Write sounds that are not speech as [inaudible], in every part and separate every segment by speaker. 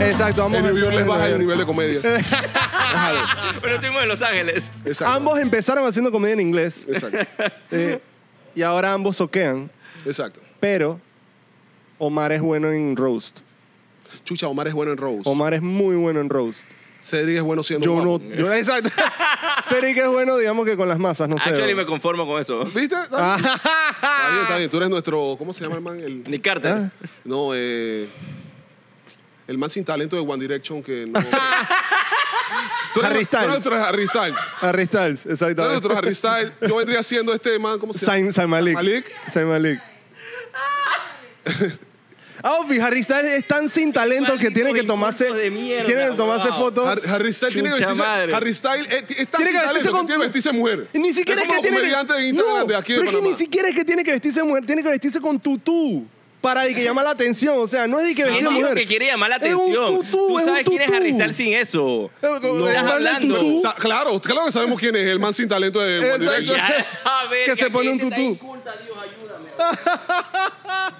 Speaker 1: Exacto, vamos
Speaker 2: En New
Speaker 1: a-
Speaker 2: York les baja el nivel de comedia.
Speaker 1: [laughs]
Speaker 3: Pero estuvimos en Los Ángeles.
Speaker 2: Exacto.
Speaker 1: Ambos empezaron haciendo comedia en inglés
Speaker 2: Exacto.
Speaker 1: eh, y ahora ambos soquean,
Speaker 2: Exacto.
Speaker 1: pero Omar es bueno en roast.
Speaker 2: Chucha, Omar es bueno en Rose.
Speaker 1: Omar es muy bueno en roast.
Speaker 2: Cedric es bueno siendo
Speaker 1: Yo no,
Speaker 2: guapo.
Speaker 1: yo
Speaker 2: [laughs]
Speaker 1: exacto. Seri que es bueno, digamos que con las masas, no sé.
Speaker 3: Actually,
Speaker 1: o-
Speaker 3: Ah, me conformo con
Speaker 1: [laughs]
Speaker 3: eso.
Speaker 2: ¿Viste? Está bien. Está bien, está bien. Tú eres nuestro... ¿Cómo se llama el man? El...
Speaker 3: Nick Carter.
Speaker 1: Ah.
Speaker 2: No, eh, el man sin talento de One Direction que
Speaker 1: [laughs]
Speaker 2: no. tú eres, tú
Speaker 1: Harry
Speaker 2: eres
Speaker 1: Styles.
Speaker 2: nuestro Harry Styles.
Speaker 1: [laughs] Harry Styles,
Speaker 2: Tú eres
Speaker 1: exactamente.
Speaker 2: nuestro Harry Styles. Yo vendría siendo este man, ¿cómo se
Speaker 1: Saint, Saint Malik.
Speaker 2: Malik.
Speaker 1: Saint
Speaker 2: [laughs]
Speaker 1: Malik. Ah, Ofi, Harry Styles es tan sin talento que
Speaker 3: Maldito
Speaker 1: tiene que
Speaker 3: inculto
Speaker 1: tomarse,
Speaker 3: de mierda,
Speaker 1: tiene que tomarse
Speaker 3: wow.
Speaker 1: fotos.
Speaker 2: Har- Harry Styles tiene que
Speaker 3: Chucha
Speaker 2: vestirse.
Speaker 3: madre.
Speaker 2: Harry Styles es, es tan
Speaker 1: Tiene que
Speaker 2: sin
Speaker 1: vestirse
Speaker 2: talento
Speaker 1: con-
Speaker 2: que tiene que vestirse mujer.
Speaker 1: Ni siquiera
Speaker 2: es
Speaker 1: es que
Speaker 2: como
Speaker 1: tiene que
Speaker 2: comediante de Instagram
Speaker 1: No,
Speaker 2: de aquí de
Speaker 1: pero es que
Speaker 2: Panamá.
Speaker 1: ni siquiera es que tiene que vestirse de mujer, tiene que vestirse con tutú para de que llama la atención, o sea, no es de que
Speaker 3: ¿Quién
Speaker 1: vestirse de
Speaker 3: dijo
Speaker 1: mujer.
Speaker 3: que quiere llamar la
Speaker 1: Es un
Speaker 3: atención?
Speaker 1: tutú,
Speaker 3: Tú
Speaker 1: es un
Speaker 3: sabes quién es
Speaker 1: tutú.
Speaker 3: Harry Styles sin eso.
Speaker 1: Eh, eh,
Speaker 3: No.
Speaker 1: habla
Speaker 3: Estás
Speaker 1: el
Speaker 3: hablando.
Speaker 1: tutú.
Speaker 2: O sea, claro, claro que sabemos quién es el man sin talento de One
Speaker 1: Exacto.
Speaker 2: Direction.
Speaker 1: [laughs]
Speaker 3: Ya, [laughs] a ver,
Speaker 1: Que se pone un
Speaker 3: aquí está
Speaker 1: tutú.
Speaker 3: inculta, Dios,
Speaker 1: [laughs]
Speaker 3: ayúdame.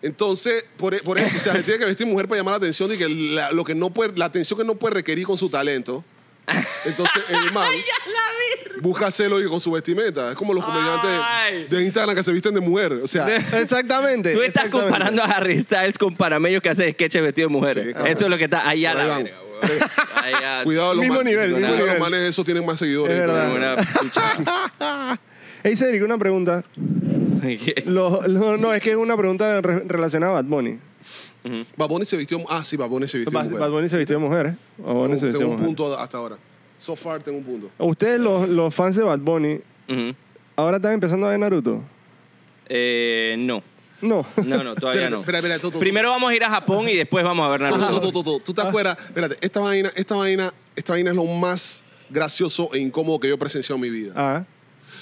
Speaker 2: Entonces, por, e- por eso, o sea, se tiene que vestir mujer para llamar la atención y que la, lo que no puede, la atención que no puede requerir con su talento. Entonces, el man busca hacerlo y con su vestimenta. Es como los comediantes
Speaker 3: Ay.
Speaker 2: de Instagram que se visten de mujer. O sea,
Speaker 1: Exactamente.
Speaker 3: Tú estás
Speaker 1: exactamente.
Speaker 3: comparando a Harry Styles con paramellos que hacen sketches vestidos de mujeres.
Speaker 2: Sí, claro.
Speaker 3: Eso es lo que está allá
Speaker 2: Por ahí
Speaker 3: la
Speaker 2: vamos.
Speaker 3: verga, weón.
Speaker 1: [laughs]
Speaker 3: Allá,
Speaker 2: cuidado los
Speaker 1: Mismo
Speaker 2: manes.
Speaker 1: nivel,
Speaker 2: cuidado
Speaker 1: mismo
Speaker 2: los
Speaker 1: nivel.
Speaker 2: manes, esos tienen más seguidores.
Speaker 1: Es verdad. [laughs]
Speaker 3: [laughs] una pucha.
Speaker 1: Ey, Cedric, una pregunta. Lo- lo- no, es que es una pregunta re- relacionada a Bad Bunny.
Speaker 2: Baboni se vistió. Ah, sí, Baboni se vistió.
Speaker 1: Bad,
Speaker 2: mujer.
Speaker 1: Bad Bunny se vistió de mujer. ¿eh? Bad Bunny
Speaker 2: tengo
Speaker 1: se vistió de
Speaker 2: tengo un
Speaker 1: mujer.
Speaker 2: punto hasta ahora. So far tengo un punto.
Speaker 1: Ustedes, los, los fans de Bad Bunny,
Speaker 3: Ujú.
Speaker 1: ahora están empezando a ver Naruto.
Speaker 3: Eh, no.
Speaker 1: No.
Speaker 3: No, no, todavía no.
Speaker 2: Espera, espera, espera, tú, tú,
Speaker 3: Primero vamos a ir a Japón y después vamos a ver
Speaker 2: Ajá, tú,
Speaker 3: Naruto.
Speaker 2: tú, tú, tú
Speaker 1: Ah.
Speaker 2: te acuerdas, espérate, esta vaina, esta vaina, esta vaina es lo más gracioso e incómodo que yo he presenciado en mi vida.
Speaker 1: Ah.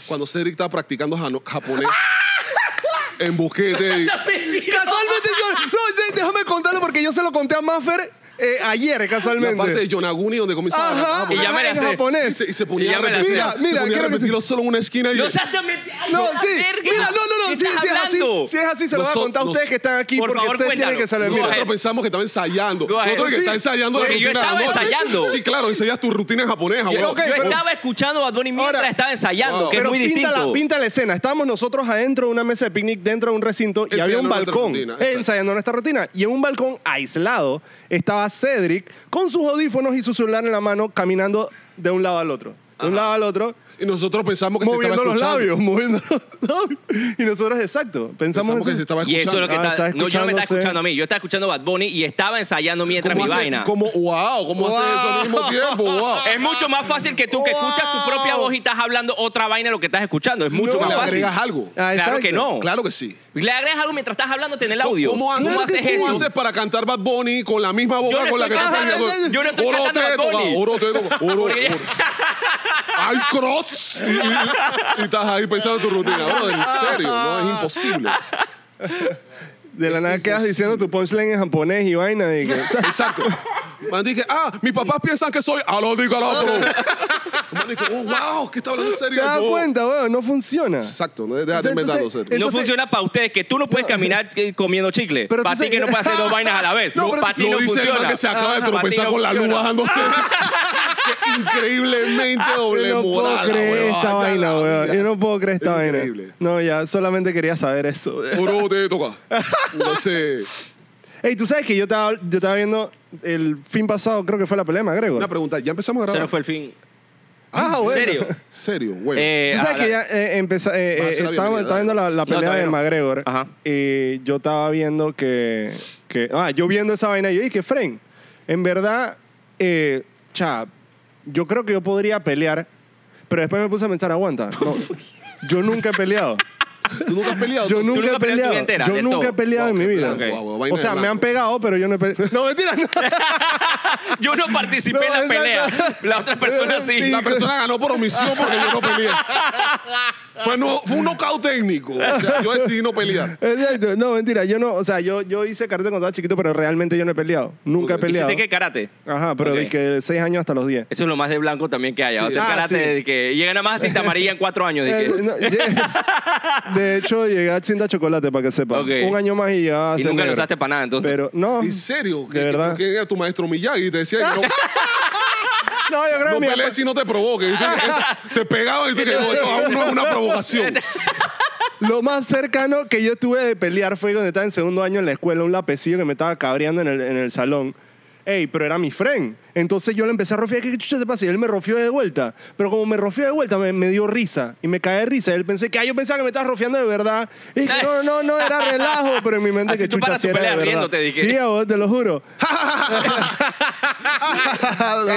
Speaker 2: Cuando Cedric estaba practicando jano- japonés
Speaker 1: Ah.
Speaker 2: en boquete y-
Speaker 3: [laughs]
Speaker 1: Casualmente yo. No, de- déjame contarlo porque yo se lo conté a Maffer eh, ayer,
Speaker 2: la parte de
Speaker 1: casualmente.
Speaker 2: Yonaguni donde comenzaba a
Speaker 1: Ajá,
Speaker 2: hablar
Speaker 3: Y ya me
Speaker 1: ajá,
Speaker 3: la
Speaker 1: en
Speaker 3: sé.
Speaker 2: y
Speaker 1: japonés.
Speaker 2: se, y se ponía
Speaker 3: Y ya
Speaker 2: a
Speaker 3: me la
Speaker 2: repetir-
Speaker 3: sé.
Speaker 2: se
Speaker 1: Mira,
Speaker 2: ponía a
Speaker 1: quiero que
Speaker 2: repetirlo solo en una esquina y
Speaker 3: No seas tan meti- Ay,
Speaker 1: No,
Speaker 3: la
Speaker 1: sí.
Speaker 3: verga,
Speaker 1: Mira, no, no,
Speaker 3: ¿qué
Speaker 1: no. sí, sí,
Speaker 3: estás
Speaker 1: es así.
Speaker 3: hablando?
Speaker 1: Si es así, se lo voy a
Speaker 2: Nosot-
Speaker 1: contar a ustedes
Speaker 2: nos-
Speaker 1: que están aquí
Speaker 3: Por
Speaker 1: porque
Speaker 3: favor,
Speaker 1: ustedes tienen
Speaker 3: cuéntalo.
Speaker 1: que saber.
Speaker 2: "Eh, nosotros
Speaker 1: Mira,
Speaker 3: ahead.
Speaker 2: pensamos que estaba ensayando.
Speaker 3: Go ahead.
Speaker 2: Nosotros que está
Speaker 1: Sí,
Speaker 2: ensayando la
Speaker 3: porque yo
Speaker 2: rutina
Speaker 3: estaba
Speaker 2: japonesa.
Speaker 3: ensayando.
Speaker 2: Sí, claro, ensayas tu rutina en japonés, abuelo.
Speaker 1: ok,
Speaker 3: Yo
Speaker 1: pero-
Speaker 3: estaba escuchando a Bad Bunny mientras
Speaker 1: Ahora-
Speaker 3: estaba ensayando,
Speaker 2: Wow.
Speaker 3: que es
Speaker 1: Pero
Speaker 3: muy
Speaker 1: pinta
Speaker 3: distinto.
Speaker 1: la, pinta la escena. Estábamos nosotros adentro de una mesa de picnic dentro de un recinto y
Speaker 2: Ensayando
Speaker 1: había un
Speaker 2: nuestra
Speaker 1: balcón
Speaker 2: rutina,
Speaker 1: eh,
Speaker 2: exacto.
Speaker 1: ensayando nuestra rutina. Y en un balcón aislado estaba Cedric con sus audífonos y su celular en la mano caminando de un lado al otro. De un lado al otro,
Speaker 2: Y nosotros pensamos que se
Speaker 1: moviendo
Speaker 2: estaba
Speaker 1: los
Speaker 2: escuchando.
Speaker 1: labios, moviendo los labios. Y nosotros, exacto, pensamos,
Speaker 2: Pensamos que
Speaker 1: eso.
Speaker 2: se estaba
Speaker 3: Y eso es
Speaker 2: escuchando.
Speaker 3: lo que
Speaker 1: Ah,
Speaker 3: está...
Speaker 1: está
Speaker 3: No, yo no me estaba
Speaker 1: escuchándose.
Speaker 3: escuchando a mí. Yo estaba escuchando a Bad Bunny y estaba ensayando mientras
Speaker 2: ¿Cómo
Speaker 3: mi
Speaker 2: hace-
Speaker 3: vaina.
Speaker 2: Como, wow, ¿cómo hace eso al mismo
Speaker 1: Wow.
Speaker 2: tiempo?
Speaker 1: [laughs]
Speaker 2: Wow.
Speaker 3: Es mucho más fácil que tú que escuchas tu propia voz y estás hablando otra vaina de lo que estás escuchando. Es mucho
Speaker 1: No,
Speaker 2: le
Speaker 3: más fácil.
Speaker 2: agregas algo.
Speaker 1: Ah,
Speaker 3: Claro
Speaker 1: exacto.
Speaker 3: que no.
Speaker 2: Claro que sí.
Speaker 3: Le agregas algo mientras estás hablando en el audio.
Speaker 2: ¿Cómo haces,
Speaker 1: Claro que sí.
Speaker 2: cómo
Speaker 3: eso?
Speaker 2: haces para cantar Bad Bunny con la misma
Speaker 3: Yo
Speaker 2: boca
Speaker 3: no
Speaker 2: con la que
Speaker 3: estoy
Speaker 2: estás
Speaker 1: cantando-
Speaker 2: cantando?
Speaker 3: yo no estoy
Speaker 2: Oro
Speaker 3: cantando
Speaker 2: te
Speaker 3: Bad
Speaker 2: toca,
Speaker 3: Bunny.
Speaker 2: Oro te toca, oro,
Speaker 3: Porque ya-
Speaker 2: oro.
Speaker 3: [laughs]
Speaker 2: ¡Ay, cross! Y, y- y estás ahí pensando en tu rutina. Bro, en serio, no, es imposible.
Speaker 1: De la nada quedas diciendo tu punchline en japonés y vaina.
Speaker 2: [laughs]
Speaker 1: y que-
Speaker 2: Exacto. Man, dije, ah, mis papás piensan que soy aló, digo, aló, bro. Man, dije, oh, wow, ¿qué está hablando en
Speaker 1: ¿Te
Speaker 2: serio?
Speaker 1: das
Speaker 2: Yo-
Speaker 1: cuenta, weón? No funciona.
Speaker 2: Exacto, no, déjate
Speaker 1: Entonces-
Speaker 2: inventarlo, Sergio.
Speaker 3: No
Speaker 1: Entonces-
Speaker 3: funciona para ustedes que tú no
Speaker 1: [laughs]
Speaker 3: puedes caminar eh, comiendo chicle.
Speaker 1: Pero
Speaker 3: Para
Speaker 1: entonces-
Speaker 3: ti que no
Speaker 1: [laughs]
Speaker 3: puedes hacer dos vainas a la vez.
Speaker 1: No,
Speaker 3: No,
Speaker 1: pero-
Speaker 3: para ti
Speaker 2: Lo
Speaker 3: no
Speaker 2: dice el
Speaker 3: funciona.
Speaker 2: man que se acaba de
Speaker 3: Ajá. Pa' ti
Speaker 2: tropezar
Speaker 3: no
Speaker 2: con la luz
Speaker 3: funciona.
Speaker 2: bajándose.
Speaker 1: [laughs]
Speaker 2: Qué increíblemente doble
Speaker 1: Yo Ah, no
Speaker 2: moral.
Speaker 1: puedo creer
Speaker 2: weón.
Speaker 1: esta
Speaker 2: Ay, ya
Speaker 1: vaina,
Speaker 2: la
Speaker 1: weón.
Speaker 2: vida.
Speaker 1: Yo no puedo creer esta
Speaker 2: Es
Speaker 1: vaina.
Speaker 2: Increíble.
Speaker 1: No, ya, solamente quería saber eso.
Speaker 2: Oro te toca. Entonces,
Speaker 1: Ey, tú sabes que yo estaba, yo estaba viendo el fin pasado, creo que fue la pelea de
Speaker 2: una
Speaker 1: Gregor.
Speaker 2: pregunta. ¿Ya empezamos a
Speaker 3: Ese
Speaker 2: grabar?
Speaker 3: no fue el fin.
Speaker 1: [laughs] Ah,
Speaker 3: ¿En
Speaker 1: bueno.
Speaker 3: serio?
Speaker 2: Serio, güey.
Speaker 3: Eh,
Speaker 1: Tú sabes
Speaker 3: ah,
Speaker 1: que ya eh, empeza- eh,
Speaker 2: Vas a
Speaker 1: eh,
Speaker 2: hacer la
Speaker 1: estaba,
Speaker 2: bienvenida,
Speaker 1: estaba viendo la, la
Speaker 3: No,
Speaker 1: pelea
Speaker 3: todavía
Speaker 1: de
Speaker 3: no.
Speaker 1: McGregor
Speaker 3: Ajá.
Speaker 1: y yo estaba viendo que, que- ah, yo viendo esa vaina y yo dije, Fren, en verdad, eh, cha, yo creo que yo podría pelear, pero después me puse a pensar, aguanta,
Speaker 3: [laughs]
Speaker 1: no, yo nunca he peleado.
Speaker 2: ¿Tú nunca has peleado?
Speaker 1: Yo
Speaker 2: ¿Tú-
Speaker 1: nunca,
Speaker 3: nunca
Speaker 1: he
Speaker 3: has peleado en tu vida
Speaker 1: peleado.
Speaker 3: entera,
Speaker 1: yo
Speaker 3: de
Speaker 1: nunca
Speaker 3: todo?
Speaker 1: he peleado en mi vida.
Speaker 2: blanco, guau, guau, vaina
Speaker 1: O sea,
Speaker 2: de
Speaker 1: me han
Speaker 2: blanco.
Speaker 1: pegado, pero yo no
Speaker 2: [laughs]
Speaker 1: he peleado. No, mentira, no.
Speaker 3: Yo no participé en la
Speaker 1: No,
Speaker 3: pelea.
Speaker 1: exacto.
Speaker 3: La otra persona sí.
Speaker 2: La persona ganó por omisión porque yo no peleé. Fue, no, fue un knockout técnico. O sea, yo decidí no pelear.
Speaker 1: [laughs] Exacto. No, mentira. Yo no, o sea, yo, yo hice karate cuando estaba chiquito, pero realmente yo no he peleado. Nunca he
Speaker 2: Hiciste
Speaker 1: peleado.
Speaker 3: ¿Hiciste qué karate?
Speaker 1: Ajá, pero
Speaker 3: Ok.
Speaker 1: de que de 6 años hasta los 10.
Speaker 3: Eso es lo más de blanco también que haya. o
Speaker 1: Sí.
Speaker 3: sea,
Speaker 1: Ah,
Speaker 3: karate
Speaker 1: sí. [laughs]
Speaker 3: [laughs] de que llega nada más a cinta amarilla en cuatro años. de
Speaker 1: Eh,
Speaker 3: que-
Speaker 1: no, ye- de hecho, llegué a Cinta Chocolate, para que sepa.
Speaker 3: Ok.
Speaker 1: Un año más y llegaba a
Speaker 3: Y nunca
Speaker 1: CNR.
Speaker 3: lo usaste para nada, entonces.
Speaker 1: Pero,
Speaker 3: [laughs]
Speaker 1: no.
Speaker 2: ¿En serio?
Speaker 1: De verdad.
Speaker 2: Que era tu maestro Miyagi y te decía
Speaker 1: [laughs]
Speaker 2: que no,
Speaker 1: No, yo creo
Speaker 2: no
Speaker 1: que mi
Speaker 2: pelees si no te provoques. Y tú- Te pegaban y
Speaker 1: [laughs]
Speaker 2: tú que "No, aún no es una provocación.
Speaker 1: Lo más cercano que yo tuve de pelear fue cuando estaba en segundo año en la escuela, un lapecillo que me estaba cabreando en el, en el salón. Ey, pero era mi friend. Entonces yo le empecé a rofiar, ¿qué qué chucha te pasa? Y él me rofió de vuelta. Pero como me rofió de vuelta, me, me dio risa. Y me caí de risa. Y él pensé que, ah, yo pensaba que me estabas rofiando de verdad. Y dije, no, no, no, era relajo. Pero en mi mente
Speaker 3: Así
Speaker 1: que
Speaker 3: tú
Speaker 1: chucha
Speaker 3: paras
Speaker 1: sí
Speaker 3: tu
Speaker 1: era de
Speaker 3: pelea
Speaker 1: verdad.
Speaker 3: riéndote, dije.
Speaker 1: Sí, a vos, te lo
Speaker 3: [laughs]
Speaker 1: juro.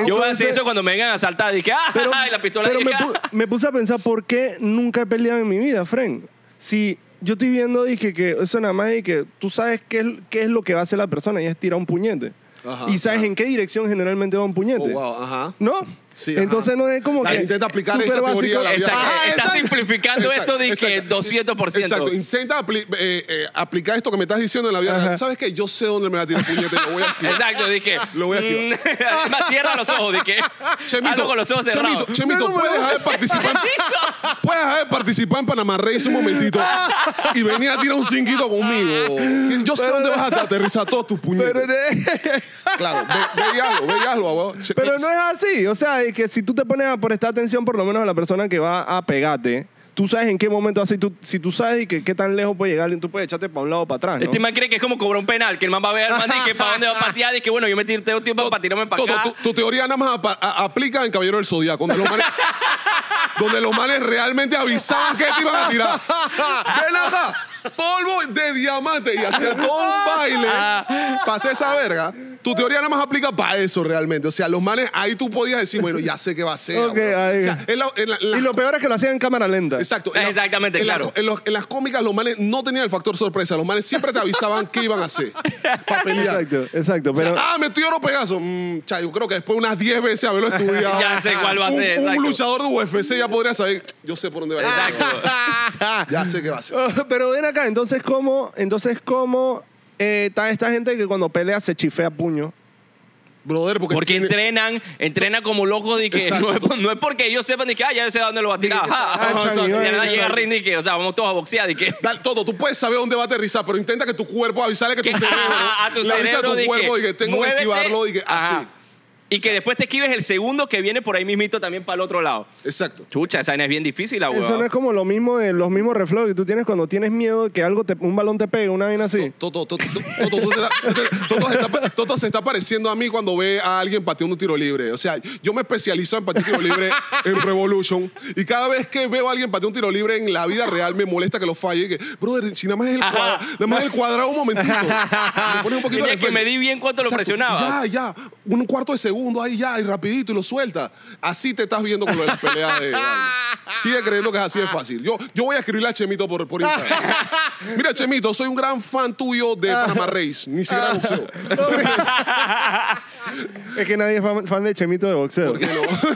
Speaker 3: Yo voy a hacer
Speaker 1: Entonces-
Speaker 3: eso cuando me vengan a asaltar. Dije, ah,
Speaker 1: pero,
Speaker 3: [laughs] y la pistola.
Speaker 1: pero
Speaker 3: dije,
Speaker 1: me, pu-
Speaker 3: "Ah".
Speaker 1: me puse a pensar por qué nunca he peleado en mi vida, Fren. Si yo estoy viendo, dije que eso nada más y que tú sabes qué es, qué es lo que va a hacer la persona y es tirar un puñete.
Speaker 2: Ajá,
Speaker 1: y sabes en qué dirección generalmente va un puñete.
Speaker 2: Oh, wow, ajá.
Speaker 1: ¿No?
Speaker 2: Sí, ajá.
Speaker 1: Entonces no es como
Speaker 2: Dale,
Speaker 1: que.
Speaker 2: intenta aplicar
Speaker 1: súper
Speaker 2: esa teoría
Speaker 1: básico.
Speaker 2: a la vida.
Speaker 3: Exacto.
Speaker 2: Ah,
Speaker 3: Estás
Speaker 2: exacto.
Speaker 3: simplificando esto de
Speaker 2: Exacto,
Speaker 3: que
Speaker 2: exacto.
Speaker 3: 200%.
Speaker 2: Exacto. Intenta apli- eh, eh, aplicar esto que me estás diciendo en la vida
Speaker 1: Ajá.
Speaker 2: real. ¿Sabes qué? Yo sé dónde me va a tirar el puñete y lo voy a
Speaker 3: [laughs]
Speaker 2: activar.
Speaker 3: Exacto, dije.
Speaker 2: Lo voy a activar.
Speaker 3: mm, [laughs] además, cierra los ojos, dije. Hazlo con los ojos cerrados.
Speaker 2: Chemito, Chemito,
Speaker 1: Mira cómo
Speaker 2: ¿puedes
Speaker 1: me-
Speaker 2: dejar de
Speaker 3: [laughs]
Speaker 2: participar? ¿Puedes dejar de participar en Panamá Reyes un momentito? Y venir a tirar un cinquito conmigo. Yo sé dónde vas a aterrizar todos tus puñetes.
Speaker 1: Pero, no-
Speaker 2: Claro, ve, ve y hazlo, ve y hazlo, abuelo. Che-
Speaker 1: [laughs] pero no es así. O sea, es que si tú te pones a prestar atención por lo menos a la persona que va a pegarte. Tú sabes en qué momento así, tú, si tú sabes y que, qué tan lejos puede llegar, tú puedes echarte para un lado o para atrás. ¿no?
Speaker 3: Este man cree que es como cobrar un penal, que el man va a ver al man y que para dónde va a patear, y que bueno, yo me tiro tengo tiempo para tirarme para
Speaker 2: Toto,
Speaker 3: acá.
Speaker 2: tu, tu teoría nada más apa- a- aplica en Caballero del Zodíaco, donde
Speaker 3: [laughs]
Speaker 2: los manes, donde los manes realmente avisaban que te iban a tirar. De nada, polvo de diamante y hacer todo un baile
Speaker 3: Ah.
Speaker 2: para hacer esa verga. Tu teoría nada más aplica para eso realmente. O sea, los manes, ahí tú podías decir, bueno, ya sé qué va a ser.
Speaker 1: Ok,
Speaker 2: abuelo.
Speaker 1: ahí.
Speaker 2: O sea, en la- en la- en la-
Speaker 1: Y lo peor es que lo hacían en cámara lenta.
Speaker 2: Exacto. en la-
Speaker 3: Exactamente,
Speaker 2: en la-
Speaker 3: claro.
Speaker 2: en, los- en las cómicas los manes no tenían el factor sorpresa. Los manes siempre te avisaban qué iban a hacer para pelear.
Speaker 1: Exacto, exacto. Pero,
Speaker 2: O sea, ah, metió oro Pegaso. Mm, cha, yo creo que después de unas 10 veces haberlo estudiado.
Speaker 3: [laughs] Ya sé cuál va a
Speaker 2: un-
Speaker 3: ser,
Speaker 2: Un,
Speaker 3: exacto.
Speaker 2: luchador de UFC ya podría saber. Yo sé por dónde va a ir. [laughs] Ya sé qué va a ser.
Speaker 1: [laughs] pero ven acá, entonces, ¿cómo, entonces, ¿cómo eh, está esta gente que cuando pelea se chifea a puño?
Speaker 2: Brother, porque.
Speaker 3: Porque
Speaker 2: tiene-
Speaker 3: entrenan, entrenan como locos de que
Speaker 2: Exacto.
Speaker 3: no es, por- no es porque ellos sepan de que ah, ya yo sé a dónde lo va a tirar.
Speaker 1: Ah,
Speaker 3: Ajá.
Speaker 2: Ajá,
Speaker 1: Changi,
Speaker 2: exacto.
Speaker 3: Y de verdad
Speaker 1: vale,
Speaker 3: llega
Speaker 1: exacto.
Speaker 3: Rindy y que, o sea, vamos todos a boxear de que
Speaker 2: Dale, todo, tú puedes saber dónde va a aterrizar, pero intenta que tu cuerpo avisarle que tu
Speaker 3: Que-
Speaker 2: cerebro
Speaker 3: ajá, [laughs] a tu
Speaker 2: le avise
Speaker 3: cerebro
Speaker 2: a
Speaker 3: de
Speaker 2: tu
Speaker 3: que
Speaker 2: cuerpo y que tengo
Speaker 3: muévete.
Speaker 2: que activarlo "Ah, y que así.
Speaker 3: Ajá. y que después te esquives el segundo que viene por ahí mismito también para el otro lado.
Speaker 2: Exacto.
Speaker 3: Chucha, esa vaina es bien difícil,
Speaker 2: Ah,
Speaker 3: la
Speaker 1: Eso no es como lo mismo de los mismos reflejos que tú tienes cuando tienes miedo de que algo te, un balón te pegue, una vaina así.
Speaker 2: Toto, Toto, Toto, Toto, Toto se está- Toto se está pareciendo a mí cuando ve a alguien pateando un tiro libre. O sea, yo me especializo en patear tiro libre en Revolution. Y cada vez que veo a alguien patear un tiro libre en la vida real, me molesta que lo falle. Y que, brother, si nada más es el cuadrado, nada más es el cuadrado un momentito. Me pone un poquito
Speaker 3: Tenía
Speaker 2: de
Speaker 3: que
Speaker 2: frente.
Speaker 3: medir bien cuánto lo
Speaker 2: Exacto.
Speaker 3: presionabas.
Speaker 2: Ya, ya. Un cuarto de segundo ahí ya, y rapidito, y lo suelta. Así te estás viendo con lo de las peleas de Dani. Sigue creyendo que es así de fácil. Yo, yo voy a escribirle a Chemito por, por Instagram.
Speaker 3: [laughs]
Speaker 2: Mira, Chemito, soy un gran fan tuyo de Panamá Race. Ni siquiera
Speaker 3: [laughs]
Speaker 2: boxeo.
Speaker 1: Es que nadie es fan, fan de Chemito de boxeo.
Speaker 2: ¿Por qué no?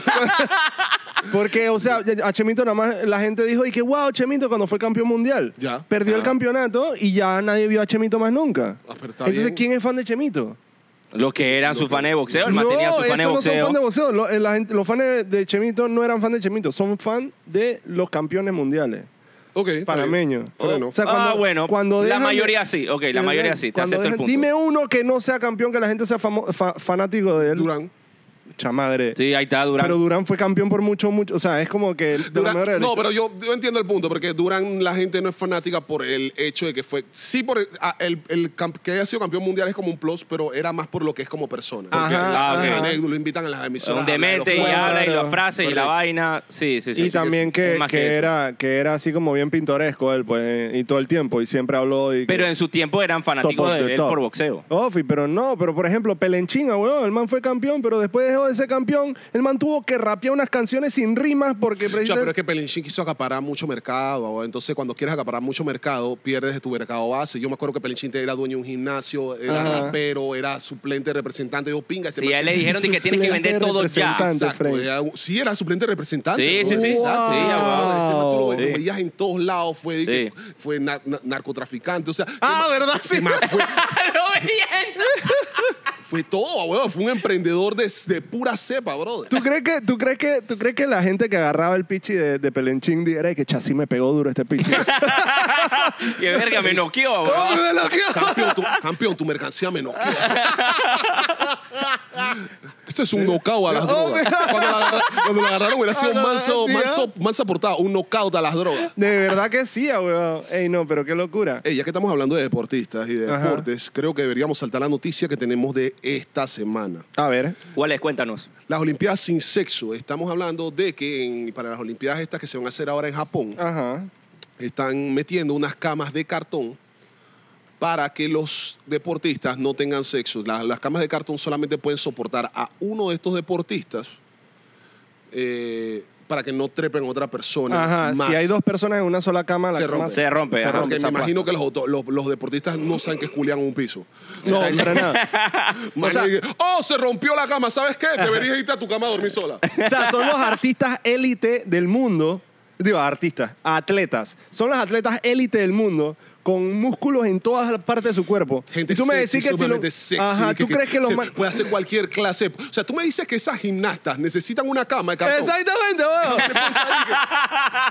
Speaker 1: Porque, o sea, a Chemito nada más la gente dijo, y que wow, Chemito cuando fue campeón mundial.
Speaker 2: Ya.
Speaker 1: Perdió el
Speaker 2: Ajá.
Speaker 1: campeonato y ya nadie vio a Chemito más nunca.
Speaker 2: Ah, pero está
Speaker 1: Entonces,
Speaker 2: bien.
Speaker 1: ¿quién es fan de Chemito?
Speaker 3: Los que eran sus fanes de boxeo, el man tenía sus
Speaker 1: esos
Speaker 3: fanes de
Speaker 1: no
Speaker 3: boxeo.
Speaker 1: son fan de boxeo. Lo- eh, la gente- Los, fans de Chemito no eran fan de Chemito, son fan de los campeones mundiales
Speaker 2: Ok. está bien.
Speaker 1: panameños.
Speaker 2: Freno.
Speaker 1: O sea,
Speaker 3: ah, bueno, la
Speaker 1: dejan de- Eh,
Speaker 3: mayoría sí. Ok, la mayoría sí, te
Speaker 1: cuando
Speaker 3: acepto el
Speaker 1: dejan-
Speaker 3: punto.
Speaker 1: Dime uno que no sea campeón, que la gente sea famo- fa- fanático de él.
Speaker 2: Durán.
Speaker 1: Chamadre.
Speaker 3: Sí, ahí está Durán.
Speaker 1: Pero Durán fue campeón por mucho, mucho. O sea, es como que. de los
Speaker 2: Durán-
Speaker 1: mejores de la
Speaker 2: no,
Speaker 1: historia.
Speaker 2: pero yo, yo entiendo el punto, porque Durán la gente no es fanática por el hecho de que fue. Sí, por el, a- el- el camp- que haya sido campeón mundial es como un plus, pero era más por lo que es como persona. Porque
Speaker 1: Ajá,
Speaker 3: Ah, ok.
Speaker 2: la
Speaker 1: ajá.
Speaker 2: anécdota, lo invitan a las emisoras. a
Speaker 3: Donde
Speaker 2: hablar de los
Speaker 3: mete y
Speaker 2: juegos.
Speaker 1: Claro.
Speaker 3: habla y la frase y la
Speaker 2: Correcto.
Speaker 3: vaina. Sí, sí, sí.
Speaker 1: Y
Speaker 3: sí,
Speaker 1: también
Speaker 3: sí.
Speaker 1: que,
Speaker 3: Es más
Speaker 1: que
Speaker 3: eso.
Speaker 1: era, que era así como bien pintoresco él, pues, eh, y todo el tiempo, y siempre habló. Y que-
Speaker 3: Pero en su tiempo eran
Speaker 1: Top
Speaker 3: fanáticos
Speaker 1: of the
Speaker 3: de él
Speaker 1: top.
Speaker 3: por boxeo.
Speaker 1: Ofi, pero no, pero por ejemplo, Pelenchina, weón, el man fue campeón, pero después dejó de ser campeón, el man tuvo que rapear unas canciones sin rimas porque
Speaker 2: Ya, pero es
Speaker 1: precisamente...
Speaker 2: que Pelinchín quiso acaparar mucho mercado. ahora. Entonces, cuando quieres acaparar mucho mercado, pierdes de tu mercado base. Yo me acuerdo que Pelinchín era dueño de un gimnasio, era
Speaker 1: Ajá.
Speaker 2: rapero, era suplente representante. Yo, pinga, este
Speaker 3: Sí,
Speaker 2: man-
Speaker 3: a él le dijeron de que tienes que vender
Speaker 1: Suplente
Speaker 3: todo ya. [laughs]
Speaker 1: representante.
Speaker 2: Exacto,
Speaker 1: Frank.
Speaker 2: era un- sí, era suplente representante.
Speaker 3: Sí,
Speaker 2: ¿no?
Speaker 3: sí, sí,
Speaker 2: Exacto.
Speaker 3: sí, ya, wow.
Speaker 2: Este man tú lo-
Speaker 1: Sí.
Speaker 2: lo veías en todos lados, fue, de que-
Speaker 3: Sí.
Speaker 2: fue nar- nar- narcotraficante, o sea...
Speaker 1: Ah,
Speaker 2: ¿verdad? Sí. man, fue,
Speaker 3: ¡Lo veían!
Speaker 2: fue todo, weón. Fue un emprendedor de, de pura cepa, brother.
Speaker 1: ¿Tú crees, que, tú, crees que, ¿Tú crees que la gente que agarraba el pichi de, de Pelenchín era de que chasí me pegó duro este
Speaker 2: [laughs]
Speaker 1: pichi?
Speaker 3: Que verga, me noqueó, weón.
Speaker 1: ¡Ay, me lo quiero!
Speaker 2: Campeón, tu, campeón, tu mercancía me noquea. Esto es un knockout a las drogas. Cuando la, agarra- Oh, cuando la agarraron hubiera sido
Speaker 1: Ah, no,
Speaker 2: manso,
Speaker 1: sí, ¿eh?
Speaker 2: manso, mansa portada, un knockout a las drogas.
Speaker 1: De verdad que sí, ah, weón. Ey, no, pero qué locura.
Speaker 2: Ey, ya que estamos hablando de deportistas y de
Speaker 1: Ajá.
Speaker 2: deportes, creo que deberíamos saltar la noticia que tenemos de esta semana.
Speaker 1: A ver.
Speaker 3: ¿Cuál es? Cuéntanos.
Speaker 2: Las Olimpiadas sin sexo. Estamos hablando de que en- para las Olimpiadas estas que se van a hacer ahora en Japón,
Speaker 1: Ajá.
Speaker 2: están metiendo unas camas de cartón para que los deportistas no tengan sexo. La- Las, camas de cartón solamente pueden soportar a uno de estos deportistas eh, para que no trepen a otra persona.
Speaker 1: Ajá.
Speaker 2: más.
Speaker 1: Si hay dos personas en una sola cama, la
Speaker 2: Se
Speaker 1: cama
Speaker 2: rompe.
Speaker 3: Se rompe, ajá.
Speaker 2: Porque me
Speaker 1: esa
Speaker 2: imagino que los, auto- los- los deportistas no saben que culian un piso.
Speaker 1: plata. No, hombre, nada.
Speaker 2: Más que, oh, se rompió la cama, ¿sabes
Speaker 1: [laughs]
Speaker 2: qué? Deberías irte a tu cama a dormir sola.
Speaker 1: O sea, son los artistas élite del mundo. Digo, artistas, atletas. Son los atletas élite del mundo con músculos en todas las partes de su cuerpo.
Speaker 2: Gente
Speaker 1: y tú me
Speaker 2: sexy,
Speaker 1: decís que si lo-
Speaker 2: sumamente sexy,
Speaker 1: Ajá, tú crees que los
Speaker 2: se
Speaker 1: man-
Speaker 2: puede hacer cualquier clase. O sea, tú me dices que esas gimnastas necesitan una cama de cartón.
Speaker 1: Exactamente, weón.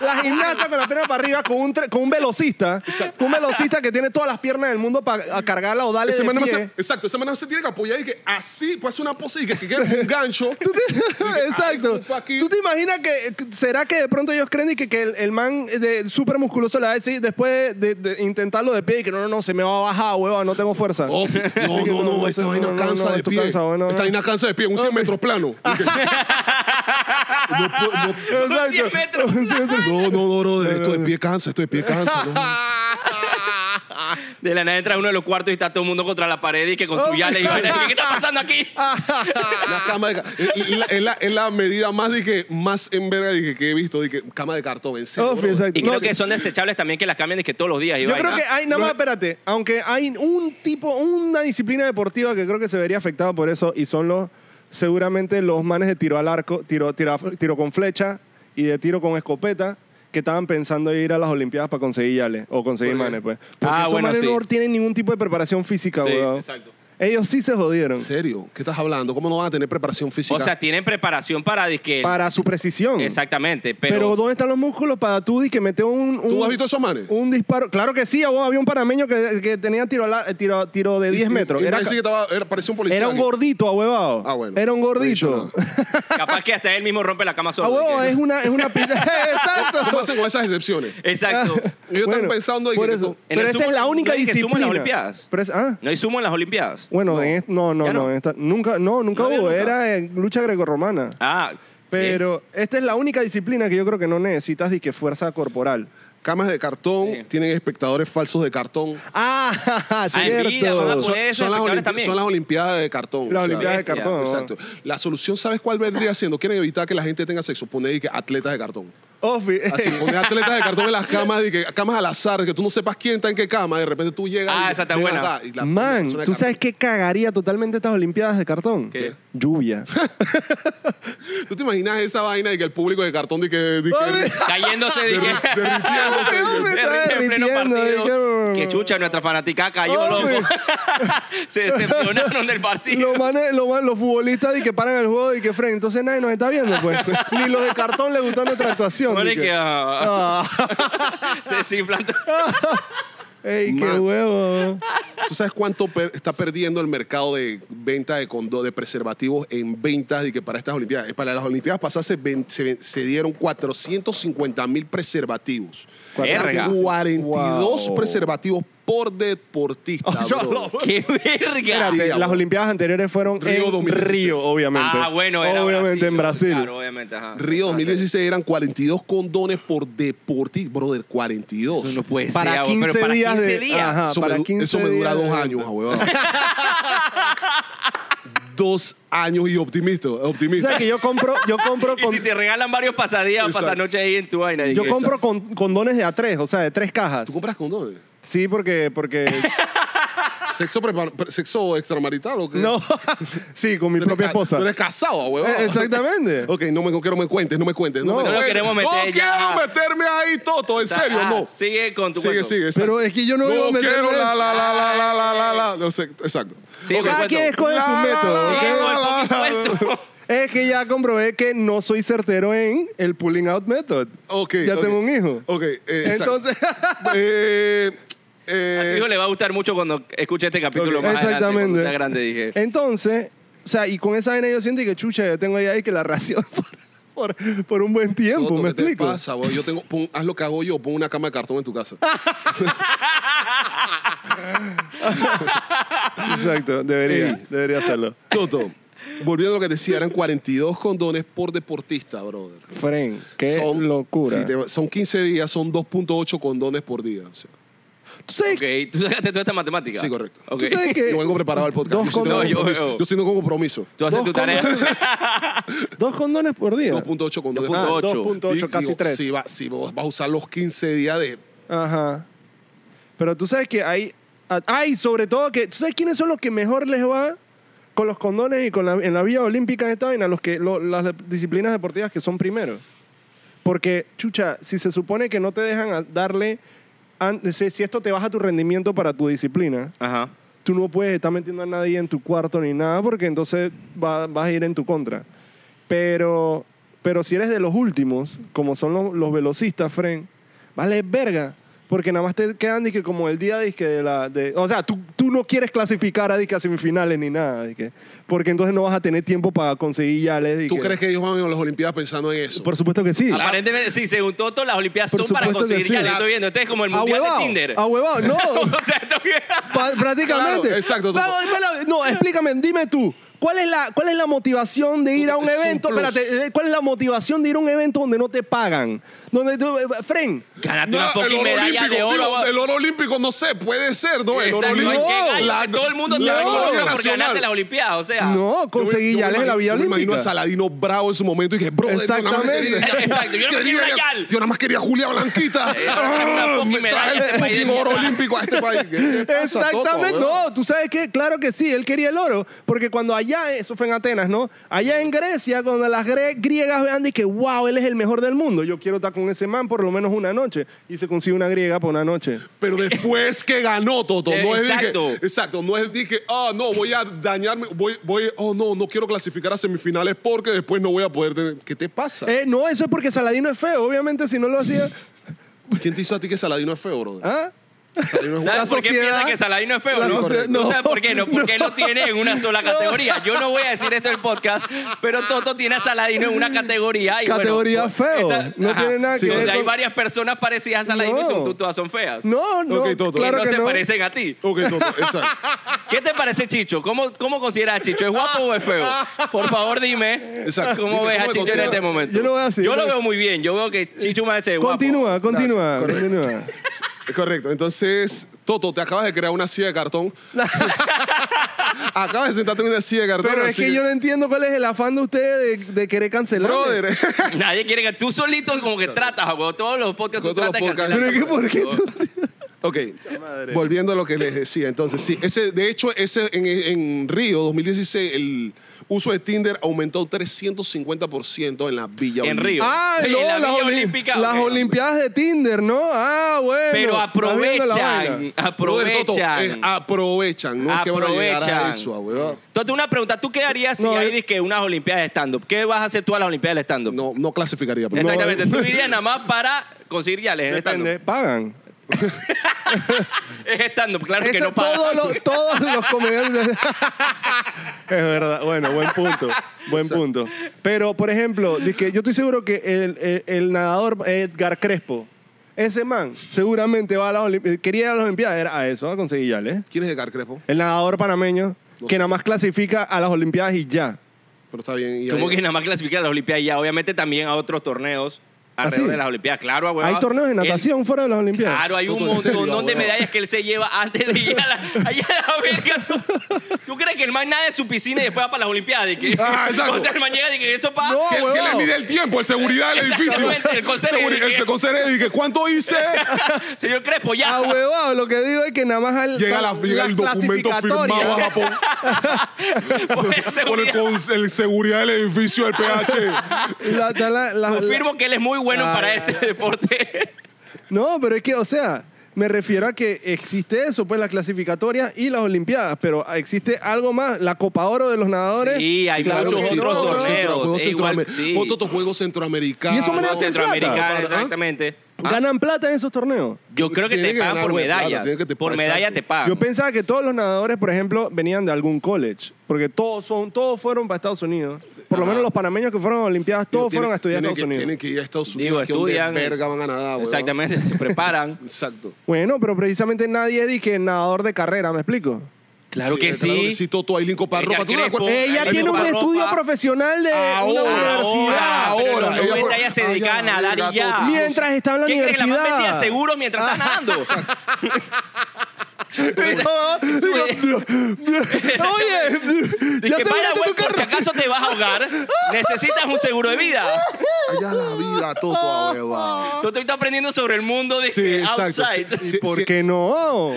Speaker 1: La gimnasta con la pierna para arriba, con un, tre- con un velocista. Con un velocista que tiene todas las piernas del mundo para cargarla o darle
Speaker 2: Ese
Speaker 1: de
Speaker 2: man no
Speaker 1: pie.
Speaker 2: se- exacto, ese man no se tiene que apoyar y que así, pues hace una pose y que, que quede un gancho.
Speaker 1: [laughs]
Speaker 2: [laughs]
Speaker 1: Exacto.
Speaker 2: un fucking-
Speaker 1: ¿Tú te imaginas que será que de pronto ellos creen y que, que el, el man eh, de súper musculoso le va a decir después de, de intentarlo de pie y que no, no, no, se me va a bajar, huevón, no tengo fuerza? [laughs]
Speaker 2: Oh, no, no, no, esta
Speaker 1: no,
Speaker 2: vaina
Speaker 1: no,
Speaker 2: cansa
Speaker 1: no,
Speaker 2: de
Speaker 1: esto
Speaker 2: pie.
Speaker 1: cansa, bueno,
Speaker 2: esta
Speaker 1: no.
Speaker 2: vaina cansa de pie, un 100 metros plano. Y que- No puedo- no-
Speaker 1: Exacto.
Speaker 3: 100 metros.
Speaker 1: [laughs]
Speaker 2: No, no, no, brother, esto de pie cansa, esto de pie cansa. no, no.
Speaker 3: De la nada entra a uno de los cuartos y está todo el mundo contra la pared y que con
Speaker 1: Oh
Speaker 3: su yale y vaina. ¿Qué está pasando aquí?
Speaker 1: Ah,
Speaker 2: La cama de ca- es la- es la, es la medida más de que más en verga de que, que he visto de que cama de cartón, en serio.
Speaker 1: Oh,
Speaker 2: brother.
Speaker 1: exacto.
Speaker 3: Y creo
Speaker 1: No,
Speaker 3: que son desechables también que las cambian de que todos los días. y
Speaker 1: Yo
Speaker 3: vaina.
Speaker 1: creo que hay, nada más, espérate, aunque hay un tipo, una disciplina deportiva que creo que se vería afectada por eso y son los, seguramente los manes de tiro al arco, tiro, tira- tiro con flecha y de tiro con escopeta que estaban pensando ir a las Olimpiadas para conseguir yales o conseguir
Speaker 2: ¿Por qué?
Speaker 1: manes, pues. Porque
Speaker 3: Ah,
Speaker 1: esos
Speaker 3: bueno,
Speaker 1: manes
Speaker 3: sí.
Speaker 1: no tienen ningún tipo de preparación física,
Speaker 3: Sí,
Speaker 1: weón.
Speaker 3: exacto.
Speaker 1: Ellos sí se jodieron.
Speaker 2: ¿En serio? ¿Qué estás hablando? ¿Cómo no van a tener preparación física?
Speaker 3: O sea, tienen preparación para disque.
Speaker 1: Para su precisión.
Speaker 3: Exactamente,
Speaker 1: Pero,
Speaker 3: pero,
Speaker 1: ¿dónde están los músculos para tú di que mete un, un-
Speaker 2: ¿Tú has visto esos manes?
Speaker 1: Un disparo. Claro que sí, huevón, había un panameño que, que tenía tiro, al ar- tiro, tiro de 10 metros.
Speaker 2: Y, y
Speaker 1: Era
Speaker 2: parece
Speaker 1: ca-
Speaker 2: que estaba- era, parecía un policía.
Speaker 1: Era un
Speaker 2: aquí.
Speaker 1: gordito, ahuevado.
Speaker 2: Ah, bueno.
Speaker 1: Era un
Speaker 2: No he dicho
Speaker 1: gordito.
Speaker 3: capaz que hasta él mismo rompe la cama
Speaker 1: [laughs]
Speaker 3: solo.
Speaker 1: Ahuevado,
Speaker 3: dije.
Speaker 1: Ah, es una, es una pinta. [laughs] Exacto.
Speaker 2: ¿Cómo hacen con esas excepciones?
Speaker 3: Exacto.
Speaker 1: Ah.
Speaker 2: Ellos están pensando en
Speaker 1: por
Speaker 2: que-
Speaker 1: eso.
Speaker 3: en el
Speaker 1: Pero esa
Speaker 3: sumo-
Speaker 1: es la única
Speaker 3: no dije sumo en las
Speaker 1: disciplina.
Speaker 3: Olimpiadas.
Speaker 1: Pero es- ah,
Speaker 3: ¿No hay sumo en las Olimpiadas?
Speaker 1: bueno, en est- no, no,
Speaker 3: Ya
Speaker 1: no.
Speaker 3: no.
Speaker 1: en esta- nunca, no, nunca
Speaker 3: No había
Speaker 1: hubo.
Speaker 3: nunca.
Speaker 1: Era en lucha grecorromana.
Speaker 3: Ah. eh,
Speaker 1: Pero esta es la única disciplina que yo creo que no necesitas de que fuerza corporal.
Speaker 2: Camas de cartón,
Speaker 3: Sí.
Speaker 2: tienen espectadores falsos de cartón.
Speaker 1: Ah,
Speaker 3: envidia, son las
Speaker 1: cierto.
Speaker 3: poner esos
Speaker 2: las,
Speaker 3: espectadores
Speaker 2: olimpi-
Speaker 3: también.
Speaker 2: son las Olimpiadas de cartón.
Speaker 1: Las
Speaker 2: o sea,
Speaker 1: Olimpiadas de
Speaker 3: bestia.
Speaker 1: cartón. ¿no?
Speaker 2: Exacto. La solución, ¿sabes cuál vendría siendo? Quieren evitar que la gente tenga sexo. Poner y que atletas de cartón.
Speaker 1: Ofi.
Speaker 2: Así, poner atletas de cartón en las camas, y que, camas al azar, que tú no sepas quién está en qué cama, de repente tú llegas.
Speaker 3: Ah,
Speaker 2: y-
Speaker 3: esa está
Speaker 2: llegas
Speaker 3: buena.
Speaker 2: acá y la- la
Speaker 1: Man,
Speaker 2: persona de
Speaker 1: ¿tú
Speaker 2: cartón.
Speaker 1: sabes qué cagaría totalmente estas Olimpiadas de cartón?
Speaker 3: ¿Qué?
Speaker 1: Lluvia.
Speaker 2: ¿Tú te imaginas esa vaina de que el público de cartón de que. de que-
Speaker 3: Cayéndose, dije.
Speaker 2: derri-
Speaker 3: [laughs]
Speaker 2: derritiéndose,
Speaker 1: Ay,
Speaker 2: de
Speaker 1: me
Speaker 2: que-
Speaker 1: está
Speaker 3: en pleno
Speaker 1: derritiendo,
Speaker 3: partido.
Speaker 1: dije,
Speaker 3: Que chucha, nuestra fanaticada cayó,
Speaker 1: Hombre.
Speaker 3: loco. [laughs] Se decepcionaron del partido.
Speaker 1: [laughs]
Speaker 3: [laughs]
Speaker 1: Los, manes- los man- los futbolistas y que paran el juego y que Fren, entonces nadie nos está viendo,
Speaker 3: [laughs]
Speaker 1: pues. Ni los de cartón les gustó nuestra actuación.
Speaker 3: Bueno, y
Speaker 1: dije.
Speaker 3: que, ah, [laughs] se desinflantó.
Speaker 1: Ey, qué
Speaker 2: Man.
Speaker 1: huevo.
Speaker 2: ¿Tú sabes cuánto per- está perdiendo el mercado de venta de condo- de preservativos en ventas y que para estas Olimpiadas? Eh, Para las Olimpiadas pasadas se, ven- se ven- se dieron 450 mil preservativos.
Speaker 3: Verga.
Speaker 2: 42
Speaker 1: Wow.
Speaker 2: preservativos por deportista.
Speaker 1: [laughs]
Speaker 2: bro.
Speaker 3: ¡Qué verga!
Speaker 1: Espérate,
Speaker 2: amor.
Speaker 1: las Olimpiadas anteriores fueron
Speaker 2: Río
Speaker 1: en
Speaker 2: 2016.
Speaker 1: Río, obviamente.
Speaker 3: Ah, bueno, era
Speaker 1: Obviamente en Brasil.
Speaker 3: Claro, obviamente, ajá.
Speaker 2: Río 2016 eran 42 condones por deportista, brother, 42.
Speaker 3: Eso no puede ser,
Speaker 1: Para
Speaker 3: abue,
Speaker 1: 15
Speaker 3: pero para
Speaker 1: días
Speaker 3: 15
Speaker 1: de-
Speaker 3: días.
Speaker 1: ajá.
Speaker 2: eso,
Speaker 1: para
Speaker 2: me, du-
Speaker 1: 15
Speaker 2: eso me dura
Speaker 1: días
Speaker 2: dos
Speaker 1: de
Speaker 2: años,
Speaker 1: venta.
Speaker 2: huevón. dos años y optimista.
Speaker 1: O
Speaker 2: optimista.
Speaker 1: sea que yo compro, yo compro
Speaker 3: [laughs] Y si
Speaker 1: con-
Speaker 3: te regalan varios pasadías,
Speaker 2: Exacto.
Speaker 3: pasanoches ahí en tu vaina.
Speaker 1: yo
Speaker 3: dije,
Speaker 1: compro con- condones de a tres, o sea, de tres cajas.
Speaker 2: [laughs] ¿Tú compras condones?
Speaker 1: este, Sí, porque, porque
Speaker 2: ¿Sexo, prepa- pre- sexo extramarital o qué?
Speaker 1: No, sí, con mi
Speaker 2: Tú eres
Speaker 1: propia
Speaker 2: ca-
Speaker 1: esposa.
Speaker 2: Tú eres casado, huevón. [laughs]
Speaker 1: Eh, exactamente.
Speaker 2: Ok, no me no quiero me cuentes, no me cuentes.
Speaker 1: No.
Speaker 2: me
Speaker 1: No
Speaker 3: lo
Speaker 2: cuentes.
Speaker 3: queremos meter
Speaker 2: No
Speaker 3: ya.
Speaker 2: quiero meterme ahí, Toto, en serio,
Speaker 3: Ah,
Speaker 2: no.
Speaker 3: Sigue con tu
Speaker 2: Sigue,
Speaker 3: cuento.
Speaker 2: sigue. exacto.
Speaker 1: Pero es que yo no voy a meterme
Speaker 2: quiero
Speaker 1: en-
Speaker 2: la, la, la, la, la, la, la, la. No sé, exacto.
Speaker 3: Sigue
Speaker 2: Ok,
Speaker 3: con
Speaker 1: Cada
Speaker 3: el
Speaker 1: quien
Speaker 3: cuento.
Speaker 1: escoge su
Speaker 2: La, la,
Speaker 1: método,
Speaker 2: la,
Speaker 1: ¿ok?
Speaker 2: la, la,
Speaker 3: Con el fucking cuento.
Speaker 1: [laughs]
Speaker 3: [laughs]
Speaker 1: Es que ya comprobé que no soy certero en el pulling out method.
Speaker 2: ok,
Speaker 1: Ya
Speaker 2: ok.
Speaker 1: tengo un hijo.
Speaker 2: Ok, eh, exacto.
Speaker 1: Entonces, [laughs]
Speaker 2: Eh,
Speaker 3: A tu
Speaker 2: eh,
Speaker 3: hijo le va a gustar mucho cuando escuche este capítulo
Speaker 2: Ok,
Speaker 3: más adelante.
Speaker 1: exactamente.
Speaker 3: Cuando sea grande, dije.
Speaker 1: entonces, o sea, y con esa vaina yo siento que chucha, yo tengo ahí que la ración [laughs] por, por, por un buen tiempo,
Speaker 2: Toto,
Speaker 1: ¿me
Speaker 2: ¿qué
Speaker 1: explico?
Speaker 2: te pasa, huevón? Yo tengo, pon- haz lo que hago yo, pon una cama de cartón en tu casa.
Speaker 1: Exacto, debería,
Speaker 2: Ey.
Speaker 1: debería hacerlo.
Speaker 2: Toto, volviendo a lo que decía, eran 42 condones por deportista, brother.
Speaker 1: Fren, qué locura.
Speaker 2: sí, te- son 15 días, son 2.8 condones por día. o sea.
Speaker 1: ¿Tú sabes
Speaker 3: Ok, tú sacaste toda esta matemática.
Speaker 2: Sí, correcto.
Speaker 3: Ok.
Speaker 1: ¿Tú sabes qué?
Speaker 2: Yo vengo preparado al podcast.
Speaker 1: Dos
Speaker 2: Yo sí tengo
Speaker 1: condones.
Speaker 3: No, yo
Speaker 2: compromiso.
Speaker 3: veo.
Speaker 2: Yo sí tengo compromiso.
Speaker 3: Tú haces
Speaker 1: Dos
Speaker 3: tu tarea.
Speaker 1: Dos condones por día.
Speaker 2: 2.8 condones.
Speaker 1: Ah,
Speaker 3: 2.8.
Speaker 1: 2.8, casi tres.
Speaker 2: Si, va- si vos vas a usar los 15 días de...
Speaker 1: Ajá. Pero tú sabes que hay. Hay, sobre todo que. ¿Tú sabes quiénes son los que mejor les va con los condones y con la, en la vía olímpica de esta vaina? Los que, lo- las de- disciplinas deportivas que son primero. Porque, chucha, si se supone que no te dejan a- darle. an- si, si esto te baja tu rendimiento para tu disciplina,
Speaker 3: Ajá.
Speaker 1: tú no puedes estar metiendo a nadie en tu cuarto ni nada porque entonces va- vas a ir en tu contra. Pero, pero si eres de los últimos, como son los, los velocistas, Fren, vale verga. Porque nada más te quedan dizque, como el día dizque, de la... de- o sea, tú, tú no quieres clasificar a, dizque, a semifinales ni nada. dizque, porque entonces no vas a tener tiempo para conseguir ya... les,
Speaker 2: ¿Tú
Speaker 1: dizque-
Speaker 2: crees que ellos van a las Olimpiadas pensando en eso?
Speaker 1: Por supuesto que sí.
Speaker 3: Aparentemente, sí, según Toto, las Olimpiadas
Speaker 1: Por
Speaker 3: son para
Speaker 1: supuesto que
Speaker 3: conseguir.
Speaker 1: sí.
Speaker 3: Ya, yo estoy viendo. Esto es como el
Speaker 2: Ah,
Speaker 3: mundial
Speaker 1: Ahuevado,
Speaker 3: de Tinder.
Speaker 1: ahuevado, no.
Speaker 3: [laughs] o sea, esto que.
Speaker 1: Pa- prácticamente.
Speaker 2: Claro, exacto, tú-
Speaker 1: Vamos, espera, no, explícame, dime tú. ¿Cuál es, la, ¿Cuál es la motivación de ir a un
Speaker 2: es un
Speaker 1: evento?
Speaker 2: plus.
Speaker 1: Espérate, eh, ¿cuál es la motivación de ir a un evento donde no te pagan? Donde tú, eh, Fren,
Speaker 3: Ganaste
Speaker 2: No,
Speaker 3: una
Speaker 2: el
Speaker 3: Ah, fucking
Speaker 2: oro
Speaker 3: medalla
Speaker 2: olímpico,
Speaker 3: de oro.
Speaker 2: digo,
Speaker 3: ahuevado.
Speaker 2: el oro olímpico, no sé, puede ser, ¿no? El oro
Speaker 3: Exacto,
Speaker 2: olímpico.
Speaker 3: ¿en qué gallo?
Speaker 2: la-
Speaker 3: todo el mundo te
Speaker 2: la
Speaker 3: va
Speaker 2: gloria
Speaker 3: loco porque
Speaker 2: nacional.
Speaker 3: ganaste las Olimpiadas, o sea.
Speaker 1: no,
Speaker 2: Ah, Yo me-
Speaker 1: conseguí
Speaker 2: yo
Speaker 1: ya
Speaker 2: me
Speaker 1: en la
Speaker 2: imagino-
Speaker 1: Vía
Speaker 2: yo me imagino a
Speaker 1: Olímpica.
Speaker 2: Saladino Bravo en su momento y dije, bro,
Speaker 1: Exactamente.
Speaker 2: [laughs]
Speaker 3: Exacto, yo no me quiero una yal.
Speaker 2: Yo nada más quería a Julia
Speaker 3: [laughs]
Speaker 2: Blanquita.
Speaker 3: una
Speaker 2: Ah,
Speaker 3: fucking
Speaker 2: me trae
Speaker 3: medalla a
Speaker 2: el
Speaker 3: este país de
Speaker 2: fucking oro
Speaker 3: mierda.
Speaker 2: olímpico a este país. ¿Qué pasa, Toto,
Speaker 1: Exactamente,
Speaker 2: weón?
Speaker 1: no, tú sabes que, claro que sí, él quería el oro, porque cuando allá, eso fue en Atenas, ¿no? Allá en Grecia, cuando las gre- griegas vean de que, wow, él es el mejor del mundo, yo quiero estar con ese man por lo menos una noche, y se consigue una griega por una noche.
Speaker 2: Pero después que ganó Toto, no es
Speaker 3: Exacto.
Speaker 2: dije, exacto, no es dije, ah, no, voy a dañarme, voy, voy, oh no, no quiero clasificar a semifinales porque después no voy a poder tener. ¿Qué te pasa?
Speaker 1: Eh, no, eso es porque Saladino es feo. Obviamente, si no lo hacía.
Speaker 2: ¿Quién te hizo a ti que Saladino es feo, bro?
Speaker 1: ¿Ah?
Speaker 2: Saladino es
Speaker 3: ¿Sabes
Speaker 1: La
Speaker 3: por qué
Speaker 1: sociedad-
Speaker 3: piensa que Saladino es feo?
Speaker 1: La
Speaker 3: No,
Speaker 1: sociedad- no.
Speaker 3: ¿Tú ¿Sabes por qué no? Porque él lo tiene en una sola categoría. Yo no voy a decir esto en el podcast, pero Toto tiene a Saladino en una categoría.
Speaker 1: Mm.
Speaker 3: Y bueno, pues,
Speaker 1: Categoría feo.
Speaker 3: esa-
Speaker 1: No tiene nada
Speaker 2: Sí,
Speaker 1: que ver.
Speaker 3: donde hay
Speaker 1: con-
Speaker 3: varias personas parecidas a Saladino y son,
Speaker 1: No.
Speaker 3: tú todas son feas.
Speaker 1: No, no,
Speaker 2: Ok, Toto.
Speaker 1: claro
Speaker 3: y no
Speaker 1: que
Speaker 3: se
Speaker 1: no.
Speaker 3: parecen a ti.
Speaker 2: Ok,
Speaker 3: [laughs]
Speaker 2: Toto, exacto.
Speaker 3: ¿Qué te parece Chicho? ¿Cómo, cómo consideras a Chicho? ¿Es guapo o es feo? Por favor, dime.
Speaker 2: Exacto.
Speaker 3: ¿Cómo
Speaker 2: Dime,
Speaker 3: ves
Speaker 2: ¿cómo me
Speaker 3: a Chicho en
Speaker 2: consideras?
Speaker 3: este momento?
Speaker 1: Yo lo voy a decir,
Speaker 3: Yo lo
Speaker 1: yo-
Speaker 3: veo muy bien. Yo veo que Chicho me hace guapo.
Speaker 1: Continúa, continúa,
Speaker 2: Gracias,
Speaker 1: continúa.
Speaker 2: Es correcto. Entonces, Toto, te acabas de crear una silla de
Speaker 1: [laughs]
Speaker 2: cartón. acabas de sentarte en una silla de cartón.
Speaker 1: Pero es
Speaker 2: así
Speaker 1: que yo no entiendo cuál es el afán de ustedes de, de querer cancelar.
Speaker 2: Brother, eh.
Speaker 3: Nadie quiere que tú solito como que tratas, güey. Todos los podcasts tú
Speaker 2: Todos los
Speaker 3: tratas
Speaker 2: podcasts.
Speaker 3: de
Speaker 1: Pero es que, ¿por qué tú-
Speaker 2: [laughs] Ok, volviendo a lo que les decía, entonces sí, ese, de hecho ese en, en Río 2016 el uso de Tinder aumentó 350% en la Villa
Speaker 3: En
Speaker 2: Olímpica.
Speaker 3: Río.
Speaker 1: Ah,
Speaker 3: Sí,
Speaker 1: no,
Speaker 3: la
Speaker 1: las,
Speaker 3: Villa
Speaker 1: oli-
Speaker 3: Olímpica,
Speaker 1: las
Speaker 3: ok.
Speaker 1: Olimpiadas de Tinder, ¿no? Ah, bueno.
Speaker 3: Pero
Speaker 1: estás viendo la
Speaker 3: aprovechan,
Speaker 1: vaina.
Speaker 2: Brother, Toto, es
Speaker 3: aprovechan.
Speaker 2: aprovechan, no es que van a llegar a
Speaker 3: Aprovechan.
Speaker 2: eso, ah, weón.
Speaker 3: Entonces, una pregunta. ¿Tú qué harías si
Speaker 1: No,
Speaker 3: hay
Speaker 1: eh.
Speaker 3: dizque, unas Olimpiadas de stand-up? ¿Qué vas a hacer tú a las Olimpiadas de stand-up?
Speaker 2: No, no clasificaría. pero-
Speaker 3: Exactamente. Tú irías nada más para conseguir yales. Es
Speaker 1: Depende,
Speaker 3: stand-up.
Speaker 1: pagan.
Speaker 3: Es stand-up, claro que
Speaker 1: Eso
Speaker 3: no paga.
Speaker 1: todos los- todos los [laughs] comediantes. es verdad. Bueno, buen punto. Buen punto. Pero, por ejemplo, dizque, yo estoy seguro que el, el- el nadador Edgar Crespo, ese man, seguramente va a la Olimpiada. Quería ir a las Olimpiadas, era a eso, a conseguir ya, ¿eh?
Speaker 2: ¿Quién es Edgar Crespo?
Speaker 1: El nadador panameño,
Speaker 2: No
Speaker 1: que
Speaker 2: sé.
Speaker 1: nada más clasifica a las Olimpiadas y ya.
Speaker 2: Pero está bien. y ahí-
Speaker 3: Como que nada más clasificar a las Olimpiadas y ya. Obviamente también a otros torneos. alrededor
Speaker 1: sí?
Speaker 3: de las Olimpiadas. Claro,
Speaker 1: Hay
Speaker 3: huevada.
Speaker 1: torneos de
Speaker 3: Él-
Speaker 1: natación fuera de las Olimpiadas.
Speaker 3: Claro, hay un
Speaker 2: Todo en serio,
Speaker 3: montón de
Speaker 2: huevada.
Speaker 3: medallas que él se lleva antes de ir a
Speaker 2: [laughs]
Speaker 3: la, allá a la verga. ¿Tú, tú crees que el man nada de su piscina y después va para las Olimpiadas? Y que,
Speaker 2: Ah, exacto.
Speaker 3: [laughs] O sea, el man llega y que eso pa...
Speaker 1: No,
Speaker 2: ¿Qué, qué
Speaker 1: huevón.
Speaker 2: le mide el tiempo? El seguridad del edificio.
Speaker 3: Exactamente, el conserje.
Speaker 2: Seguri- el conserje dice, ¿cuánto
Speaker 3: [laughs]
Speaker 2: hice?
Speaker 3: Señor Crespo, ya.
Speaker 1: Ah,
Speaker 3: [laughs]
Speaker 1: huevado, lo que digo es que nada más al,
Speaker 2: Llega, la-
Speaker 1: las
Speaker 2: llega el documento
Speaker 1: clasificatorias.
Speaker 2: firmado a
Speaker 3: [laughs]
Speaker 2: Japón
Speaker 3: Por el
Speaker 2: por el,
Speaker 3: seguridad.
Speaker 2: cons- el seguridad del edificio del PH.
Speaker 1: La- la- la- la-
Speaker 3: Confirmo que él es muy bueno
Speaker 2: Ah,
Speaker 1: Ay,
Speaker 3: para
Speaker 1: ay,
Speaker 3: este deporte.
Speaker 1: No, pero es que, o sea, me refiero a que existe eso, pues las clasificatorias y las Olimpiadas, pero existe algo más, la Copa Oro de los nadadores.
Speaker 3: Sí, hay
Speaker 1: Claro
Speaker 3: muchos
Speaker 1: que sí,
Speaker 3: otros
Speaker 1: no, no, no.
Speaker 3: torneos.
Speaker 2: Juegos
Speaker 3: Sí, igual,
Speaker 2: centroamer-
Speaker 3: sí.
Speaker 2: Otros juegos centroamericanos.
Speaker 1: Y eso maneja
Speaker 3: [laughs] Los centroamericanos, exactamente.
Speaker 1: Ganan plata en esos torneos.
Speaker 3: Yo creo que
Speaker 2: Pues Tiene
Speaker 3: te
Speaker 2: que
Speaker 3: pagan
Speaker 2: ganar
Speaker 3: por
Speaker 2: algo de plata,
Speaker 3: medallas.
Speaker 2: tiene que te-
Speaker 3: Por
Speaker 2: exacto.
Speaker 3: medallas te pagan.
Speaker 1: Yo pensaba que todos los nadadores, por ejemplo, venían de algún college, porque todos son, todos fueron para Estados Unidos. Por lo menos los panameños que fueron a Olimpiadas, todos
Speaker 2: Tienen-
Speaker 1: fueron a estudiar a
Speaker 2: tienen
Speaker 1: Estados
Speaker 2: que-
Speaker 1: Unidos.
Speaker 2: Tienen que ir a Estados Unidos.
Speaker 3: Digo,
Speaker 2: que donde
Speaker 3: estudian.
Speaker 2: verga van a nadar, huevón.
Speaker 3: Exactamente, se
Speaker 2: [laughs]
Speaker 3: preparan.
Speaker 2: Exacto.
Speaker 1: Bueno, pero precisamente nadie dice que nadador de carrera, ¿me explico?
Speaker 3: Claro que
Speaker 2: Claro
Speaker 3: sí.
Speaker 2: que sí, Toto Ailín Coparropa.
Speaker 3: Ella
Speaker 2: ¿Tú no te
Speaker 3: Crespo.
Speaker 2: acuerdas?
Speaker 3: Ella
Speaker 1: Ella
Speaker 3: Ahí
Speaker 1: tiene
Speaker 3: me
Speaker 1: un
Speaker 3: va
Speaker 1: estudio
Speaker 3: ropa.
Speaker 1: profesional de una
Speaker 2: Ahora,
Speaker 1: universidad.
Speaker 2: ahora,
Speaker 3: pero en los
Speaker 2: ella
Speaker 3: 90
Speaker 2: fue-
Speaker 3: ya se
Speaker 2: Ah,
Speaker 3: dedica
Speaker 2: ya,
Speaker 3: a nadar
Speaker 2: ya,
Speaker 3: y ya.
Speaker 2: todo.
Speaker 1: Mientras está en la
Speaker 3: ¿Qué crees que la mamá metía
Speaker 1: universidad.
Speaker 3: seguro mientras
Speaker 2: [laughs]
Speaker 3: está nadando? [laughs]
Speaker 1: Oye,
Speaker 3: Dice
Speaker 1: ya
Speaker 3: que
Speaker 1: te
Speaker 3: para,
Speaker 1: miraste
Speaker 3: güey,
Speaker 1: tu
Speaker 3: por si
Speaker 1: carro.
Speaker 3: acaso te vas
Speaker 1: [laughs]
Speaker 3: a ahogar, necesitas un seguro de vida.
Speaker 2: Allá la vida, Toto, a
Speaker 3: [laughs]
Speaker 2: huevada.
Speaker 3: Tú te estás aprendiendo sobre el mundo de
Speaker 2: Sí, exacto.
Speaker 3: outside.
Speaker 2: Sí,
Speaker 1: ¿Y por qué no?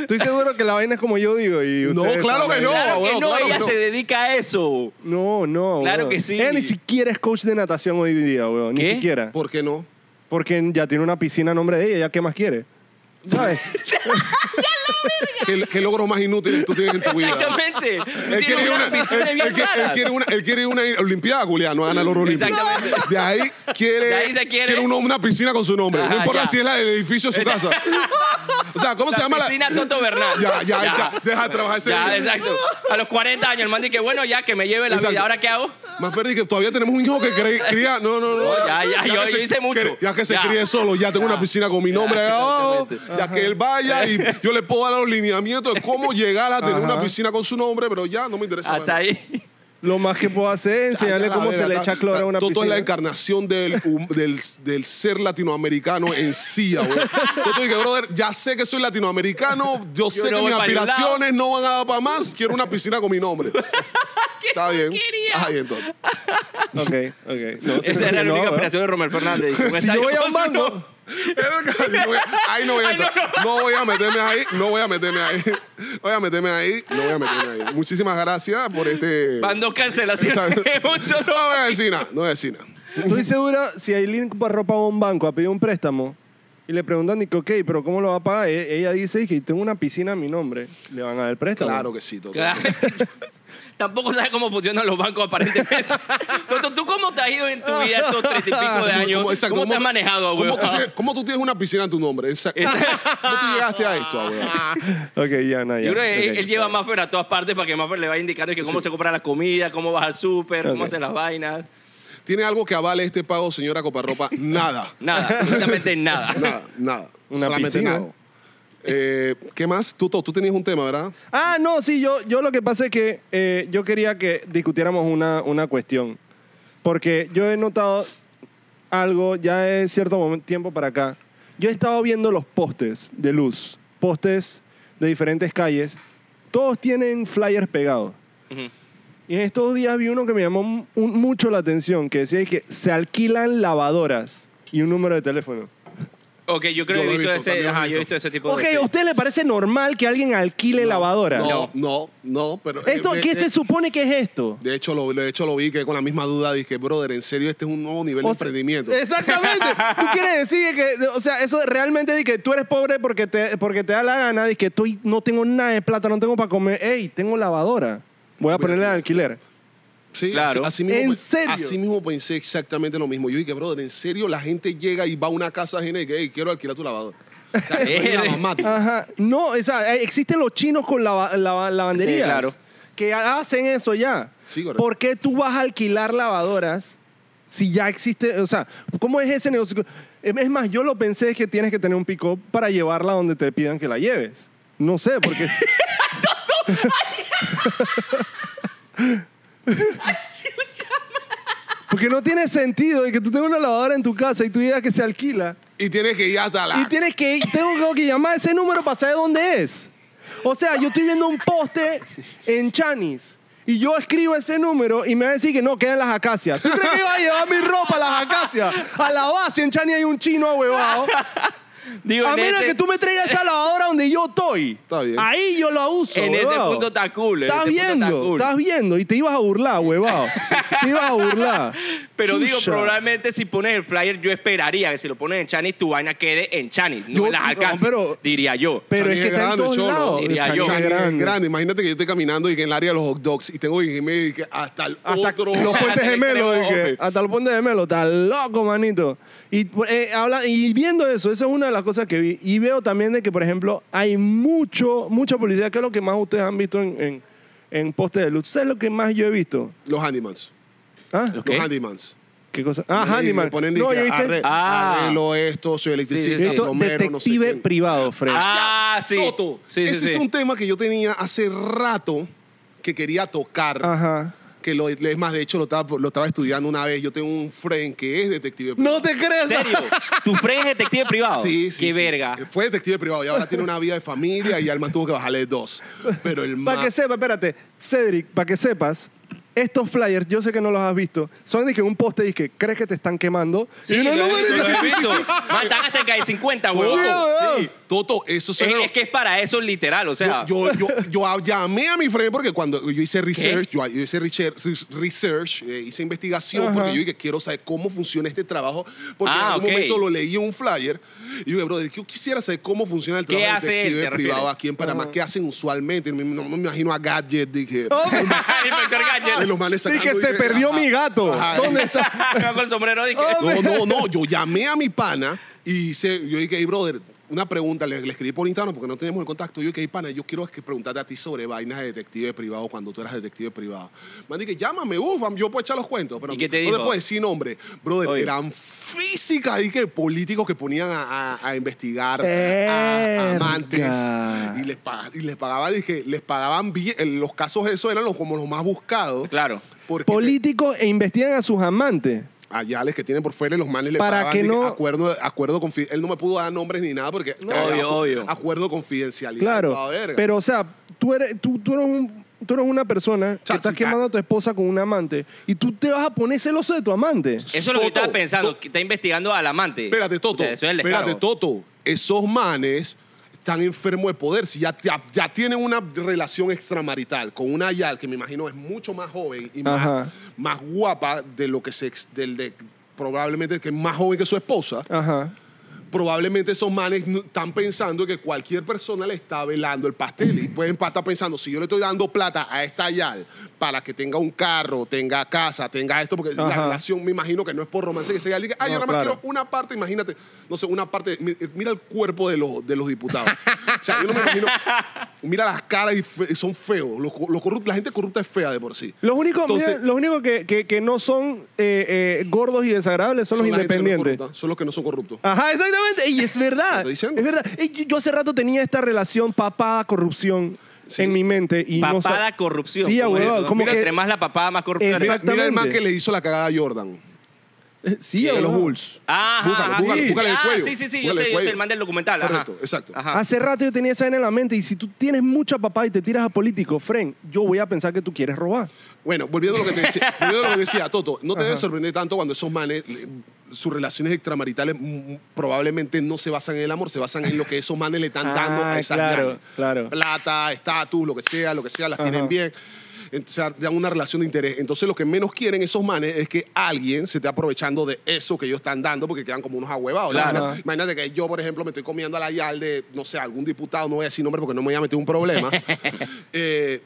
Speaker 1: Estoy seguro que la vaina es como yo digo. Y
Speaker 2: No,
Speaker 1: ustedes
Speaker 2: claro
Speaker 1: saben.
Speaker 2: que no.
Speaker 3: [laughs] Claro que
Speaker 2: bueno,
Speaker 3: no,
Speaker 2: claro
Speaker 3: ella
Speaker 2: que no.
Speaker 3: se dedica
Speaker 2: [laughs]
Speaker 3: a eso.
Speaker 1: No, no.
Speaker 3: Claro
Speaker 1: weón.
Speaker 3: que sí.
Speaker 1: Ella ni siquiera es coach de natación hoy día, weón. Ni
Speaker 3: ¿Qué?
Speaker 1: siquiera.
Speaker 2: ¿Por qué no?
Speaker 1: Porque ya tiene una piscina a nombre de ella. ¿Ya qué más quiere?
Speaker 3: [laughs]
Speaker 1: ¿Sabes?
Speaker 2: ¿Qué, qué logro más inútil tú tienes en tu
Speaker 3: [laughs]
Speaker 2: vida?
Speaker 3: Exactamente. Tú
Speaker 2: Él quiere,
Speaker 3: tienes
Speaker 2: ir a una,
Speaker 3: unas
Speaker 2: él,
Speaker 3: ambiciones bien
Speaker 2: él quiere- él
Speaker 3: raras.
Speaker 2: quiere una, él quiere ir a una olimpiada, Juliano, gana el oro olímpico.
Speaker 3: Exactamente.
Speaker 2: De ahí quiere,
Speaker 3: De ahí se quiere-
Speaker 2: uno- una piscina con su nombre.
Speaker 3: Ajá,
Speaker 2: no importa
Speaker 3: ya.
Speaker 2: si es la del edificio de su casa. O sea, ¿cómo se llama
Speaker 3: La piscina
Speaker 2: la...?
Speaker 3: Toto Bernal.
Speaker 2: Ya, ya, ya, Deja de trabajar ese
Speaker 3: Ya,
Speaker 2: día.
Speaker 3: exacto. A los 40 años el man dice, bueno, ya que me lleve la
Speaker 2: Exacto.
Speaker 3: vida. ¿Ahora qué hago?
Speaker 2: Más Ferdi, que todavía tenemos un hijo que cre- cría. No, no, no.
Speaker 3: No, ya, ya, yo-
Speaker 2: que
Speaker 3: yo hice
Speaker 2: que-
Speaker 3: mucho.
Speaker 2: ya que se
Speaker 3: Ya.
Speaker 2: críe solo, ya tengo
Speaker 3: Ya.
Speaker 2: una piscina con mi nombre ahí abajo. Ya que él vaya y yo le puedo dar los lineamientos de cómo llegar a tener
Speaker 1: Ajá.
Speaker 2: una piscina con su nombre, pero ya no me interesa.
Speaker 3: Hasta
Speaker 2: más.
Speaker 3: ahí.
Speaker 1: Lo más que puedo hacer es enseñarle
Speaker 2: Ya, ya,
Speaker 1: cómo
Speaker 2: la
Speaker 1: se le
Speaker 2: verga,
Speaker 1: echa
Speaker 2: ta-
Speaker 1: cloro a
Speaker 2: ta-
Speaker 1: una
Speaker 2: Toto
Speaker 1: piscina.
Speaker 2: es la encarnación del, hum- del, del ser latinoamericano en sí, güey. Toto dije, brother, ya sé que soy latinoamericano, yo, sé
Speaker 3: no
Speaker 2: que
Speaker 3: voy
Speaker 2: mis
Speaker 3: pa' ningún
Speaker 2: aspiraciones no van a dar para más, quiero una piscina con mi
Speaker 3: [laughs]
Speaker 2: nombre. Está bien.
Speaker 3: porquería!
Speaker 2: Está bien, Toto.
Speaker 1: Ok, ok. No,
Speaker 3: Esa era la
Speaker 1: no,
Speaker 3: única
Speaker 1: weón.
Speaker 3: operación de Romel Fernández.
Speaker 1: [laughs] Si yo voy a un banco,
Speaker 2: No voy a- Ahí no voy a
Speaker 3: Ay, no,
Speaker 2: entrar. No voy a meterme ahí, no voy a meterme ahí. Voy a meterme ahí, no voy a meterme ahí. Muchísimas gracias por este.
Speaker 3: Van
Speaker 1: [laughs]
Speaker 3: dos cancelaciones
Speaker 2: Exacto.
Speaker 3: en un solo
Speaker 2: No voy a decir nada, no voy a decir nada.
Speaker 1: Estoy segura, si Aileen ropa va a un banco a pedir un préstamo y le preguntan, dice, ok, pero ¿cómo lo va a pagar? E- Ella dice que tengo una piscina a mi nombre. Le van a dar el préstamo.
Speaker 2: Claro que sí, Toto.
Speaker 3: Claro.
Speaker 1: [laughs]
Speaker 3: Tampoco sabes cómo funcionan los bancos, aparentemente. Toto, ¿tú cómo te has ido en tu vida estos treinta y pico de años? ¿Cómo,
Speaker 2: exacto,
Speaker 3: te has
Speaker 2: ¿cómo,
Speaker 3: manejado, güey?
Speaker 2: tú tienes- cómo tú tienes una piscina en tu nombre? Exacto. ¿Cómo tú llegaste a esto, abuelo?
Speaker 1: [laughs] Ok, ya, no, ya.
Speaker 3: Yo creo que él,
Speaker 1: ok.
Speaker 3: él lleva a Maffer a todas partes para que Maffer le vaya indicando que cómo se compra la comida, cómo vas al súper, cómo
Speaker 1: Ok.
Speaker 3: hace las vainas.
Speaker 2: ¿Tiene algo que avale este pago, señora
Speaker 1: [laughs]
Speaker 2: Coparropa? Nada.
Speaker 3: Nada, absolutamente nada.
Speaker 2: Nada, nada.
Speaker 1: Una
Speaker 2: Solamente
Speaker 1: piscina.
Speaker 2: nada. Eh, ¿Qué más? Tú, tú tenías un tema, ¿verdad?
Speaker 1: Ah, no, sí, yo, yo lo que pasa es que eh, yo quería que discutiéramos una, una cuestión. Porque yo he notado algo ya de cierto momen- tiempo para acá. Yo he estado viendo los postes de luz, postes de diferentes calles. Todos tienen flyers pegados. Y en estos días vi uno que me llamó mu- un- mucho la atención, que decía que se alquilan lavadoras y un número de teléfono.
Speaker 3: Ok,
Speaker 2: Yo
Speaker 3: yo creo que
Speaker 2: lo
Speaker 3: he
Speaker 2: he
Speaker 3: visto,
Speaker 2: visto,
Speaker 3: ese.
Speaker 2: también lo he
Speaker 3: Ajá, yo he
Speaker 2: visto.
Speaker 3: visto ese tipo
Speaker 1: Ok,
Speaker 3: de.
Speaker 1: ¿a usted le parece normal que alguien alquile lavadoras?
Speaker 2: No, no, no, pero...
Speaker 1: ¿Esto,
Speaker 2: eh,
Speaker 1: ¿Qué
Speaker 2: eh,
Speaker 1: se supone que es esto?
Speaker 2: De hecho, lo, de hecho, lo vi que con la misma duda dije, brother, en serio, este es un nuevo nivel de
Speaker 1: O sea,
Speaker 2: emprendimiento.
Speaker 1: Exactamente. tú quieres decir que, o sea, eso realmente de que tú eres pobre porque te, porque te da la gana, de que estoy, no tengo nada de plata, no tengo para comer. Ey, tengo lavadora. Voy a ponerle al alquiler.
Speaker 2: Sí,
Speaker 3: Claro.
Speaker 2: así, así mismo,
Speaker 1: ¿En
Speaker 2: pe-
Speaker 1: serio?
Speaker 2: así mismo pensé exactamente lo mismo. Yo dije, brother, en serio, la gente llega y va a una casa ajena y que, hey, quiero alquilar tu lavador. O
Speaker 3: [laughs]
Speaker 2: sea, es una mamá, tú.
Speaker 1: Ajá. No, o sea, eh, existen los chinos con lava- lava- lavanderías.
Speaker 3: Sí, claro.
Speaker 1: Que hacen eso ya.
Speaker 2: Sí, correcto.
Speaker 1: ¿Por qué tú vas a alquilar lavadoras si ya existe? O sea, ¿cómo es ese negocio? Es más, yo lo pensé es que tienes que tener un pick-up para llevarla donde te pidan que la lleves. No sé,
Speaker 3: [laughs]
Speaker 1: porque... Porque no tiene sentido de que tú tengas una lavadora en tu casa y tú digas que se alquila.
Speaker 2: Y tienes que ir hasta la.
Speaker 1: Y tienes que, tengo que llamar a ese número para saber dónde es. O sea, yo estoy viendo un poste en Chanis. Y yo escribo ese número y me va a decir que no, quedan las acacias. ¿Tú crees que yo voy a llevar mi ropa a las acacias? A la base en Chanis hay un chino ahuevado.
Speaker 3: Digo,
Speaker 1: A
Speaker 3: en
Speaker 1: menos
Speaker 3: ese-
Speaker 1: que tú me traigas esa lavadora donde yo estoy.
Speaker 2: Está bien.
Speaker 1: Ahí yo la uso.
Speaker 3: En ese
Speaker 1: huevado.
Speaker 3: punto está cool, en
Speaker 1: Estás
Speaker 3: ese punto está
Speaker 1: viendo,
Speaker 3: cool.
Speaker 1: estás viendo. Y te ibas a burlar, huevado. te ibas a burlar.
Speaker 3: Pero digo,
Speaker 1: Chucha.
Speaker 3: probablemente si pones el flyer, yo esperaría que si lo pones en Chanis, tu vaina quede en Chanis, no
Speaker 1: Yo-
Speaker 3: en las
Speaker 1: no,
Speaker 3: alcanzas.
Speaker 1: pero-
Speaker 3: diría yo.
Speaker 1: Pero
Speaker 2: Chanis
Speaker 1: es que
Speaker 2: es
Speaker 1: está en
Speaker 2: grande,
Speaker 1: todos
Speaker 2: cholo.
Speaker 1: lados.
Speaker 3: Diría
Speaker 1: Chanis
Speaker 3: yo.
Speaker 1: es
Speaker 2: Chanis es
Speaker 1: grande.
Speaker 2: grande. Imagínate que yo esté caminando y que en el área de los hot dogs y tengo que irme y que hasta el
Speaker 1: Hasta
Speaker 2: otro. [laughs]
Speaker 1: los puentes
Speaker 3: Hasta el
Speaker 1: gemelos.
Speaker 3: extremo,
Speaker 1: dije,
Speaker 3: hombre.
Speaker 1: hasta los puentes gemelos. Está loco, manito. Y, eh, habla, y viendo eso, esa es una de las cosas que vi. Y veo también de que, por ejemplo, hay mucho, mucha publicidad. que es lo que más ustedes han visto en, en, en postes de luz? ¿Sabes lo que más yo he visto?
Speaker 2: Los handymans.
Speaker 1: ¿Ah?
Speaker 3: ¿Qué?
Speaker 2: Los handymans.
Speaker 1: ¿Qué cosa? Ah,
Speaker 2: Y
Speaker 1: Handyman.
Speaker 2: me ponen
Speaker 1: No,
Speaker 2: dizque,
Speaker 1: ¿ya
Speaker 2: arre-
Speaker 1: viste?
Speaker 3: Ah.
Speaker 2: Arreglo esto, soy electricista,
Speaker 3: Sí, sí, sí.
Speaker 1: Esto,
Speaker 2: plomero, no sé
Speaker 1: detective
Speaker 2: qué.
Speaker 1: privado, Fred.
Speaker 3: Ah,
Speaker 2: Ya,
Speaker 3: sí.
Speaker 2: Toto,
Speaker 3: Sí, sí,
Speaker 2: ese
Speaker 3: sí.
Speaker 2: es un tema que yo tenía hace rato que quería tocar.
Speaker 1: Ajá.
Speaker 2: Que lo, es más, de hecho, lo estaba, lo estaba estudiando una vez. Yo tengo un friend que es detective privado.
Speaker 1: No te creas.
Speaker 3: ¿En serio?
Speaker 1: [laughs]
Speaker 3: ¿Tu friend es detective privado?
Speaker 2: Sí, sí. sí.
Speaker 3: Qué verga.
Speaker 2: Fue detective privado y ahora tiene una vida de familia y Alman tuvo que bajarle dos. Pero
Speaker 1: [laughs]
Speaker 2: el
Speaker 1: Para
Speaker 2: man.
Speaker 1: que sepas, espérate, Cedric, para que sepas, estos flyers, yo sé que no los has visto, son de que un poste dice que crees que te están quemando.
Speaker 3: Sí,
Speaker 1: y
Speaker 3: lo,
Speaker 1: uno,
Speaker 3: he
Speaker 1: no, no,
Speaker 3: visto, lo
Speaker 1: no, sí,
Speaker 3: he
Speaker 1: sí,
Speaker 3: visto.
Speaker 1: sí.
Speaker 3: Matan hasta el calle 50,
Speaker 2: Toto,
Speaker 3: huevón.
Speaker 1: huevón.
Speaker 3: Sí.
Speaker 2: Toto, eso
Speaker 3: Es,
Speaker 2: suena-
Speaker 3: es que es para eso literal, o sea. [laughs]
Speaker 2: yo, yo, yo llamé a mi friend porque cuando yo hice research, yo, yo hice research, research, eh, hice investigación
Speaker 1: Ajá.
Speaker 2: porque yo dije, quiero saber cómo funciona este trabajo. Porque en
Speaker 3: Ah,
Speaker 2: algún
Speaker 3: ok.
Speaker 2: momento lo leí en un flyer y yo dije, brother, yo quisiera saber cómo funciona el
Speaker 3: ¿Qué
Speaker 2: trabajo
Speaker 3: hace él,
Speaker 2: detective
Speaker 3: te
Speaker 2: privado
Speaker 3: refieres?
Speaker 2: aquí en Panamá. ¿Qué hacen usualmente? No, no me imagino a Gadget, dije. [laughs]
Speaker 3: Inspector
Speaker 2: de
Speaker 3: Oh, [laughs] Gadget.
Speaker 2: los manes
Speaker 1: Sí,
Speaker 2: sacando
Speaker 1: que se
Speaker 2: dije,
Speaker 1: perdió
Speaker 2: ajá,
Speaker 1: mi gato.
Speaker 2: ajá.
Speaker 1: ¿Dónde está?
Speaker 3: Con el sombrero dije,
Speaker 1: Oh.
Speaker 2: No, no, no. Yo llamé a mi pana y hice, yo dije, hey, brother, una pregunta. Le, le escribí por Instagram porque no tenemos el contacto. Yo dije, hey, pana, yo quiero que preguntarte a ti sobre vainas de detective privado cuando tú eras detective privado. Me dije, llámame, uff, yo puedo echar los cuentos. Pero
Speaker 3: ¿Y qué te
Speaker 2: no
Speaker 3: dijo?
Speaker 2: te puedo decir nombre. Brother,
Speaker 3: Oye.
Speaker 2: eran físicas y que políticos que ponían a, a- a investigar a, a
Speaker 1: Verga.
Speaker 2: amantes. Y les, pag- y les pagaban, dije, les pagaban bien. En Los casos esos eran los, como los más buscados.
Speaker 3: Claro.
Speaker 2: Porque
Speaker 1: Políticos e investigan a sus amantes.
Speaker 2: allá les que tienen por fuera y los manes le
Speaker 1: Para
Speaker 2: pagaban
Speaker 1: que
Speaker 2: de
Speaker 1: no-
Speaker 2: acuerdo acuerdo confi- él no me pudo dar nombres ni nada porque
Speaker 3: Obvio, obvio.
Speaker 2: acuerdo confidencialidad
Speaker 1: Claro.
Speaker 2: toda verga.
Speaker 1: Pero, o sea, tú eres, tú, tú eres un- Tú eres una persona que
Speaker 2: Chachi,
Speaker 1: estás quemando a tu esposa con un amante y tú te vas a poner celoso de tu amante.
Speaker 3: Eso es lo que yo estaba
Speaker 2: Toto,
Speaker 3: pensando. que Está investigando al amante.
Speaker 2: espérate Toto
Speaker 3: Puta, Eso es el
Speaker 2: espérate
Speaker 3: descaro.
Speaker 2: Toto esos manes están enfermos de poder si ya, ya, ya tienen una relación extramarital con una Yal que me imagino es mucho más joven y más,
Speaker 1: Ajá.
Speaker 2: más guapa de lo que se ex- del de, probablemente que es más joven que su esposa
Speaker 1: Ajá.
Speaker 2: probablemente esos manes no- están pensando que cualquier persona le está velando el pastel y pueden pa- estar pensando, si yo le estoy dando plata a esta Yal para que tenga un carro, tenga casa, tenga esto, porque la
Speaker 1: Ajá.
Speaker 2: relación me imagino que no es por romance que sea Yal, diga, ay,
Speaker 1: No,
Speaker 2: yo nada más
Speaker 1: claro.
Speaker 2: quiero una parte, imagínate, no sé, una parte, mi- eh, mira el cuerpo de los, de los diputados. o sea, yo no me imagino, mira las caras y fe- son feos, Los co- los corrupt- la gente corrupta es fea de por sí.
Speaker 1: Los únicos,
Speaker 2: Entonces,
Speaker 1: mira, los únicos que, que- que no son eh, eh, gordos y desagradables son, los
Speaker 2: la gente que no es
Speaker 1: independientes. Ah,
Speaker 2: corrupta, son los que no son corruptos.
Speaker 1: Ajá, exactamente. Y es verdad.
Speaker 2: Te estoy diciendo.
Speaker 1: Es verdad. Ey, yo- yo hace rato tenía esta relación papá-corrupción en mi mente. Y no sa-
Speaker 3: Papada corrupción.
Speaker 1: Sí,
Speaker 3: ¿cómo es
Speaker 1: abuelo,
Speaker 3: eso?
Speaker 1: como
Speaker 3: Mira,
Speaker 1: que-
Speaker 3: entre más la papada, más corrupción.
Speaker 2: Mira,
Speaker 1: Exacto.
Speaker 2: mira el man
Speaker 1: Exactamente.
Speaker 2: que le hizo la cagada a Jordan.
Speaker 1: eh, Sí,
Speaker 2: de los
Speaker 1: abuelo.
Speaker 2: Bulls.
Speaker 3: Ajá,
Speaker 2: Búscalo,
Speaker 3: ajá,
Speaker 2: búscalo,
Speaker 3: sí,
Speaker 2: búscalo en
Speaker 3: sí,
Speaker 2: el
Speaker 3: ah,
Speaker 2: cuello.
Speaker 3: sí, sí, sí, yo
Speaker 2: Búscalo en
Speaker 3: sé,
Speaker 2: el
Speaker 3: yo
Speaker 2: cuello.
Speaker 3: sé el man del documental.
Speaker 2: Correcto,
Speaker 3: ajá.
Speaker 2: exacto. Ah,
Speaker 3: Ajá.
Speaker 1: Hace rato yo tenía esa vaina en la mente. Y si tú tienes mucha papá y te tiras a político, Fren, yo voy a pensar que tú quieres robar.
Speaker 2: Bueno, volviendo a lo que te
Speaker 1: [laughs]
Speaker 2: decía, volviendo a lo que decía, Toto, no te debe sorprender tanto cuando esos manes, le- sus relaciones extramaritales mm, probablemente no se basan en el amor, se basan en lo que esos manes le están
Speaker 1: Ah,
Speaker 2: dando a esas
Speaker 1: claro,
Speaker 2: ñañas.
Speaker 1: claro.
Speaker 2: Plata, estatus, lo que sea, lo que sea, las
Speaker 1: Ajá.
Speaker 2: tienen bien. O sea, dan una relación de interés. Entonces, lo que menos quieren esos manes es que alguien se esté aprovechando de eso que ellos están dando porque quedan como unos ahuevados.
Speaker 3: Claro.
Speaker 2: Imagina- Imagínate que yo, por ejemplo, me estoy comiendo a la yal de, no sé, algún diputado, no voy a decir nombre porque no me voy a meter en un
Speaker 3: [laughs]
Speaker 2: problema. Eh,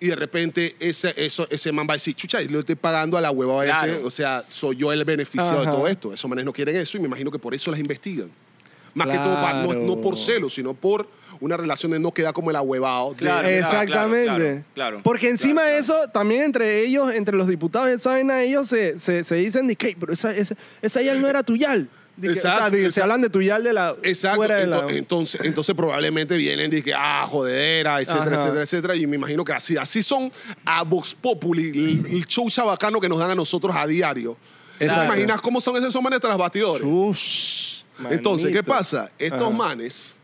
Speaker 2: y de repente ese, eso, ese man va a decir, chucha, yo le estoy pagando a la hueva
Speaker 3: Claro.
Speaker 2: este, o sea, soy yo el beneficiado de
Speaker 1: Ajá.
Speaker 2: todo esto. Esos manes no quieren eso y me imagino que por eso las investigan. Más que todo, pa- no,
Speaker 1: Claro.
Speaker 2: no por celo, sino por una relación de no quedar como el ahuevado. de-
Speaker 3: Claro, claro,
Speaker 1: Exactamente.
Speaker 3: claro, claro.
Speaker 1: Porque encima
Speaker 3: Claro,
Speaker 1: de eso, también entre ellos, entre los diputados de esa vaina, ellos se, se, se dicen, de que, "Ey, pero esa, esa, esa yal no era tu yal. De que, o sea,
Speaker 2: Exacto,
Speaker 1: de que se
Speaker 2: exacto.
Speaker 1: hablan de tu yal de la.
Speaker 2: Exacto.
Speaker 1: fuera de la-
Speaker 2: Ento- entonces, entonces probablemente vienen y dicen, ah, jodera, etcétera,
Speaker 1: Ajá.
Speaker 2: etcétera, etcétera. Y me imagino que así, así son a Vox Populi, el, el show chabacano que nos dan a nosotros a diario. ¿Te
Speaker 1: Exacto.
Speaker 2: imaginas cómo son esos manes tras bastidores?
Speaker 1: Ush,
Speaker 2: Entonces, ¿qué
Speaker 1: manito.
Speaker 2: pasa? Estos
Speaker 1: Ajá.
Speaker 2: manes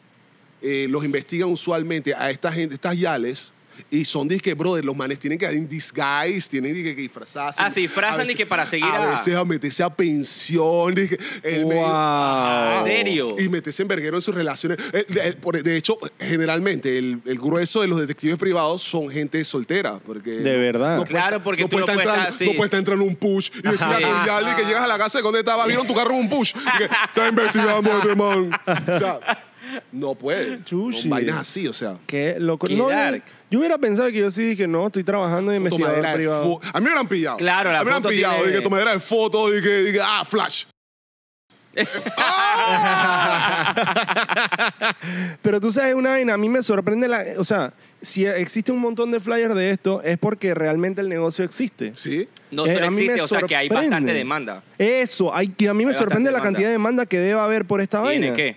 Speaker 2: eh, los investigan usualmente a esta gente, estas yales, y son disque, brother, los manes tienen que en disguise, tienen disque que disfrazarse.
Speaker 3: Ah, se disfrazan,
Speaker 2: A veces-
Speaker 3: disque, para seguir
Speaker 2: a...
Speaker 3: a-
Speaker 2: veces a meterse a pensión, disque, el medio-
Speaker 1: Wow.
Speaker 3: ¿En serio?
Speaker 2: y meterse en verguero en sus relaciones. Eh, de- eh, por- De hecho, generalmente el, el grueso de los detectives privados son gente soltera. Porque
Speaker 1: De verdad.
Speaker 3: Claro, porque tú no
Speaker 2: estar
Speaker 3: puedes
Speaker 2: entrando-
Speaker 3: estar así.
Speaker 2: No puedes estar entrando en un push y decir a
Speaker 3: Sí.
Speaker 2: tu yali que llegas a la casa de dónde estaba, vieron tu carro en un push.
Speaker 3: [laughs]
Speaker 2: Y que, Está investigando a este man. O sea, no puede.
Speaker 1: Chuchi.
Speaker 2: Con vainas así, o sea.
Speaker 1: Qué loco.
Speaker 3: Qué
Speaker 1: No, yo,
Speaker 3: dark.
Speaker 1: yo hubiera pensado que yo sí dije, no, estoy trabajando en investigador
Speaker 2: Tomadera de
Speaker 1: privado.
Speaker 2: fo- A mí me hubieran pillado.
Speaker 3: Claro, la
Speaker 2: A mí me hubieran
Speaker 3: foto
Speaker 2: pillado.
Speaker 3: tiene-
Speaker 2: Dije, tomadera de fotos, dije, dije, ah, flash.
Speaker 1: Pero tú sabes una vaina, a mí me sorprende la... O sea, si existe un montón de flyers de esto, es porque realmente el negocio existe.
Speaker 2: Sí.
Speaker 3: No
Speaker 1: Eh,
Speaker 3: solo
Speaker 1: a mí me
Speaker 3: existe, o sea que hay
Speaker 1: sorprende.
Speaker 3: bastante demanda.
Speaker 1: Eso, hay, que a mí me
Speaker 3: Hay
Speaker 1: sorprende
Speaker 3: bastante
Speaker 1: la
Speaker 3: demanda.
Speaker 1: cantidad de demanda que debe haber por esta
Speaker 3: ¿Tiene
Speaker 1: vaina.
Speaker 3: que. Eh,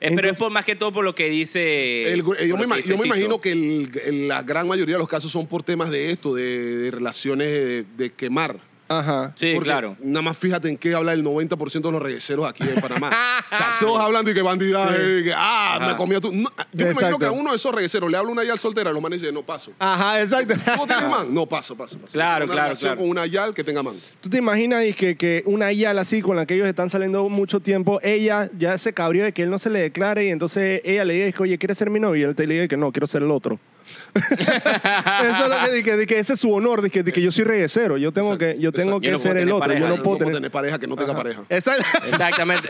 Speaker 3: pero es
Speaker 1: Entonces-
Speaker 3: por más que todo por lo que dice.
Speaker 2: El gru- eh, yo me,
Speaker 3: por lo
Speaker 2: ima-
Speaker 3: que dice
Speaker 2: yo me
Speaker 3: Chicho.
Speaker 2: imagino que el- el- la gran mayoría de los casos son por temas de esto, de, de relaciones de, de quemar.
Speaker 1: Ajá.
Speaker 3: Sí,
Speaker 2: Porque [laughs]
Speaker 3: claro.
Speaker 2: Nada más fíjate en qué habla el 90% de los regueceros aquí en Panamá.
Speaker 3: [laughs]
Speaker 2: o sea, todos hablan de que bandidaje, de que, ah,
Speaker 3: Ajá.
Speaker 2: me comía tú. No, yo me
Speaker 1: Exacto.
Speaker 2: imagino que a uno de esos regueceros le habla una yal soltera, los manes dicen, no paso.
Speaker 1: Ajá, [laughs] exacto.
Speaker 2: ¿Cómo tienes man? No, paso, paso, paso.
Speaker 3: Claro,
Speaker 2: una
Speaker 3: claro,
Speaker 2: relación
Speaker 3: claro.
Speaker 2: con una yal que tenga man.
Speaker 1: ¿Tú te imaginas y que, que una Yal así con la que ellos están saliendo mucho tiempo, ella ya se cabrió de que él no se le declare y entonces ella le dice, oye, ¿quieres ser mi novio? Y él te le dice que no, quiero ser el
Speaker 3: [laughs]
Speaker 1: otro. Eso es lo que dije, dije, ese es su honor, dije, dije, yo soy reguecero, yo tengo
Speaker 2: Exacto,
Speaker 1: que, yo tengo
Speaker 2: exacto.
Speaker 1: que
Speaker 3: Yo no puedo
Speaker 1: ser el
Speaker 3: tener
Speaker 1: otro,
Speaker 3: pareja,
Speaker 1: yo
Speaker 3: yo
Speaker 1: no
Speaker 3: no
Speaker 1: puedo tener... Eh,
Speaker 2: tener pareja que Ah, no tenga pareja. [laughs]
Speaker 1: Exacto.
Speaker 3: Exactamente.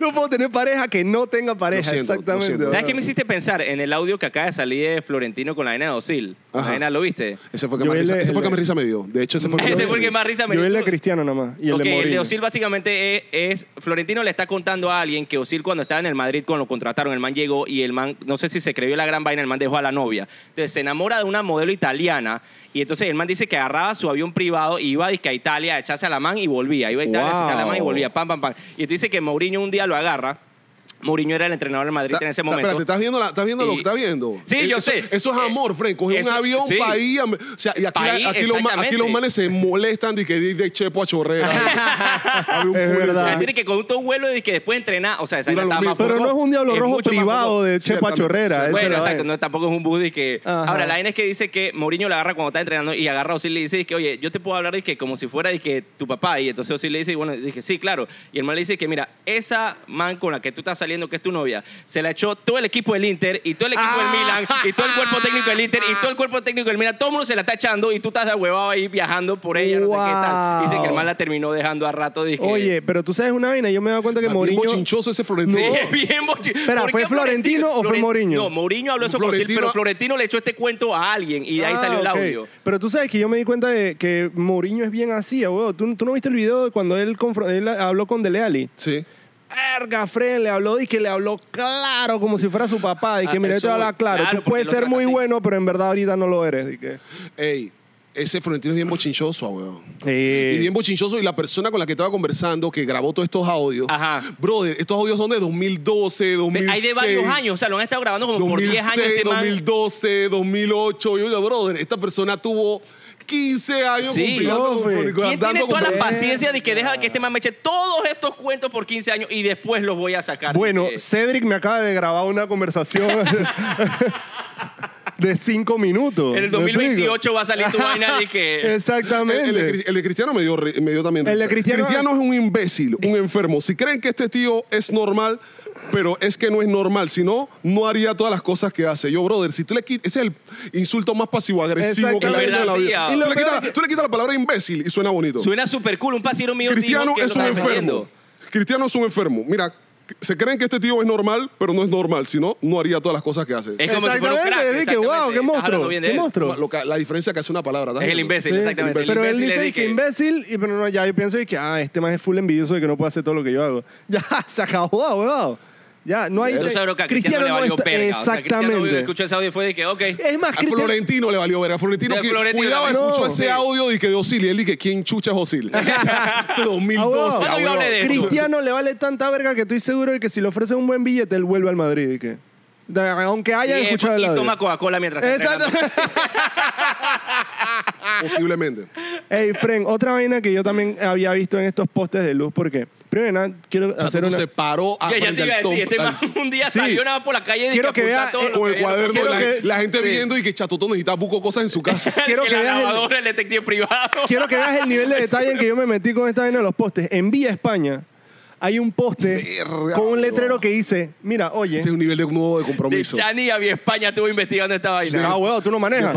Speaker 1: no puedo tener pareja que no tenga pareja,
Speaker 2: siento, lo
Speaker 1: exactamente.
Speaker 2: siento.
Speaker 3: ¿Sabes qué me hiciste pensar? En el audio que acaba de salir de Florentino con la vaina de Osil. La
Speaker 2: Ajá.
Speaker 3: vaina, ¿lo viste?
Speaker 2: Ese fue el que
Speaker 1: Yo
Speaker 2: más
Speaker 1: el-
Speaker 2: risa- ese fue el que
Speaker 1: el-
Speaker 2: más risa me dio. De hecho, ese
Speaker 3: [laughs]
Speaker 2: fue el que más
Speaker 3: Ese
Speaker 2: risa
Speaker 3: fue el
Speaker 2: me
Speaker 3: que
Speaker 2: dio.
Speaker 3: más risa me
Speaker 1: Yo
Speaker 3: dio.
Speaker 1: el de Cristiano nomás y el
Speaker 3: Ok,
Speaker 1: de
Speaker 3: el de
Speaker 1: Mourinho.
Speaker 3: Osil básicamente es, es- Florentino le está contando a alguien que Osil cuando estaba en el Madrid cuando lo contrataron, el man llegó y el man, no sé si se creyó la gran vaina, el man dejó a la novia. Entonces se enamora de una modelo italiana y entonces el man dice que agarraba su avión privado y iba dizque, a Italia a echarse a la man y volvía. Iba a Italia a echarse a la man y
Speaker 1: Wow.
Speaker 3: volvía, pam, pam, pam. Y entonces dice que Mourinho un día lo agarra. Mourinho era el entrenador del Madrid
Speaker 2: Está-
Speaker 3: en ese
Speaker 2: está-
Speaker 3: momento.
Speaker 2: espérate, ¿estás viendo, la- estás viendo lo
Speaker 3: Y-
Speaker 2: que estás viendo?
Speaker 3: Sí,
Speaker 2: Eh,
Speaker 3: yo
Speaker 2: eso-
Speaker 3: sé.
Speaker 2: Eso es amor, Fren. Coger un
Speaker 3: Eso-
Speaker 2: avión
Speaker 3: sí.
Speaker 2: para ir. a- O sea, y aquí,
Speaker 3: Pa' ahí,
Speaker 2: aquí los, ma- aquí
Speaker 3: exactamente.
Speaker 2: los manes se molestan de que di de chepo a
Speaker 3: [laughs]
Speaker 2: chorrera. Abre un
Speaker 1: Es
Speaker 2: culo.
Speaker 1: verdad.
Speaker 3: O sea, tiene que con todo un vuelo y que después entrenar. O sea, esa
Speaker 2: Dura
Speaker 3: vaina
Speaker 2: lo
Speaker 3: está más
Speaker 2: mismo.
Speaker 1: Pero no
Speaker 3: focón.
Speaker 1: es un diablo
Speaker 3: Es
Speaker 1: rojo
Speaker 3: mucho más
Speaker 1: privado
Speaker 3: focón.
Speaker 1: de Chepa
Speaker 2: Ciertamente,
Speaker 1: Chorrera. esa es
Speaker 3: Bueno,
Speaker 1: la
Speaker 3: exacto,
Speaker 1: vaina.
Speaker 3: no, tampoco es un buddy que...
Speaker 1: Ajá.
Speaker 3: Ahora, la vaina es que dice que Mourinho la agarra cuando está entrenando y agarra a Osil y le dice, que, oye, yo te puedo hablar de que como si fuera de que tu papá. Y entonces Osil le dice, bueno, dije, sí, claro. Y el man le dice que, mira, esa man con la que tú estás saliendo, que es tu novia, se la echó todo el equipo del Inter y todo el equipo del Milan
Speaker 1: Ah.
Speaker 3: y todo el cuerpo técnico del Inter y todo el cuerpo técnico del Milan. Todo el mundo se la está echando y tú estás de huevado ahí viajando por ella, no sé qué tal.
Speaker 1: Wow.
Speaker 3: Dice que el man la terminó dejando a rato. Dije,
Speaker 1: Oye, pero tú sabes una vaina, yo me he dado cuenta que
Speaker 2: Más bien
Speaker 1: Mourinho...
Speaker 2: bochinchoso ese Florentino.
Speaker 3: Sí, [laughs] bien bochi-
Speaker 1: Espera,
Speaker 3: ¿Por
Speaker 1: ¿fue
Speaker 3: qué
Speaker 1: Florentino o fue
Speaker 3: Floren-
Speaker 1: Mourinho?
Speaker 3: No, Mourinho habló eso por sí,
Speaker 2: Florentino-
Speaker 3: pero Florentino le echó este cuento a alguien y de ahí
Speaker 1: Ah,
Speaker 3: salió el
Speaker 1: ok.
Speaker 3: audio.
Speaker 1: Pero tú sabes que yo me di cuenta de que Mourinho es bien así, abuelo. ¿Tú, tú no viste el video de cuando él, confro- él habló con Dele Alli?
Speaker 2: Sí.
Speaker 1: Verga, Fred, le habló y que le habló claro, como si fuera su papá. Y que,
Speaker 2: Ah,
Speaker 1: mira, yo
Speaker 2: eso-
Speaker 1: te voy a hablar claro.
Speaker 3: claro,
Speaker 1: tú
Speaker 3: porque
Speaker 1: puedes
Speaker 3: lo
Speaker 1: ser
Speaker 3: trata
Speaker 1: muy
Speaker 3: así.
Speaker 1: bueno, pero en verdad ahorita no lo eres. y que-
Speaker 2: Ey, ese Florentino es bien bochinchoso, weón.
Speaker 1: Eh.
Speaker 2: Y bien bochinchoso. Y la persona con la que estaba conversando, que grabó todos estos audios.
Speaker 3: Ajá.
Speaker 2: Brother, estos audios son de 2012, 2006.
Speaker 3: Hay de varios años, o sea, lo han estado grabando como [laughs] por 10 años.
Speaker 2: 2006,
Speaker 3: Este man.
Speaker 2: 2012, 2008. Yo digo, brother, esta persona tuvo 15 años
Speaker 3: Sí.
Speaker 2: cumpliendo.
Speaker 1: No,
Speaker 2: con-
Speaker 1: güey.
Speaker 2: con-
Speaker 3: ¿Quién tiene
Speaker 2: dando
Speaker 3: toda la
Speaker 2: con-
Speaker 3: paciencia de que deja que este man me eche todos estos cuentos por 15 años y después los voy a sacar?
Speaker 1: Bueno,
Speaker 3: Dije,
Speaker 1: Cedric me acaba de grabar una conversación [laughs] de cinco minutos.
Speaker 3: en el
Speaker 1: ¿Me explico?
Speaker 3: 2028 va a salir tu vaina
Speaker 1: [laughs]
Speaker 3: de que...
Speaker 1: Exactamente.
Speaker 2: El, el de, Cri- el de Cristiano me dio, re- me dio también.
Speaker 1: El de
Speaker 2: risa.
Speaker 1: Cristiano-
Speaker 2: es un imbécil, un enfermo. Si creen que este tío es normal, pero es que no es normal. Si no, no haría todas las cosas que hace. Yo, brother, si tú le quitas. Ese es el insulto más pasivo-agresivo que
Speaker 1: Exacto.
Speaker 2: le he hecho en la vida.
Speaker 3: Y
Speaker 2: Tú
Speaker 1: lo
Speaker 2: le,
Speaker 1: peor
Speaker 2: quitas,
Speaker 1: es que-
Speaker 2: tú le quitas la palabra imbécil y suena bonito.
Speaker 3: Suena súper cool, un pasiro mío. dijo
Speaker 2: Cristiano
Speaker 3: que
Speaker 2: es
Speaker 3: lo
Speaker 2: un
Speaker 3: está
Speaker 2: enfermo.
Speaker 3: defendiendo.
Speaker 2: Cristiano es un enfermo. Mira, se creen que este tío es normal, pero no es normal. Si no, no haría todas las cosas que hace.
Speaker 3: Es como si fuera un
Speaker 1: Exactamente,
Speaker 3: crack,
Speaker 1: dije,
Speaker 3: exactamente.
Speaker 1: "Guau, qué
Speaker 3: Estás
Speaker 1: monstruo,
Speaker 3: hablando bien de
Speaker 1: qué
Speaker 3: él.
Speaker 1: monstruo".
Speaker 2: Lo que- la diferencia que hace una palabra. ¿estás
Speaker 3: Es el
Speaker 2: viendo?
Speaker 3: imbécil,
Speaker 1: Sí,
Speaker 3: exactamente.
Speaker 1: Pero
Speaker 3: el
Speaker 1: él
Speaker 3: imbécil es
Speaker 1: dice
Speaker 3: de
Speaker 1: que imbécil, y pero no, ya yo pienso y que ah, este man es full envidioso de que no puede hacer todo lo que yo hago. [laughs] Ya, se acabó, huevado. Ya, no hay.
Speaker 3: Tú sabes, bro, que a Cristiano, le
Speaker 1: no
Speaker 3: valió
Speaker 1: está-
Speaker 3: verga. O sea, Cristiano
Speaker 1: Exactamente.
Speaker 3: escuchó ese audio y fue de que, ok.
Speaker 1: es más,
Speaker 2: A
Speaker 1: Cristiano.
Speaker 2: Florentino le valió verga. Florentino,
Speaker 3: De
Speaker 2: que-
Speaker 3: Florentino
Speaker 2: cuidado,
Speaker 3: también.
Speaker 2: escuchó
Speaker 1: No.
Speaker 2: ese audio y que de Osil. Y él dice, ¿quién chucha es
Speaker 3: [laughs]
Speaker 2: Osil? Este 2012.
Speaker 1: Ah, huevón.
Speaker 3: ¿Cuándo yo
Speaker 2: huevón.
Speaker 3: hablé de esto?
Speaker 1: Cristiano le vale tanta verga que estoy seguro de que si le ofrece un buen billete, él vuelve al Madrid. y que- de- aunque haya
Speaker 3: Siempre-
Speaker 1: escuchado el
Speaker 3: y
Speaker 1: audio.
Speaker 3: toma Coca-Cola mientras está
Speaker 1: Exactamente.
Speaker 3: entrenando.
Speaker 2: ah,
Speaker 3: Ah.
Speaker 2: Posiblemente.
Speaker 1: Ey, Fren, otra vaina que yo también había visto en estos postes de luz, porque primero de nada, quiero
Speaker 2: O sea,
Speaker 1: hacer
Speaker 2: tú
Speaker 1: una.
Speaker 2: se paró
Speaker 1: Ah,
Speaker 2: a
Speaker 3: Ya, ya te iba a decir, este man un día
Speaker 1: Sí.
Speaker 3: salió nada más por la calle y
Speaker 1: Quiero que
Speaker 3: apuntaba
Speaker 1: vea,
Speaker 3: todo
Speaker 1: eh,
Speaker 3: lo
Speaker 2: o el
Speaker 3: que veía.
Speaker 2: cuaderno,
Speaker 1: Quiero
Speaker 2: la,
Speaker 1: que-
Speaker 2: la gente
Speaker 1: sí.
Speaker 2: viendo y que Chatotón necesita busco cosas en su casa.
Speaker 1: Quiero
Speaker 3: que
Speaker 1: que
Speaker 3: la
Speaker 1: veas el-
Speaker 3: lavadora, el detective privado.
Speaker 1: Quiero que veas el nivel de detalle en que yo me metí con esta vaina de los postes. En Villa España hay un poste
Speaker 2: Verga,
Speaker 1: con un letrero
Speaker 2: bro.
Speaker 1: que dice, mira, oye,
Speaker 2: Este es un nivel de nuevo de
Speaker 3: De
Speaker 2: compromiso.
Speaker 3: Chani a Vía España estuvo investigando esta vaina.
Speaker 1: ah, huevo, tú lo manejas.
Speaker 3: [laughs]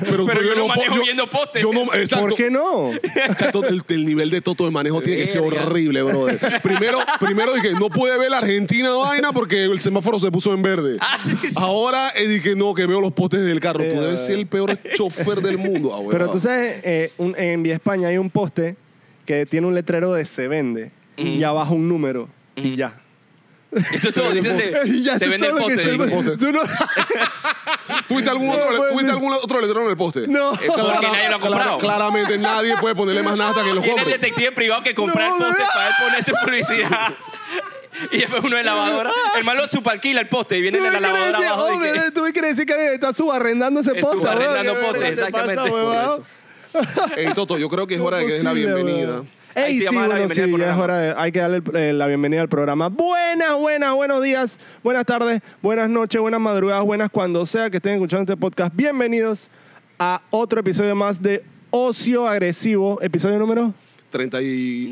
Speaker 2: Pero,
Speaker 3: yo lo
Speaker 2: no
Speaker 3: manejo
Speaker 2: po-
Speaker 3: viendo postes.
Speaker 2: Yo no, exacto.
Speaker 1: ¿Por qué no?
Speaker 2: [laughs] Chato, el, el nivel de Toto de manejo tiene que ser
Speaker 3: Verga.
Speaker 2: horrible, brother. Primero, primero dije, no puede ver la Argentina vaina porque el semáforo se puso en verde.
Speaker 3: Ah, sí, sí.
Speaker 2: Ahora eh, dije, no, que veo los postes del carro.
Speaker 1: Eh,
Speaker 2: Tú debes ser el peor chofer del mundo, abuelo.
Speaker 1: Pero tú sabes, eh, un- en Vía España hay un poste que tiene un letrero de se vende
Speaker 3: Mm.
Speaker 1: y abajo un número y ya.
Speaker 3: Eso es todo.
Speaker 2: vende
Speaker 3: dice,
Speaker 2: el
Speaker 1: Y [laughs] ya,
Speaker 3: Mm.
Speaker 1: eso
Speaker 3: se, se
Speaker 1: es
Speaker 3: vende el
Speaker 1: todo lo que
Speaker 3: poste.
Speaker 1: se
Speaker 3: digo.
Speaker 1: vende.
Speaker 2: poste.
Speaker 1: Tú no-
Speaker 2: ¿Tuviste algún, otro,
Speaker 1: No, pues,
Speaker 2: ¿tuviste
Speaker 1: no.
Speaker 2: algún otro letrero en el poste?
Speaker 1: No.
Speaker 2: Eh,
Speaker 3: Porque nadie lo ha comprado.
Speaker 2: claramente nadie puede ponerle más nada hasta que lo
Speaker 3: Tiene el
Speaker 2: compre.
Speaker 3: detective privado que comprar
Speaker 1: No,
Speaker 3: el poste
Speaker 1: no.
Speaker 3: para él poner su publicidad. [laughs] y después uno de lavadora. El malo superalquila el poste y
Speaker 1: [laughs]
Speaker 3: viene
Speaker 1: Tú
Speaker 3: de
Speaker 1: me
Speaker 3: la
Speaker 1: quieres
Speaker 3: lavadora
Speaker 1: decir,
Speaker 3: abajo.
Speaker 1: oh,
Speaker 3: y que-
Speaker 1: bebé, tú me quieres decir que alguien está subarrendando ese
Speaker 3: Es
Speaker 1: poste. weón.
Speaker 3: subarrendando
Speaker 1: ¿Qué
Speaker 3: poste,
Speaker 1: verga te pasa,
Speaker 3: exactamente.
Speaker 1: huevado?
Speaker 2: Ey, Toto, yo creo que es hora de que des la
Speaker 1: Imposible,
Speaker 2: bienvenida.
Speaker 1: weón.
Speaker 3: Ahí
Speaker 1: Ey,
Speaker 3: se
Speaker 1: sí,
Speaker 3: llama la
Speaker 1: bueno, sí,
Speaker 3: bienvenida al
Speaker 1: ya es
Speaker 3: programa.
Speaker 1: hora de- hay que darle el- eh, la bienvenida al programa. Buenas, buenas, buenos días, buenas tardes, buenas noches, buenas madrugadas, buenas cuando sea que estén escuchando este podcast. Bienvenidos a otro episodio más de Ocio Agresivo, episodio número
Speaker 2: 38,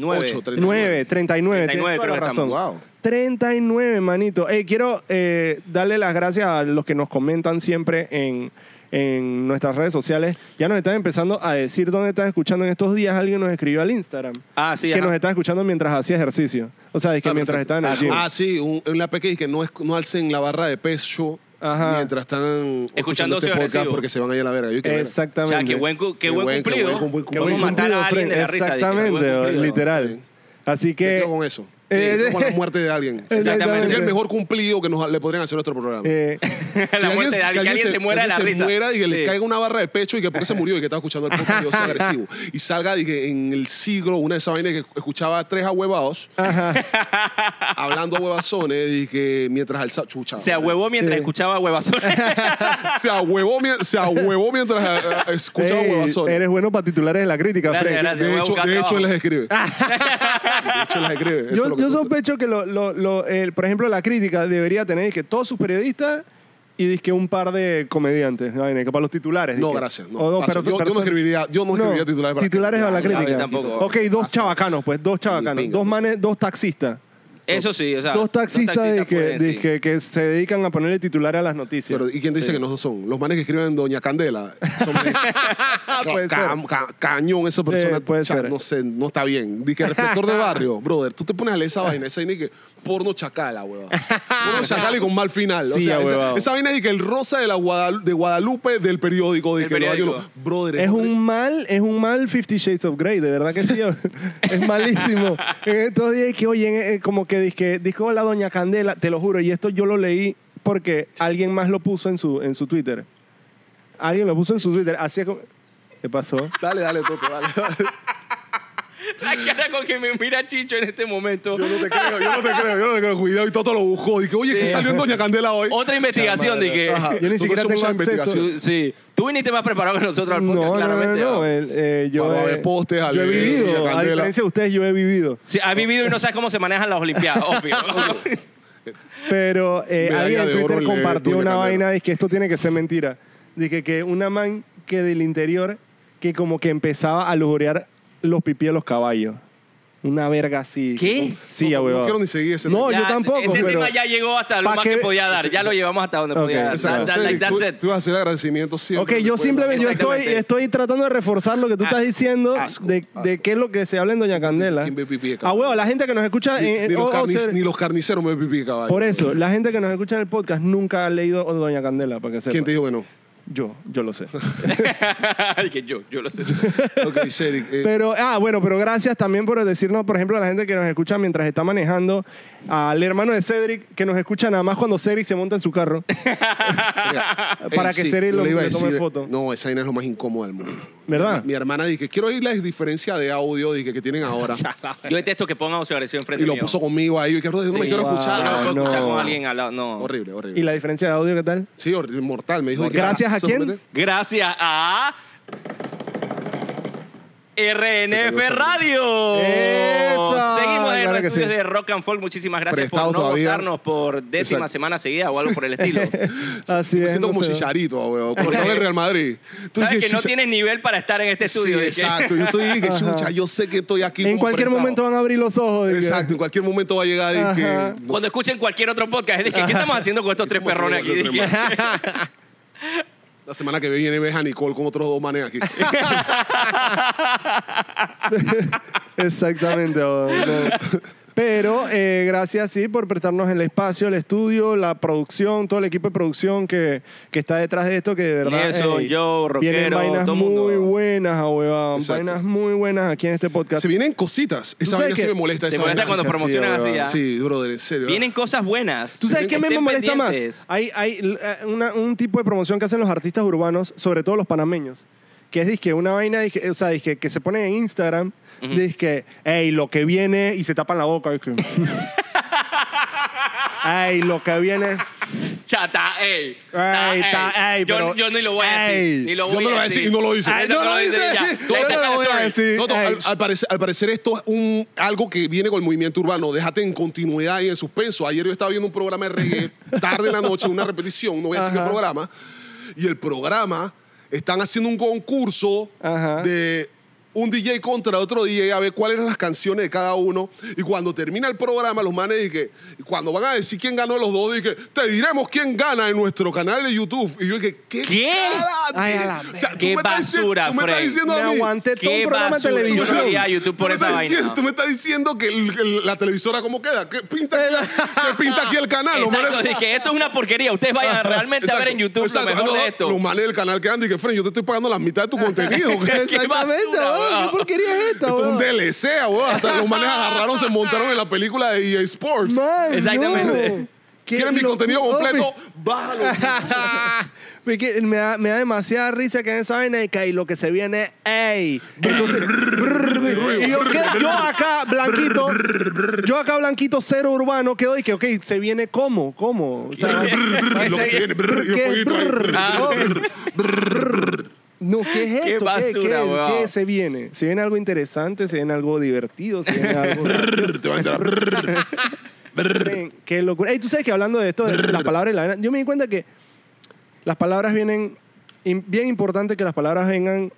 Speaker 1: 9, 39, 39 tienes
Speaker 3: 39,
Speaker 1: toda la
Speaker 3: creo que
Speaker 1: razón.
Speaker 2: estamos. Wow.
Speaker 1: 39, manito. Ey, quiero eh, darle las gracias a los que nos comentan siempre en, en nuestras redes sociales. Ya nos están empezando a decir dónde están escuchando en estos días. Alguien nos escribió al Instagram.
Speaker 3: Ah, sí,
Speaker 1: Que
Speaker 3: ajá.
Speaker 1: nos está escuchando mientras hacía ejercicio. O sea, es que
Speaker 2: Ah,
Speaker 1: mientras
Speaker 2: perfecto.
Speaker 1: estaba en el gym.
Speaker 2: Ah, sí, un, una pequeña que no, es- no alcen la barra de peso
Speaker 1: Ajá.
Speaker 2: mientras están
Speaker 3: Escuchando
Speaker 2: escuchando este
Speaker 3: Ocio
Speaker 2: podcast
Speaker 3: Agresivo.
Speaker 2: porque se van a ir a la verga. Yo, qué verga.
Speaker 3: O
Speaker 1: Exactamente.
Speaker 3: sea, qué buen, cu- qué
Speaker 2: Qué
Speaker 3: buen
Speaker 2: buen- qué
Speaker 3: cumplido.
Speaker 2: buen- buen
Speaker 1: Qué
Speaker 2: Vamos
Speaker 1: buen
Speaker 3: Podemos matar
Speaker 1: cumplido,
Speaker 3: a alguien de la
Speaker 1: Fren.
Speaker 3: risa. dije, qué buen
Speaker 1: Exactamente,
Speaker 3: cumplido.
Speaker 1: literal.
Speaker 2: Sí.
Speaker 1: Así
Speaker 2: Me
Speaker 1: que.
Speaker 2: quedo con eso.
Speaker 1: Eh,
Speaker 2: Me quedo
Speaker 1: de-
Speaker 2: con la muerte de alguien.
Speaker 1: [laughs] Exactamente.
Speaker 2: Sería el mejor cumplido que nos le podrían hacer a nuestro programa. [laughs]
Speaker 1: Eh,
Speaker 2: Que
Speaker 3: [laughs] la muerte de alguien, que alguien se muera de la
Speaker 2: se
Speaker 3: risa.
Speaker 2: muera y que
Speaker 3: Sí.
Speaker 2: le caiga una barra de pecho y que porque se murió y que estaba escuchando el
Speaker 1: [laughs]
Speaker 2: podcast de Ocio agresivo. Y salga y que en el siglo, una de esas vainas que escuchaba tres ahuevados hablando huevazones y que mientras alzaba. Chucha.
Speaker 3: Se ahuevó mientras
Speaker 1: Sí.
Speaker 3: escuchaba huevazones.
Speaker 2: se ahuevó, mien- se ahuevó mientras eh, eh, escuchaba
Speaker 1: ey,
Speaker 2: huevazones.
Speaker 1: eres bueno para titulares de la crítica,
Speaker 3: Gracias,
Speaker 1: Fren.
Speaker 3: gracias. voy
Speaker 2: De
Speaker 3: a
Speaker 2: hecho,
Speaker 3: buscar
Speaker 2: de hecho,
Speaker 3: trabajo.
Speaker 2: él les
Speaker 1: [laughs]
Speaker 2: escribe. De hecho, él les escribe. Eso es
Speaker 1: Yo,
Speaker 2: lo que
Speaker 1: yo
Speaker 2: pasa.
Speaker 1: sospecho que, lo- lo- lo- el- por ejemplo, la crítica debería tener que todos sus periodistas y dizque un par de comediantes, ¿no? Vaina, que para los titulares.
Speaker 2: No,
Speaker 1: dizque.
Speaker 2: gracias, no.
Speaker 1: O dos
Speaker 2: Paso. Yo-
Speaker 1: per-
Speaker 2: yo no
Speaker 1: personas-
Speaker 2: escribiría- yo no escribiría titulares para la
Speaker 1: titulares
Speaker 2: crítica.
Speaker 1: para la
Speaker 3: No, yo
Speaker 1: crítica.
Speaker 3: tampoco.
Speaker 1: ok, dos chavacanos, pues, dos chavacanos.
Speaker 2: pinga,
Speaker 1: Dos
Speaker 2: tú.
Speaker 1: manes, dos taxistas.
Speaker 3: [laughs] Eso sí, o sea.
Speaker 1: dos taxistas, dizque-
Speaker 3: pueden, sí. [laughs]
Speaker 1: dizque que se dedican a ponerle titular a las noticias.
Speaker 2: Pero, ¿y quién dice que no son? Los manes que escriben Doña Candela. Son
Speaker 1: [laughs] Puede ser.
Speaker 2: Ca- ca- cañón esa persona.
Speaker 1: Eh, puede
Speaker 2: cha-
Speaker 1: ser.
Speaker 2: No sé, no está bien. Dice reflector de
Speaker 1: [laughs]
Speaker 2: barrio, brother. Tú te pones a leer esa vaina, esa vaina y que porno chacala, weón. Porno chacala y con mal final. o
Speaker 1: Sí,
Speaker 2: sea, esa,
Speaker 1: ahuevado.
Speaker 2: esa vaina y que el rosa de, la Guadalu- de Guadalupe del periódico. De
Speaker 3: El
Speaker 2: que lo-
Speaker 3: periódico.
Speaker 2: yo lo- brother,
Speaker 1: Es un mal, es un mal Fifty Shades of Grey, de verdad que sí. [laughs] es malísimo. En estos días que, oye, eh, como que dizque- dijo la doña Candela, te lo juro, y esto yo lo leí porque alguien más lo puso en su, en su Twitter. Alguien lo puso en su Twitter. Así es como... ¿Qué pasó?
Speaker 2: Dale, dale, Toto, dale. dale.
Speaker 3: La cara con que me mira Chicho en este momento.
Speaker 2: Yo no te creo, yo no te creo, yo no te creo. Cuidado, y Toto lo buscó. Dije, oye, ¿qué salió en Doña Candela hoy?
Speaker 3: Otra investigación de que.
Speaker 2: Ajá.
Speaker 1: Yo ni
Speaker 2: Nosotros
Speaker 1: siquiera
Speaker 2: somos
Speaker 1: tengo
Speaker 2: la
Speaker 1: acceso.
Speaker 2: investigación.
Speaker 3: Tú- Sí. Tú viniste más preparado que nosotros al
Speaker 1: No,
Speaker 3: podcast,
Speaker 1: no, no, no,
Speaker 3: claramente.
Speaker 1: no, el- eh, yo,
Speaker 2: ah, Vamos a
Speaker 1: he-
Speaker 2: ver postes, a
Speaker 1: yo he
Speaker 2: leer, doña
Speaker 1: vivido, a
Speaker 2: Candela.
Speaker 1: diferencia de ustedes, yo he vivido.
Speaker 3: Sí, has vivido y no sabes cómo se manejan
Speaker 1: [laughs]
Speaker 3: las Olimpiadas, obvio.
Speaker 1: Pero eh,
Speaker 2: [laughs] Medalla
Speaker 1: alguien en
Speaker 2: de
Speaker 1: Twitter
Speaker 2: oro le-
Speaker 1: compartió
Speaker 2: Tulio
Speaker 1: una
Speaker 2: Candela.
Speaker 1: vaina de que esto tiene que ser mentira. De que, que una man que del interior que como que empezaba a lujurear los pipí a los caballos. Una verga así.
Speaker 3: ¿Qué?
Speaker 1: Sí,
Speaker 2: No,
Speaker 1: ya,
Speaker 2: no
Speaker 1: huevón.
Speaker 2: quiero ni seguir ese
Speaker 1: No,
Speaker 2: tema.
Speaker 1: yo
Speaker 3: [laughs] Ya,
Speaker 1: tampoco,
Speaker 3: Este
Speaker 1: pero...
Speaker 3: tema ya llegó hasta lo
Speaker 1: ¿Pa'
Speaker 3: más
Speaker 1: qué?
Speaker 3: que podía dar. Ya lo llevamos hasta donde
Speaker 1: Ok,
Speaker 3: podía dar.
Speaker 1: exacto.
Speaker 3: That- that- like, that's it.
Speaker 2: Tú, tú vas a hacer agradecimientos siempre.
Speaker 1: Ok, yo simplemente yo estoy,
Speaker 3: Exactamente.
Speaker 1: estoy tratando de reforzar lo que tú estás
Speaker 2: Asco,
Speaker 1: diciendo
Speaker 2: asco,
Speaker 1: de, de qué es lo que se habla en Doña Candela.
Speaker 2: ¿Quién ve pipí de
Speaker 1: Ah,
Speaker 2: caballo?
Speaker 1: huevo, la gente que nos escucha...
Speaker 2: Ni,
Speaker 1: en-
Speaker 2: ni los
Speaker 1: o- o
Speaker 2: carnic-
Speaker 1: sea,
Speaker 2: ni los carniceros me pipí de caballo.
Speaker 1: oh, por eso, la gente que nos escucha en el podcast nunca ha leído Doña Candela, para que sepa.
Speaker 2: ¿Quién te dijo que
Speaker 1: [laughs]
Speaker 2: no?
Speaker 1: Yo, yo
Speaker 2: [laughs]
Speaker 1: lo sé.
Speaker 3: [laughs] Ay, que yo, yo
Speaker 1: [laughs]
Speaker 3: lo sé.
Speaker 2: Ok, Cedric. eh,
Speaker 1: Pero, ah, bueno, pero gracias también por decirnos, por ejemplo, a la gente que nos escucha mientras está manejando, al hermano de Cedric, que nos escucha nada más cuando Cedric se monta en su carro. [laughs]
Speaker 2: mira, eh,
Speaker 1: para que Cedric
Speaker 2: yo
Speaker 1: lo-
Speaker 2: le iba a
Speaker 1: le tome
Speaker 2: decir,
Speaker 1: foto.
Speaker 2: No, esa vaina es lo más incómodo del mundo.
Speaker 1: ¿Verdad?
Speaker 2: Mi, mi hermana dije, quiero oír la diferencia de audio dije, que tienen
Speaker 1: [laughs]
Speaker 2: ahora.
Speaker 3: Yo detesto que pongan su agresión enfrente
Speaker 2: y lo
Speaker 3: mío.
Speaker 2: puso conmigo ahí. Y que "Brother, no me
Speaker 3: Sí.
Speaker 2: quiero
Speaker 1: Wow.
Speaker 2: escuchar.
Speaker 3: Yo no
Speaker 1: Ah,
Speaker 3: puedo escuchar
Speaker 1: no.
Speaker 3: con alguien al lado. No.
Speaker 2: Horrible, horrible.
Speaker 1: Y la diferencia de audio, ¿qué tal?
Speaker 2: Sí, horrible, mortal. Me dijo. dije,
Speaker 1: ¿Gracias a quién?
Speaker 2: "Sómete".
Speaker 3: Gracias a. RNF Radio.
Speaker 1: ¡Esa!
Speaker 3: Seguimos en
Speaker 1: Claro
Speaker 3: los
Speaker 1: que
Speaker 3: estudios
Speaker 1: sí.
Speaker 3: de Rock and Folk. Muchísimas gracias
Speaker 2: Prestado
Speaker 3: por no
Speaker 2: todavía.
Speaker 3: votarnos por décima
Speaker 2: Exacto.
Speaker 3: semana seguida o algo por
Speaker 1: [laughs]
Speaker 3: el estilo.
Speaker 1: Así
Speaker 2: Me
Speaker 1: es.
Speaker 2: siento
Speaker 1: no
Speaker 2: como
Speaker 1: sé.
Speaker 2: chicharito, ah, weón.
Speaker 1: [laughs]
Speaker 2: Porque no
Speaker 3: Porque-
Speaker 2: del Real Madrid. Tú
Speaker 3: Sabes que
Speaker 2: dices,
Speaker 3: no
Speaker 2: "Chicha".
Speaker 3: tienes nivel para estar en este
Speaker 2: Sí,
Speaker 3: estudio. de que-
Speaker 2: exacto. Yo estoy dije, chucha, yo sé que estoy aquí.
Speaker 1: En
Speaker 2: como
Speaker 1: cualquier
Speaker 2: prestado.
Speaker 1: momento van a abrir los ojos. dije.
Speaker 2: Exacto, en cualquier momento va a llegar y
Speaker 1: Ajá.
Speaker 2: que.
Speaker 3: [laughs] Cuando escuchen cualquier otro podcast, dije, ¿qué estamos haciendo con estos tres
Speaker 2: ¿Cómo
Speaker 3: perrones aquí?
Speaker 2: hacemos con
Speaker 3: Dije,
Speaker 2: La semana que viene ves a Nicole con otros dos manes
Speaker 1: [laughs]
Speaker 2: aquí.
Speaker 1: [laughs] Exactamente. o- no. Pero eh, gracias, sí, por prestarnos el espacio, el estudio, la producción, todo el equipo de producción que, que está detrás de esto, que de verdad. eh,
Speaker 3: Nelson, Joe,
Speaker 1: vienen
Speaker 3: Rockero,
Speaker 1: vainas
Speaker 3: todo
Speaker 1: muy
Speaker 3: mundo.
Speaker 1: buenas, huevón.
Speaker 2: Exacto.
Speaker 1: Vainas muy buenas aquí en este podcast.
Speaker 2: Se vienen cositas. Esa
Speaker 1: sabes
Speaker 2: vaina sí
Speaker 1: que-
Speaker 2: me molesta.
Speaker 3: Te
Speaker 2: esa
Speaker 3: molesta
Speaker 2: vaina.
Speaker 3: cuando
Speaker 1: Sí,
Speaker 3: promocionan así
Speaker 1: weón.
Speaker 3: ya.
Speaker 2: Sí, brother, en serio.
Speaker 3: Vienen cosas buenas.
Speaker 1: ¿Tú sabes qué me
Speaker 3: Estén
Speaker 1: molesta más?
Speaker 3: pendientes.
Speaker 1: Hay, hay eh, una- un tipo de promoción que hacen los artistas urbanos, sobre todo los panameños, que es dizque, una vaina, dizque, o sea, dizque, que se pone en Instagram, dizque, hey, lo que viene, y se tapan la boca.
Speaker 3: [laughs]
Speaker 1: dizque. Ay, lo que
Speaker 2: [laughs]
Speaker 1: viene.
Speaker 3: Chata, ey.
Speaker 1: Ey,
Speaker 3: Ta,
Speaker 1: ta, ey,
Speaker 3: yo,
Speaker 1: pero-
Speaker 3: yo ni lo voy a
Speaker 1: ey.
Speaker 3: decir. Ni lo
Speaker 2: Yo
Speaker 3: voy
Speaker 2: no lo
Speaker 3: a
Speaker 2: voy a decir y no lo hice.
Speaker 1: Ay, no lo hice. Yo no lo voy a decir.
Speaker 2: No, no,
Speaker 1: Ey.
Speaker 2: al, al parecer, al parecer esto es un, algo que viene con el movimiento urbano. Déjate en continuidad y en suspenso. Ayer yo estaba viendo un programa de
Speaker 1: [laughs]
Speaker 2: reggae tarde en la noche, una repetición, no voy a decir
Speaker 1: Ajá.
Speaker 2: el programa. Y el programa están haciendo un concurso
Speaker 1: Ajá.
Speaker 2: de un DJ contra otro DJ a ver cuáles eran las canciones de cada uno. Y cuando termina el programa, los manes dije, y cuando van a decir quién ganó los dos, dije, te diremos quién gana en nuestro canal de YouTube. Y yo dije, ¿qué?
Speaker 3: ¿Qué?
Speaker 2: carajo?
Speaker 1: Ay, a la
Speaker 2: O sea, tú
Speaker 3: Qué
Speaker 2: me estás dici-
Speaker 3: basura,
Speaker 2: tú me estás
Speaker 3: Fred.
Speaker 2: diciendo
Speaker 1: Me
Speaker 2: a mí-
Speaker 1: aguanté todo
Speaker 3: Qué
Speaker 1: un programa de
Speaker 3: basura.
Speaker 1: televisión.
Speaker 3: Yo no iría a YouTube
Speaker 2: Tú
Speaker 3: por
Speaker 2: me
Speaker 3: esa
Speaker 2: estás
Speaker 3: vaina.
Speaker 2: diciendo- Tú me estás diciendo que el- el- la televisora cómo queda. ¿Qué pinta, aquí- qué pinta aquí el canal? Los
Speaker 3: Exacto,
Speaker 2: manes-
Speaker 3: dije, esto es una porquería. Ustedes vayan realmente a ver en YouTube
Speaker 2: Exacto,
Speaker 3: lo
Speaker 2: ah,
Speaker 3: mejor
Speaker 2: no,
Speaker 3: de esto.
Speaker 2: Los manes del canal que andan y que, Fren, yo te estoy pagando la mitad de
Speaker 1: [laughs]
Speaker 2: tu contenido. ¿qué?
Speaker 3: Qué
Speaker 1: Exactamente,
Speaker 3: basura,
Speaker 1: weón,
Speaker 3: weón.
Speaker 1: ¿Qué porquería es esta,
Speaker 2: Esto es un
Speaker 1: weón?
Speaker 2: DLC, abogado. ah, Hasta los manes agarraron, se montaron en la película de EA Sports.
Speaker 1: Man, no.
Speaker 3: Exactamente.
Speaker 1: Qué
Speaker 2: ¿Quieres mi
Speaker 1: loco-
Speaker 2: contenido completo?
Speaker 1: Opi. [laughs]
Speaker 2: Bájalo.
Speaker 1: Porque me da, me da demasiada risa que en esa vaina y que ahí lo que se viene, ¡ey! Entonces, y yo, quedo- yo acá, blanquito, yo acá, blanquito, cero urbano, quedo y que, ok, se viene cómo, cómo. O sea,
Speaker 2: Lo que se viene, brr, y el
Speaker 1: ¿qué?
Speaker 2: fueguito ahí, brr.
Speaker 1: Ah. No, ¿qué es esto?
Speaker 3: Qué
Speaker 1: ¿Qué-
Speaker 3: basura,
Speaker 1: qué-
Speaker 3: weón.
Speaker 1: qué se viene? ¿Se viene algo interesante? ¿Se viene algo divertido? ¿Se viene
Speaker 2: [laughs]
Speaker 1: algo.?
Speaker 2: Te va a entrar.
Speaker 1: Ven, Qué locura. Ey, tú sabes que hablando de esto, de las palabras y la vaina, yo me di cuenta que las palabras vienen. im- Bien importante que las palabras vengan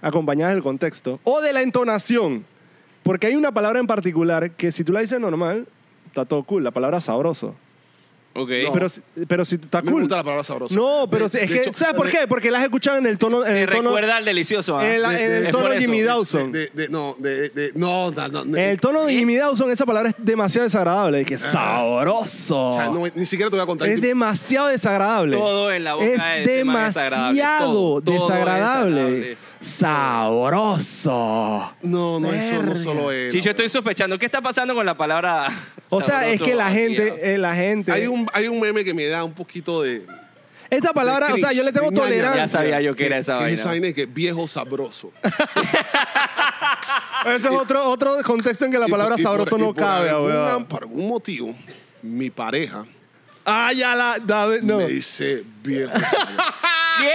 Speaker 1: acompañadas del contexto o de la entonación. Porque hay una palabra en particular que si tú la dices normal, está todo cool. La palabra sabroso.
Speaker 3: Ok.
Speaker 1: Pero, si- pero si está
Speaker 2: Me
Speaker 1: cool.
Speaker 2: gusta la palabra sabroso.
Speaker 1: No, pero
Speaker 2: De-
Speaker 1: es
Speaker 2: de
Speaker 1: que.
Speaker 2: hecho,
Speaker 1: ¿Sabes por qué? Porque la has escuchado en el tono. En
Speaker 3: Te
Speaker 1: el tono,
Speaker 3: recuerda al delicioso. ¿ah?
Speaker 1: en la- en el
Speaker 3: Es por
Speaker 1: tono
Speaker 3: eso.
Speaker 1: Jimmy Dawson.
Speaker 2: de- de- No, de- de- no, no, no,
Speaker 1: En el
Speaker 2: ¿Eh?
Speaker 1: tono de Jimmy Dawson, esa palabra es demasiado desagradable. Y que sabroso.
Speaker 2: Ah. O sea, no, ni siquiera te voy a contar.
Speaker 1: Es demasiado desagradable.
Speaker 3: Todo en la boca
Speaker 1: es
Speaker 3: de este man es
Speaker 1: demasiado
Speaker 3: desagradable. Todo, todo es
Speaker 1: desagradable.
Speaker 3: desagradable.
Speaker 1: Sabroso.
Speaker 2: No, no, eso no solo es.
Speaker 3: Sí, yo estoy sospechando. ¿Qué está pasando con la palabra?
Speaker 1: O sea, es
Speaker 3: sabroso,
Speaker 1: que la
Speaker 3: tío?
Speaker 1: gente, eh, la gente.
Speaker 2: Hay un, hay un meme que me da un poquito de.
Speaker 1: esta palabra, o sea, yo le tengo
Speaker 2: Ñaña.
Speaker 3: Ya
Speaker 1: tolerancia.
Speaker 3: sabía yo que era esa
Speaker 2: que
Speaker 3: vaina.
Speaker 2: Esa vaina que es viejo sabroso.
Speaker 1: Ese es otro, otro contexto en que la palabra
Speaker 2: Y por- y por-
Speaker 1: sabroso
Speaker 2: y
Speaker 1: no
Speaker 2: por
Speaker 1: cabe,
Speaker 2: alguna-
Speaker 1: weón.
Speaker 2: Por algún motivo, mi pareja
Speaker 1: Ah, ya la. da- no.
Speaker 2: me dice
Speaker 1: [laughs]
Speaker 2: viejo sabroso.
Speaker 3: ¿Qué?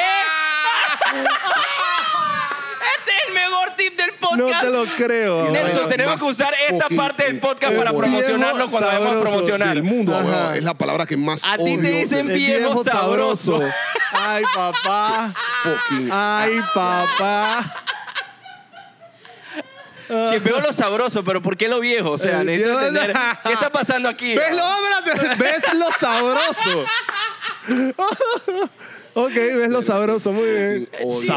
Speaker 3: este es el mejor tip del
Speaker 1: No
Speaker 3: podcast.
Speaker 1: te lo creo.
Speaker 2: Y
Speaker 1: weón.
Speaker 2: la vaina
Speaker 3: Nelson, tenemos
Speaker 2: más
Speaker 3: que usar esta
Speaker 2: fucking
Speaker 3: parte del podcast
Speaker 1: eh,
Speaker 3: para
Speaker 1: viejo
Speaker 3: promocionarlo cuando vayamos a
Speaker 1: sabroso
Speaker 3: promocionar.
Speaker 2: Del mundo,
Speaker 1: Ajá.
Speaker 2: weón, es la palabra que más
Speaker 3: A ti te
Speaker 2: odio del
Speaker 3: dicen
Speaker 1: El
Speaker 3: viejo sabroso.
Speaker 1: Ay, papá. Ah,
Speaker 2: fucking-
Speaker 1: Ay, papá.
Speaker 3: Que veo lo sabroso, pero ¿por qué lo viejo? O sea,
Speaker 1: El
Speaker 3: necesito
Speaker 1: viejo-
Speaker 3: entender. [laughs] ¿Qué está pasando aquí?
Speaker 1: Eh, ¿Ves lo, espérate, ¿Ves lo sabroso? [laughs] ok, ves lo sabroso, muy bien.
Speaker 2: Odio.
Speaker 3: No odias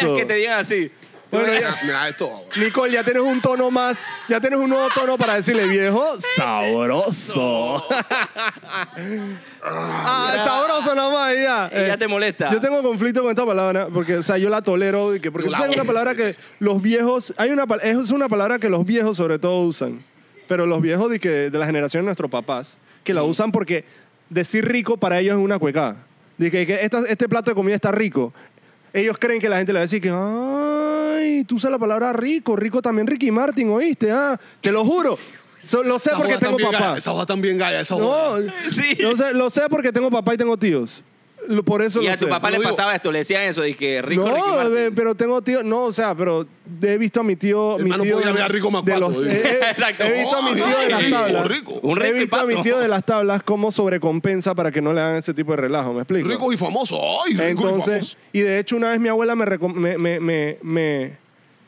Speaker 1: Sabroso.
Speaker 3: que te digan así.
Speaker 1: Bueno,
Speaker 2: Me
Speaker 1: ya-
Speaker 2: da- me da esto, weón.
Speaker 1: Nicole, ya tienes un tono más, ya tienes un nuevo tono para decirle viejo,
Speaker 3: [laughs]
Speaker 1: sabroso. ah, sabroso nomás, y ya.
Speaker 3: Y ya te molesta.
Speaker 1: Yo tengo conflicto con esta palabra, porque, o sea, yo la tolero, y que- porque
Speaker 2: Yo la
Speaker 1: es una
Speaker 2: odio.
Speaker 1: palabra que los viejos, hay una, pal- es una palabra que los viejos sobre todo usan, pero los viejos de, que, de la generación de nuestros papás, que la usan porque decir rico para ellos es una cuecada. De que, que esta- este plato de comida está rico. Ellos creen que la gente le va a decir que, ay, tú usas la palabra rico, rico también Ricky Martin, ¿oíste? Ah, te lo juro. So- lo sé
Speaker 2: Esa
Speaker 1: porque
Speaker 2: joda
Speaker 1: tengo
Speaker 2: también
Speaker 1: papá.
Speaker 2: galla, Esa hoja también galla, esa
Speaker 1: No,
Speaker 2: hoja.
Speaker 3: ah, Sí.
Speaker 1: lo sé, lo sé porque tengo papá y tengo tíos. lo- por eso
Speaker 3: Y
Speaker 1: lo
Speaker 3: a tu
Speaker 1: sé.
Speaker 3: papá
Speaker 2: No
Speaker 3: le
Speaker 2: digo-
Speaker 3: pasaba esto, le decían eso, y que rico, Ricky
Speaker 1: No,
Speaker 3: Martin.
Speaker 1: eh, pero tengo tío, no, o sea, pero he visto a mi tío,
Speaker 2: El
Speaker 1: mi
Speaker 2: man no
Speaker 1: tío
Speaker 2: podía
Speaker 1: de-
Speaker 2: ver a Rico Macuato,
Speaker 1: de los-
Speaker 2: dice.
Speaker 3: [laughs]
Speaker 1: eh, eh,
Speaker 3: Exacto.
Speaker 1: He visto a mi
Speaker 3: Oh,
Speaker 1: tío de las
Speaker 2: rico,
Speaker 1: tablas.
Speaker 2: rico.
Speaker 3: Un
Speaker 1: he
Speaker 3: rico y
Speaker 1: visto a mi
Speaker 3: pato.
Speaker 1: tío de las tablas cómo sobrecompensa para que no le hagan ese tipo de relajo, ¿me explico?
Speaker 2: Rico y famoso. Ay, rico y famoso.
Speaker 1: Entonces, y de hecho una vez mi abuela me, recom- me, me, me, me-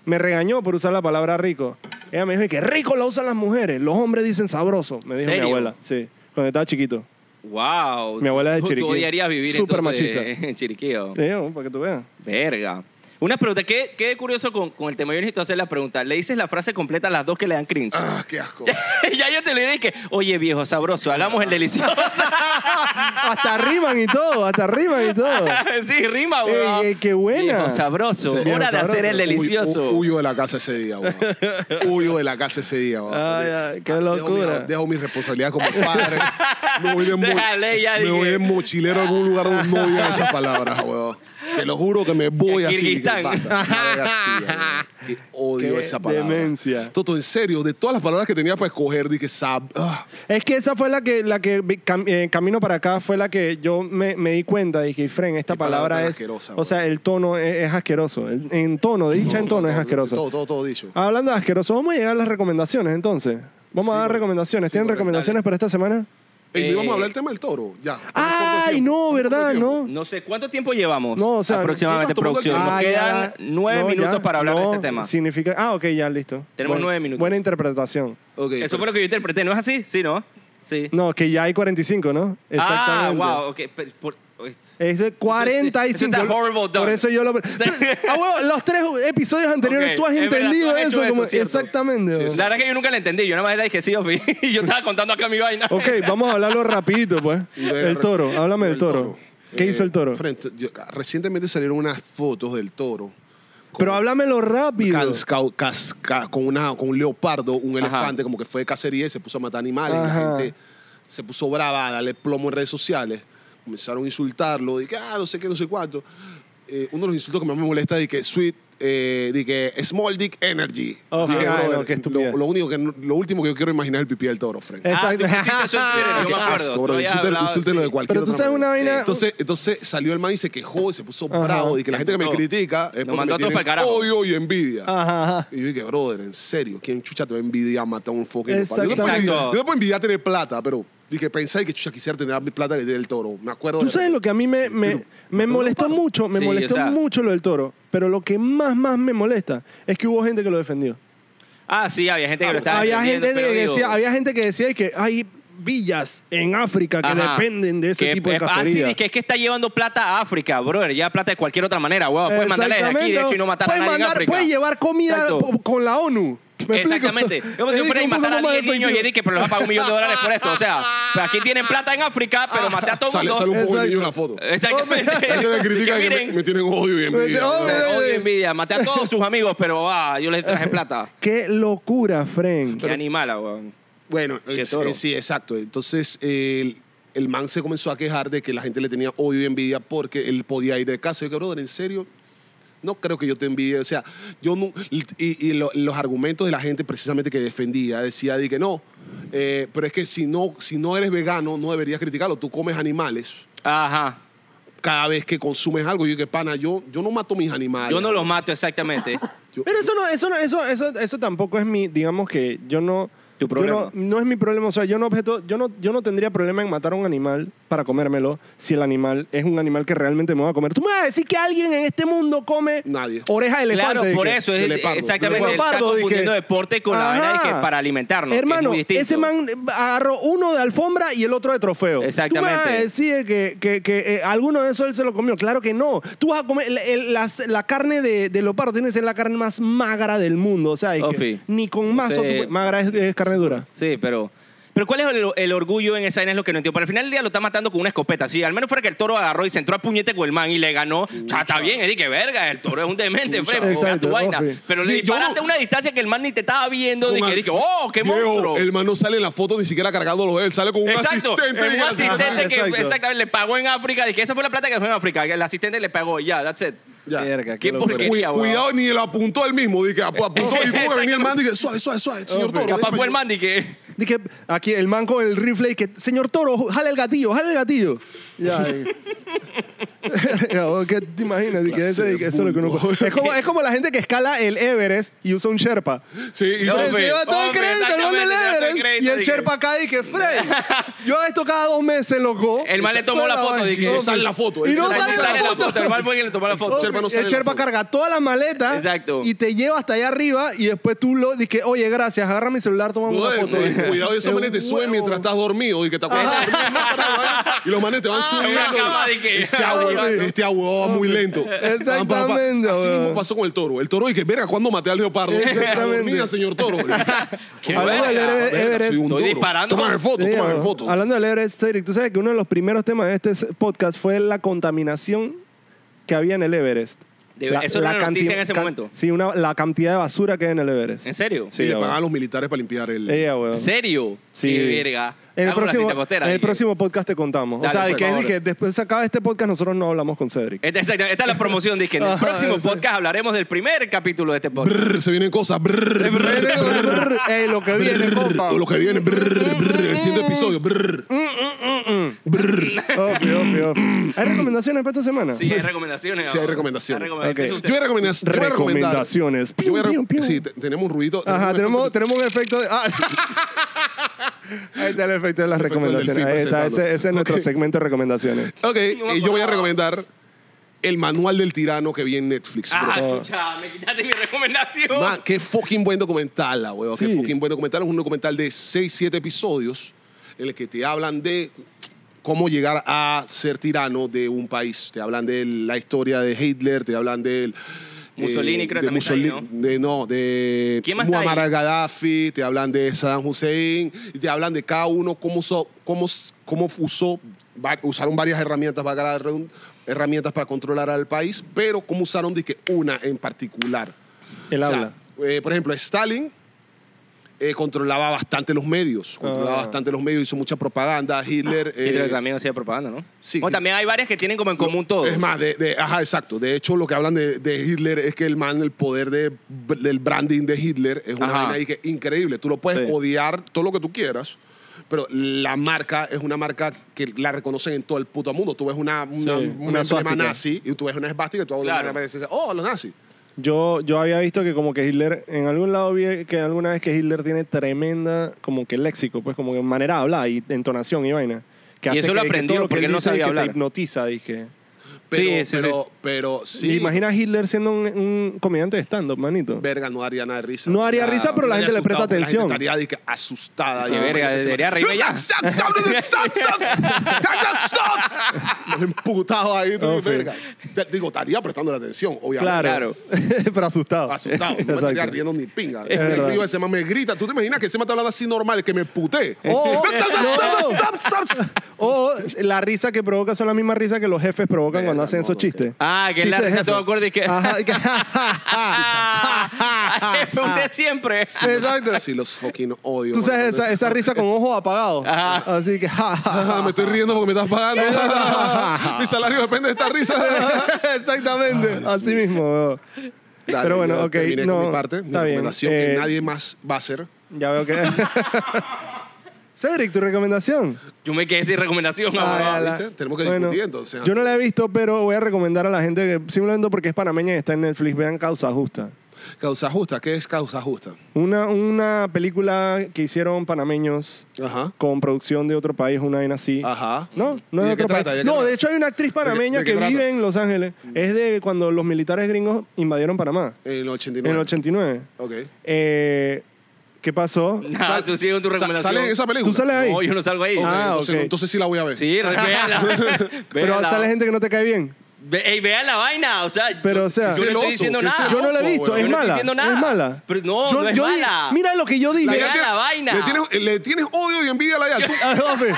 Speaker 1: me regañó por usar la palabra rico. Ella me dijo que rico lo usan las mujeres, los hombres dicen sabroso, me dijo
Speaker 3: ¿Serio?
Speaker 1: mi abuela, sí, cuando estaba chiquito.
Speaker 3: Wow.
Speaker 1: Mi abuela es de
Speaker 3: Tú-
Speaker 1: Chiriquí.
Speaker 3: Tú odiarías vivir
Speaker 1: Súper
Speaker 3: entonces,
Speaker 1: machista.
Speaker 3: [laughs] en Chiriquí. ¿o?
Speaker 1: Le digo, para que tú
Speaker 3: [laughs]
Speaker 1: veas.
Speaker 3: Verga. Una pregunta, qué, qué curioso con, con el tema. Yo necesito hacer la pregunta. ¿Le dices la frase completa a las dos que le dan cringe? [laughs]
Speaker 2: Ah, qué
Speaker 1: [laughs]
Speaker 2: asco.
Speaker 3: ya yo te lo diré que, oye viejo sabroso, hagamos el delicioso. [laughs]
Speaker 1: Hasta riman y todo, hasta riman y todo.
Speaker 3: sí, rima,
Speaker 1: Ey,
Speaker 3: weón.
Speaker 1: ey, qué buena.
Speaker 3: Viejo sabroso,
Speaker 1: Sí, viejo
Speaker 3: hora de hacer
Speaker 1: sabroso.
Speaker 3: el
Speaker 1: Uy,
Speaker 3: delicioso.
Speaker 2: Huy- hu- huyo de la casa ese día,
Speaker 1: [laughs]
Speaker 2: weón. Huyo de la casa ese día, weón.
Speaker 1: Ay, ay, qué
Speaker 2: Ah, dejo mi-
Speaker 1: locura.
Speaker 2: Dejo, mis responsabilidades como padre. Me voy de, mo-
Speaker 3: Déjale, ya
Speaker 2: me
Speaker 3: dije.
Speaker 2: voy de mochilero a algún lugar donde no oigan esas palabras, weón. Te lo juro que me voy
Speaker 3: En
Speaker 2: así.
Speaker 3: Kirguistán.
Speaker 2: basta, me voy así,
Speaker 1: [laughs]
Speaker 2: weón. Que odio
Speaker 1: Qué
Speaker 2: esa palabra.
Speaker 1: demencia.
Speaker 2: Toto, en serio, de todas las palabras que tenía para escoger, dije, sab. ah,
Speaker 1: Es que esa fue la que, la que vi- cam- eh, camino para acá fue la que yo me, me di cuenta. Dije, Fren, esta
Speaker 2: Qué palabra
Speaker 1: palabra
Speaker 2: tan
Speaker 1: es.
Speaker 2: asquerosa,
Speaker 1: o
Speaker 2: güey.
Speaker 1: sea, el tono es, es asqueroso. El- en tono, dicha en tono es
Speaker 2: todo,
Speaker 1: asqueroso.
Speaker 2: Todo, todo, todo dicho.
Speaker 1: Hablando de asqueroso, vamos a llegar a las recomendaciones entonces. Vamos
Speaker 2: Sí,
Speaker 1: a dar
Speaker 2: correcto.
Speaker 1: recomendaciones.
Speaker 2: Sí,
Speaker 1: ¿Tienen
Speaker 2: correcto.
Speaker 1: recomendaciones para esta semana?
Speaker 2: Ey,
Speaker 3: Eh.
Speaker 2: no íbamos a hablar del tema del toro, ya.
Speaker 1: ¡Ay, no! ¿Verdad? ¿No?
Speaker 3: No sé, ¿cuánto tiempo llevamos?
Speaker 1: No, o sea,
Speaker 3: aproximadamente
Speaker 2: ¿tú estás tomando
Speaker 3: producción.
Speaker 2: el-
Speaker 3: Nos
Speaker 1: Ah, ya,
Speaker 3: quedan
Speaker 1: ya.
Speaker 3: nueve
Speaker 1: No,
Speaker 3: minutos
Speaker 1: ya.
Speaker 3: para hablar de
Speaker 1: No,
Speaker 3: este tema.
Speaker 1: Significa, ah, ok, ya, listo.
Speaker 3: Tenemos nueve minutos.
Speaker 1: Buena interpretación.
Speaker 2: Okay,
Speaker 3: Eso
Speaker 2: pero-
Speaker 3: fue lo que yo interpreté, ¿no es así? Sí, ¿no? Sí.
Speaker 1: No, que ya hay 45, ¿no?
Speaker 3: Ah, wow, ok. pe- por-
Speaker 1: Es de 45.
Speaker 3: Eso está horrible done.
Speaker 1: Por eso
Speaker 3: [laughs]
Speaker 1: yo lo. Ah, huevo, los tres episodios anteriores
Speaker 3: Ok,
Speaker 1: tú has
Speaker 3: es verdad,
Speaker 1: entendido
Speaker 3: tú has hecho
Speaker 1: eso. como-
Speaker 3: eso, ¿cierto?
Speaker 1: exactamente.
Speaker 2: Sí,
Speaker 1: huevo.
Speaker 2: sí.
Speaker 3: La verdad que yo nunca la entendí, yo nada más la dije sí, Ofi. [laughs] y yo estaba contando acá mi vaina. Ah,
Speaker 1: Ok, vamos a hablarlo rapidito, pues.
Speaker 2: De-
Speaker 1: El toro, háblame del toro. ¿Qué
Speaker 2: Eh,
Speaker 1: hizo el toro?
Speaker 2: frente- yo- recientemente salieron unas fotos del toro. con-
Speaker 1: Pero háblamelo rápido.
Speaker 2: cas- cau- cas- ca- con, una, con un leopardo, un
Speaker 3: Ajá.
Speaker 2: elefante, como que fue de cacería y se puso a matar animales.
Speaker 1: Ajá.
Speaker 2: La gente se puso brava a darle plomo en redes sociales. Comenzaron a insultarlo, de que, ah, no sé qué, no sé cuánto. Eh, uno de los insultos que más me molesta es que sweet, eh, de que small dick energy.
Speaker 1: Ojo,
Speaker 2: Dije,
Speaker 1: ay,
Speaker 2: brother,
Speaker 1: no, Oh, qué estupidez.
Speaker 2: lo, lo único que, no- lo último que yo quiero imaginar es el pipí del toro, Frank.
Speaker 1: Eh,
Speaker 3: Ah,
Speaker 1: Exacto.
Speaker 3: tú pusiste eso en
Speaker 1: [laughs]
Speaker 3: Twitter, yo
Speaker 2: Ah, Qué
Speaker 3: me acuerdo.
Speaker 2: asco,
Speaker 3: Tú
Speaker 2: bro.
Speaker 3: habías
Speaker 2: Insúltelo-
Speaker 3: hablado,
Speaker 2: insúltelo
Speaker 3: sí.
Speaker 2: de cualquier
Speaker 1: Pero tú
Speaker 2: otra
Speaker 1: sabes una
Speaker 2: manera.
Speaker 1: vaina.
Speaker 2: Entonces, entonces salió el man y se quejó, y se puso
Speaker 1: Ajá.
Speaker 2: bravo. Y que la gente que me
Speaker 3: Todo.
Speaker 2: critica es
Speaker 3: Nos
Speaker 2: porque
Speaker 3: mandó
Speaker 2: me
Speaker 3: a todos
Speaker 2: tienen
Speaker 3: pa'l carajo.
Speaker 2: odio y envidia.
Speaker 1: Ajá, ajá.
Speaker 2: Y yo dije, brother, en serio, ¿quién chucha te va a envidiar matar a un fucking leopardo? Yo te puedo
Speaker 1: Exacto.
Speaker 2: envidiar- Yo te puedo envidiar tener plata, pero dije, pensé que chucha quisiera tener mi plata que tiene el toro. Me acuerdo
Speaker 1: Tú
Speaker 2: de-
Speaker 1: sabes lo que a mí me, me,
Speaker 2: Pero-
Speaker 1: me molestó mucho, me
Speaker 3: Sí,
Speaker 1: molestó
Speaker 3: o sea-
Speaker 1: mucho lo del toro. Pero lo que más, más me molesta es que hubo gente que lo defendió.
Speaker 3: Ah, sí, había gente que lo estaba
Speaker 1: había gente,
Speaker 3: entendiendo,
Speaker 1: que
Speaker 3: pero
Speaker 1: decía,
Speaker 3: digo-
Speaker 1: había gente que decía que hay villas en África que
Speaker 3: Ajá.
Speaker 1: dependen de ese
Speaker 3: Que-
Speaker 1: tipo de
Speaker 3: eh, ah, sí,
Speaker 1: cacería.
Speaker 3: di que es que está llevando plata a África, brother. Ya plata de cualquier otra manera, weón. Puedes mandarla desde aquí, de hecho, y no matar a
Speaker 1: Puedes
Speaker 3: nadie en
Speaker 1: mandar-
Speaker 3: África.
Speaker 1: puedes llevar comida
Speaker 3: Exacto.
Speaker 1: po- con la ONU. ¿Me explico?
Speaker 3: Exactamente. Es como si
Speaker 1: Es [laughs]
Speaker 3: yo fuera y
Speaker 1: un poco
Speaker 3: matar a
Speaker 1: más
Speaker 3: 10 niños y
Speaker 1: efectivo.
Speaker 3: Eddie que pero les va a pagar un millón de dólares por esto. O sea, pero aquí tienen plata en África, pero maté a todo el
Speaker 2: Sale,
Speaker 3: mundo.
Speaker 2: sale un poco de
Speaker 1: Exacto.
Speaker 2: niño en la foto.
Speaker 1: [laughs]
Speaker 3: Exactamente.
Speaker 2: La gente me critica
Speaker 3: Que
Speaker 2: que me,
Speaker 3: miren,
Speaker 2: me tienen odio y envidia.
Speaker 1: Oh,
Speaker 2: brother.
Speaker 1: me-
Speaker 3: odio y envidia. Maté a todos sus amigos, pero ah, yo les traje plata.
Speaker 1: Qué locura, Frank.
Speaker 3: Qué animal, ah, weón.
Speaker 2: Bueno,
Speaker 3: Qué
Speaker 2: es-
Speaker 3: toro.
Speaker 2: eh, sí, exacto. Entonces, eh, el, el man se comenzó a quejar de que la gente le tenía odio y envidia porque él podía ir de casa. Yo que, brother, en serio, no creo que yo te envidie. O sea, yo no. Y, y lo- los argumentos de la gente precisamente que defendía, decía de que no, eh, pero es que si no, si no eres vegano, no deberías criticarlo. Tú comes animales
Speaker 3: Ajá.
Speaker 2: cada vez que consumes algo. Yo que pana, yo, yo no mato mis animales.
Speaker 3: Yo no los mato
Speaker 1: [laughs]
Speaker 3: exactamente.
Speaker 2: Yo-
Speaker 1: Pero eso no, eso no, eso, eso, eso tampoco es mi, digamos que yo no.
Speaker 3: Tu
Speaker 1: yo
Speaker 3: problema.
Speaker 1: no, no es mi problema. O sea, yo no objeto, yo no, yo no tendría problema en matar a un animal para comérmelo si el animal es un animal que realmente me va a comer. Tú me vas a decir que alguien en este mundo come
Speaker 2: Nadie.
Speaker 1: oreja de elefante.
Speaker 3: Claro, por
Speaker 1: dije.
Speaker 3: eso es
Speaker 2: leopardo,
Speaker 3: exactamente.
Speaker 2: de
Speaker 3: Él está
Speaker 1: Leopardo, dije.
Speaker 3: confundiendo deporte con la vaina de que
Speaker 1: Ajá.
Speaker 3: para alimentarnos. que es
Speaker 1: Hermano,
Speaker 3: muy distinto.
Speaker 1: ese man agarró uno de alfombra y el otro de trofeo.
Speaker 3: Exactamente.
Speaker 1: Tú me vas a decir que, que- que, eh, alguno de esos él se lo comió. Claro que no. Tú vas a comer el- el- las- la, carne de, de leopardo, tiene que ser la carne más magra del mundo. O sea, y que
Speaker 3: Ofi.
Speaker 1: ni con mazo.
Speaker 3: Sí.
Speaker 1: tú- magra es, es carne dura.
Speaker 3: Sí, pero. Pero ¿cuál es el, el orgullo en esa vaina? Es lo que no entiendo. Pero al final del día lo está matando con una escopeta. Sí, al menos fuera que el toro agarró y se entró a puñete con el man y le ganó. O sea, está bien, Eddie, que verga, el toro es un demente,
Speaker 2: Chucha.
Speaker 3: Fred, porque haz tu
Speaker 1: Exacto,
Speaker 3: vaina.
Speaker 1: ofe.
Speaker 3: Pero le
Speaker 2: Ni- yo
Speaker 3: disparaste
Speaker 2: no-
Speaker 3: a una distancia que el man ni te estaba viendo.
Speaker 2: Con
Speaker 3: Dije,
Speaker 2: a-
Speaker 3: dije, oh, qué
Speaker 2: Viejo,
Speaker 3: monstruo.
Speaker 2: El man no sale en la foto ni siquiera cargándolo él, sale con un
Speaker 3: Exacto,
Speaker 2: asistente.
Speaker 3: es un
Speaker 2: Ajá,
Speaker 3: asistente que
Speaker 1: exacto.
Speaker 3: exactamente le pagó en África. Dije, esa fue la plata que fue en África. que El asistente le pagó, ya, that's it.
Speaker 2: Ya.
Speaker 1: Verga,
Speaker 3: Qué
Speaker 1: locura.
Speaker 3: porquería.
Speaker 2: Cui-
Speaker 3: weón.
Speaker 2: cuidado, ni lo apuntó él mismo. Dije, ap- apuntó y tuvo que venir el man. Dije, suave, suave, suave, señor Toro.
Speaker 3: Capaz
Speaker 2: déjame
Speaker 3: fue
Speaker 2: yo-
Speaker 3: el man, dije,
Speaker 1: Dije, aquí el man con el rifle y que, señor Toro, jale el gatillo, jale el gatillo. Ya, y- [laughs] Ya, vos, ¿Qué te imaginas? Dije,
Speaker 2: Clase
Speaker 1: eso,
Speaker 2: de
Speaker 1: dije, eso es lo que uno-
Speaker 2: bulto.
Speaker 1: [laughs] es, como, es como la gente que escala el Everest y usa un Sherpa.
Speaker 2: Sí, y
Speaker 1: Yo
Speaker 3: No,
Speaker 1: le
Speaker 3: hombre,
Speaker 1: lleva todo el
Speaker 3: hombre,
Speaker 1: crédito al man del
Speaker 3: exactamente, todo el
Speaker 1: Everest.
Speaker 3: crédito,
Speaker 1: Y el
Speaker 3: dije.
Speaker 1: Sherpa acá y que, Fred, yo a esto cada dos meses, loco.
Speaker 3: El man le tomó la foto, dije.
Speaker 1: Y no
Speaker 2: sale la foto,
Speaker 1: Y
Speaker 2: el
Speaker 1: no
Speaker 2: Sherpa
Speaker 1: sale
Speaker 2: no
Speaker 1: la
Speaker 2: sale la
Speaker 1: foto.
Speaker 3: El mal fue quien le tomó la foto.
Speaker 2: Sherpa no
Speaker 1: Hombre,
Speaker 2: sale
Speaker 1: el
Speaker 2: la
Speaker 1: Sherpa
Speaker 2: foto.
Speaker 1: carga todas las maletas
Speaker 3: Exacto.
Speaker 1: y te lleva hasta allá arriba y después tú lo dices, oye, gracias, agarra mi celular, toma una
Speaker 2: Brother,
Speaker 1: foto.
Speaker 2: eh, Cuidado,
Speaker 1: Es
Speaker 2: esos manes te
Speaker 1: un
Speaker 2: suben
Speaker 1: huevo.
Speaker 2: mientras estás dormido y que te acuerdas. Y los manes te van subiendo.
Speaker 3: Ah. cama Ah, de que-
Speaker 2: Este agua, este agua va muy lento.
Speaker 1: Exactamente,
Speaker 2: Pa, pa, pa. Así
Speaker 1: weón.
Speaker 2: mismo pasó con el toro. El toro y que, verga, ¿cuándo maté al leopardo?
Speaker 1: Exactamente.
Speaker 2: Mira, señor toro.
Speaker 1: [laughs]
Speaker 3: Qué
Speaker 1: Hablando del Everest-
Speaker 3: verga.
Speaker 2: Verga, soy
Speaker 1: Everest.
Speaker 2: un
Speaker 3: Estoy
Speaker 2: toro.
Speaker 3: disparando.
Speaker 2: Tómame foto,
Speaker 1: Sí,
Speaker 2: tómame
Speaker 1: ¿no?
Speaker 2: foto.
Speaker 1: Hablando del Everest, Cedric, tú sabes que uno de los primeros temas de este podcast fue la contaminación que había en el Everest.
Speaker 3: De- eso era una noticia en ese
Speaker 1: can-
Speaker 3: momento.
Speaker 1: Sí, una- la cantidad de basura que hay en el Everest.
Speaker 3: ¿En serio?
Speaker 1: Sí.
Speaker 2: Sí, le
Speaker 1: weón.
Speaker 2: pagaban a los militares para limpiar el.
Speaker 1: Ella, weón.
Speaker 3: ¿En serio?
Speaker 1: Sí.
Speaker 3: Qué verga.
Speaker 1: En el,
Speaker 3: Hago la
Speaker 1: próximo,
Speaker 3: cinta costera,
Speaker 1: en el
Speaker 3: dije.
Speaker 1: próximo podcast te contamos.
Speaker 3: Dale,
Speaker 1: o sea,
Speaker 3: por
Speaker 1: que,
Speaker 3: favor.
Speaker 1: dije, después se acaba este podcast, nosotros no hablamos con Cedric.
Speaker 3: Esta, exacto, esta es la promoción, dije. En el
Speaker 1: Ajá,
Speaker 3: próximo
Speaker 1: exacto.
Speaker 3: podcast hablaremos del primer capítulo de este podcast.
Speaker 2: Brr, se vienen cosas.
Speaker 3: Eh,
Speaker 2: Brr, brr,
Speaker 1: Ey, lo que viene, compa. Mm,
Speaker 2: O lo que viene. Brr, brr, el siguiente episodio. Brr. Brr.
Speaker 1: Obvio, obvio, obvio.
Speaker 3: [clears throat]
Speaker 1: ¿Hay recomendaciones para esta semana?
Speaker 3: Sí, hay recomendaciones.
Speaker 2: Sí, hay recomendaciones.
Speaker 3: Hay recomendaciones.
Speaker 1: Ok.
Speaker 2: Yo voy a recomendar. yo voy a recomendar-
Speaker 1: Recomendaciones.
Speaker 2: yo voy a re-
Speaker 1: Piu, piu, piu.
Speaker 2: Sí, te- tenemos un ruido.
Speaker 1: Ajá, tenemos,
Speaker 2: un
Speaker 1: tenemos un efecto de... ah. [laughs] Ahí está el efecto de
Speaker 2: Efecto
Speaker 1: las
Speaker 2: del
Speaker 1: recomendaciones.
Speaker 2: delfín
Speaker 1: Ahí está, ese,
Speaker 2: presentándolo.
Speaker 1: ese es nuestro
Speaker 2: Ok.
Speaker 1: segmento de recomendaciones.
Speaker 2: Ok,
Speaker 3: No me
Speaker 2: eh, yo voy a
Speaker 3: acordaba.
Speaker 2: recomendar el manual del tirano que vi en Netflix. bro.
Speaker 3: Ah, chucha, me quitaste mi recomendación.
Speaker 2: Man, qué fucking buen documental, la huevo.
Speaker 1: Sí.
Speaker 2: Qué fucking buen documental. Es un documental de 6, 7 episodios en el que te hablan de cómo llegar a ser tirano de un país. Te hablan de la historia de Hitler, te hablan del...
Speaker 3: Mussolini, creo
Speaker 2: de
Speaker 3: que también está ahí,
Speaker 2: de- no, de
Speaker 3: ¿Quién más está
Speaker 2: Muammar
Speaker 3: ahí?
Speaker 2: al Gaddafi, te hablan de Saddam Hussein, y te hablan de cada uno cómo, usó- cómo, s- cómo usó, va- usaron varias herramientas para, ganar redun- herramientas para controlar al país, pero cómo usaron dizque, una en particular.
Speaker 1: Él
Speaker 2: O sea,
Speaker 1: habla.
Speaker 2: eh, por ejemplo, Stalin eh, controlaba bastante los medios, controlaba
Speaker 1: Ah.
Speaker 2: bastante los medios, hizo mucha propaganda. Hitler. eh,
Speaker 3: Hitler también hacía propaganda, ¿no?
Speaker 2: sí.
Speaker 3: Bueno, también hay varias que tienen como en común todo.
Speaker 2: Es más, de, de- ajá, exacto. De hecho, lo que hablan de, de Hitler es que el man, el poder de, del branding de Hitler es una
Speaker 3: Ajá.
Speaker 2: vaina ahí que increíble. Tú lo puedes
Speaker 1: Sí.
Speaker 2: odiar todo lo que tú quieras, pero la marca es una marca que la reconocen en todo el puto mundo. Tú ves una, una,
Speaker 1: Sí,
Speaker 2: un
Speaker 1: una
Speaker 2: emblema
Speaker 1: suástica.
Speaker 2: nazi y tú ves una esvástica y tú
Speaker 3: Claro.
Speaker 2: hablas dices, oh, los nazis.
Speaker 1: Yo, yo había visto que como que Hitler, en algún lado vi que alguna vez que Hitler tiene tremenda como que léxico, pues como que manera de hablar y entonación y vaina. Que
Speaker 3: Y
Speaker 1: que- que
Speaker 3: eso lo
Speaker 1: todo
Speaker 3: aprendió,
Speaker 1: que
Speaker 3: porque él no
Speaker 1: dice
Speaker 3: sabía
Speaker 1: que
Speaker 3: hablar.
Speaker 1: Te hipnotiza, dije.
Speaker 2: Pero,
Speaker 3: Sí, sí, sí.
Speaker 2: pero, pero sí.
Speaker 1: ¿Te imaginas Hitler siendo un, un comediante de stand-up, manito?
Speaker 2: verga, no haría nada de risa.
Speaker 1: No haría
Speaker 2: Ya,
Speaker 1: risa, pero la
Speaker 2: me
Speaker 1: gente le
Speaker 2: asustado,
Speaker 1: presta
Speaker 2: porque
Speaker 1: atención.
Speaker 2: La gente estaría dizque, asustada.
Speaker 3: Qué
Speaker 2: ya.
Speaker 3: verga,
Speaker 2: Porque se-
Speaker 3: debería reírme ya.
Speaker 2: Los emputados ahí, tú,
Speaker 1: Ok.
Speaker 2: verga. Te- Digo, estaría prestando la atención, obviamente.
Speaker 1: Claro. [laughs] pero asustado. [laughs]
Speaker 2: Asustado, no me
Speaker 1: Exacto.
Speaker 2: estaría riendo ni pinga.
Speaker 1: Es verdad.
Speaker 2: Me río, ese man me grita. ¿Tú te imaginas que ese man está hablando así normal, que me puté?
Speaker 1: [laughs] Oh, oh, O la risa que provoca son la misma risa que los jefes provocan
Speaker 2: Verga,
Speaker 1: cuando hacen
Speaker 2: no,
Speaker 1: esos
Speaker 2: no,
Speaker 1: chistes.
Speaker 3: Ah, que es la
Speaker 1: Chistes de
Speaker 3: risa
Speaker 1: jefe.
Speaker 3: todo acorde y que...
Speaker 1: Ajá, y que-
Speaker 3: [laughs]
Speaker 1: [laughs]
Speaker 3: Ah, es usted
Speaker 1: [laughs]
Speaker 3: siempre.
Speaker 1: Exacto.
Speaker 2: Si los fucking odio.
Speaker 1: Tú
Speaker 2: man.
Speaker 1: sabes esa, esa risa con ojos apagados.
Speaker 3: [laughs] Ajá.
Speaker 1: Así que. ja, ja, [laughs]
Speaker 2: Ah,
Speaker 1: ja.
Speaker 2: me estoy riendo porque me estás
Speaker 1: [laughs]
Speaker 2: pagando. Mi salario depende de esta risa.
Speaker 1: Exactamente. Así mismo. weón.
Speaker 2: Dale,
Speaker 1: Pero bueno,
Speaker 2: ya
Speaker 1: ok,
Speaker 2: terminé
Speaker 1: no,
Speaker 2: con mi parte, mi
Speaker 1: está bien,
Speaker 2: recomendación
Speaker 1: eh,
Speaker 2: que nadie más va a hacer.
Speaker 1: Ya veo que. [laughs] Cedric, tu recomendación.
Speaker 3: Yo me quedé sin recomendación.
Speaker 1: Ah,
Speaker 3: ahora.
Speaker 1: ya, la-
Speaker 2: ¿viste? Tenemos que discutir, entonces.
Speaker 1: Yo no la he visto, pero voy a recomendar a la gente que simplemente porque es panameña y está en Netflix, vean Causa Justa.
Speaker 2: Causa justa, ¿qué es causa justa?
Speaker 1: Una, una película que hicieron panameños
Speaker 2: Ajá.
Speaker 1: con producción de otro país, una vaina así.
Speaker 2: Ajá.
Speaker 1: No, no
Speaker 2: ¿Y de
Speaker 1: es de
Speaker 2: qué
Speaker 1: otro
Speaker 2: trata?
Speaker 1: país.
Speaker 2: ¿De qué
Speaker 1: No,
Speaker 2: trata?
Speaker 1: de hecho hay una actriz panameña
Speaker 2: de qué
Speaker 1: que
Speaker 2: trata? Mm.
Speaker 1: vive en Los Ángeles. Es de cuando los militares gringos invadieron Panamá.
Speaker 2: El
Speaker 1: En
Speaker 2: 89.
Speaker 1: el 89.
Speaker 2: Ok.
Speaker 1: Eh, ¿Qué pasó?
Speaker 3: Nada, Ah, tú sigues con tu
Speaker 2: Sa-
Speaker 3: recomendación.
Speaker 2: ¿Sale en esa película?
Speaker 1: ¿Tú sales ahí?
Speaker 3: No, yo no salgo ahí.
Speaker 2: Ok,
Speaker 1: Ah,
Speaker 2: entonces,
Speaker 1: ok.
Speaker 2: entonces sí la voy a ver. [laughs]
Speaker 3: Sí, véala.
Speaker 1: Pero
Speaker 3: Véala.
Speaker 1: sale gente que no te cae bien.
Speaker 3: Ve, ey, vean la vaina, o sea.
Speaker 1: Pero,
Speaker 3: yo-
Speaker 1: o sea,
Speaker 3: yo no estoy
Speaker 2: celoso,
Speaker 3: diciendo
Speaker 2: qué
Speaker 3: nada.
Speaker 2: celoso.
Speaker 1: Yo no la he
Speaker 2: ojo,
Speaker 1: visto,
Speaker 2: weón.
Speaker 1: es
Speaker 2: Yo no estoy
Speaker 1: mala.
Speaker 3: diciendo nada.
Speaker 1: Es mala.
Speaker 3: Pero no, no es
Speaker 1: yo di-
Speaker 3: mala.
Speaker 1: Mira lo que yo dije.
Speaker 3: La
Speaker 2: Yal
Speaker 3: Vean
Speaker 2: tiene-
Speaker 3: la vaina.
Speaker 2: Le tienes, le tienes odio y envidia a la Yal. Tú-
Speaker 1: Ah,
Speaker 3: [laughs]
Speaker 1: hombre.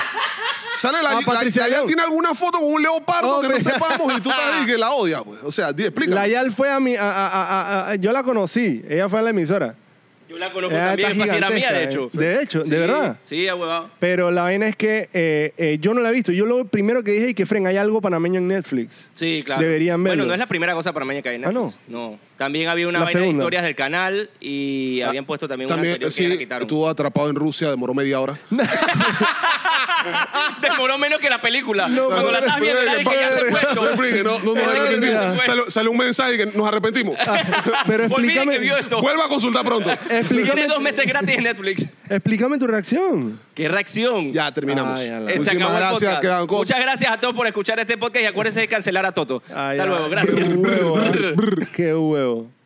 Speaker 2: Sale la,
Speaker 1: Ah,
Speaker 2: la-
Speaker 1: Patricia
Speaker 2: la Yal
Speaker 1: León.
Speaker 2: tiene alguna foto con un leopardo que no
Speaker 1: Hombre.
Speaker 2: sepamos y tú estás ahí que la odia. Pues. O sea, di, explícame.
Speaker 1: La Yal fue a mi. a- a- a- a- a- yo la conocí. Ella fue a la emisora.
Speaker 3: Yo la conozco
Speaker 1: Ella
Speaker 3: también, es
Speaker 1: Ah, está
Speaker 3: pasera mía, de hecho.
Speaker 1: gigantesca, eh. De hecho, de
Speaker 3: Sí,
Speaker 1: verdad.
Speaker 3: Sí, ahuevado.
Speaker 1: Pero la vaina es que eh, eh, yo no la he visto. Yo lo primero que dije es que, Fren, hay algo panameño en
Speaker 3: [laughs]
Speaker 1: Netflix.
Speaker 3: Sí, claro.
Speaker 1: Deberían verlo.
Speaker 3: Bueno, no es la primera cosa panameña que hay en
Speaker 1: Ah,
Speaker 3: Netflix. no. También había una
Speaker 1: La
Speaker 3: vaina de
Speaker 1: segunda. Ah,
Speaker 3: historias del canal y habían puesto también, una
Speaker 2: También,
Speaker 3: anterior que ya la
Speaker 2: sí,
Speaker 3: quitaron. [laughs]
Speaker 2: estuvo atrapado en Rusia, demoró media hora.
Speaker 3: Ah, Demoró menos que la película.
Speaker 1: No,
Speaker 3: Cuando la
Speaker 1: madre,
Speaker 3: estás viendo, nadie que ya se
Speaker 2: No,
Speaker 3: puesto. [laughs]
Speaker 2: explique, no, no nos
Speaker 1: Verga.
Speaker 2: arrepentimos. Sale, sale un mensaje que nos arrepentimos.
Speaker 1: Pero
Speaker 3: Olviden que
Speaker 1: explícame,
Speaker 3: vio esto.
Speaker 2: Vuelva a consultar pronto.
Speaker 3: Eh,
Speaker 1: explícame,
Speaker 3: Tiene
Speaker 1: [laughs]
Speaker 3: dos meses gratis en Netflix.
Speaker 1: explícame tu reacción.
Speaker 3: ¡Qué reacción!
Speaker 2: Ya terminamos.
Speaker 1: Ay, a la-
Speaker 3: Eh, se
Speaker 2: Muchísimas
Speaker 3: acabó el
Speaker 2: gracias,
Speaker 3: podcast.
Speaker 2: quedan cosas.
Speaker 3: Muchas gracias a todos por escuchar este podcast y acuérdense de cancelar a Toto.
Speaker 1: Ay,
Speaker 3: Hasta
Speaker 1: ay,
Speaker 3: luego,
Speaker 1: Qué
Speaker 3: gracias.
Speaker 1: huevo. ¿eh? Qué huevo.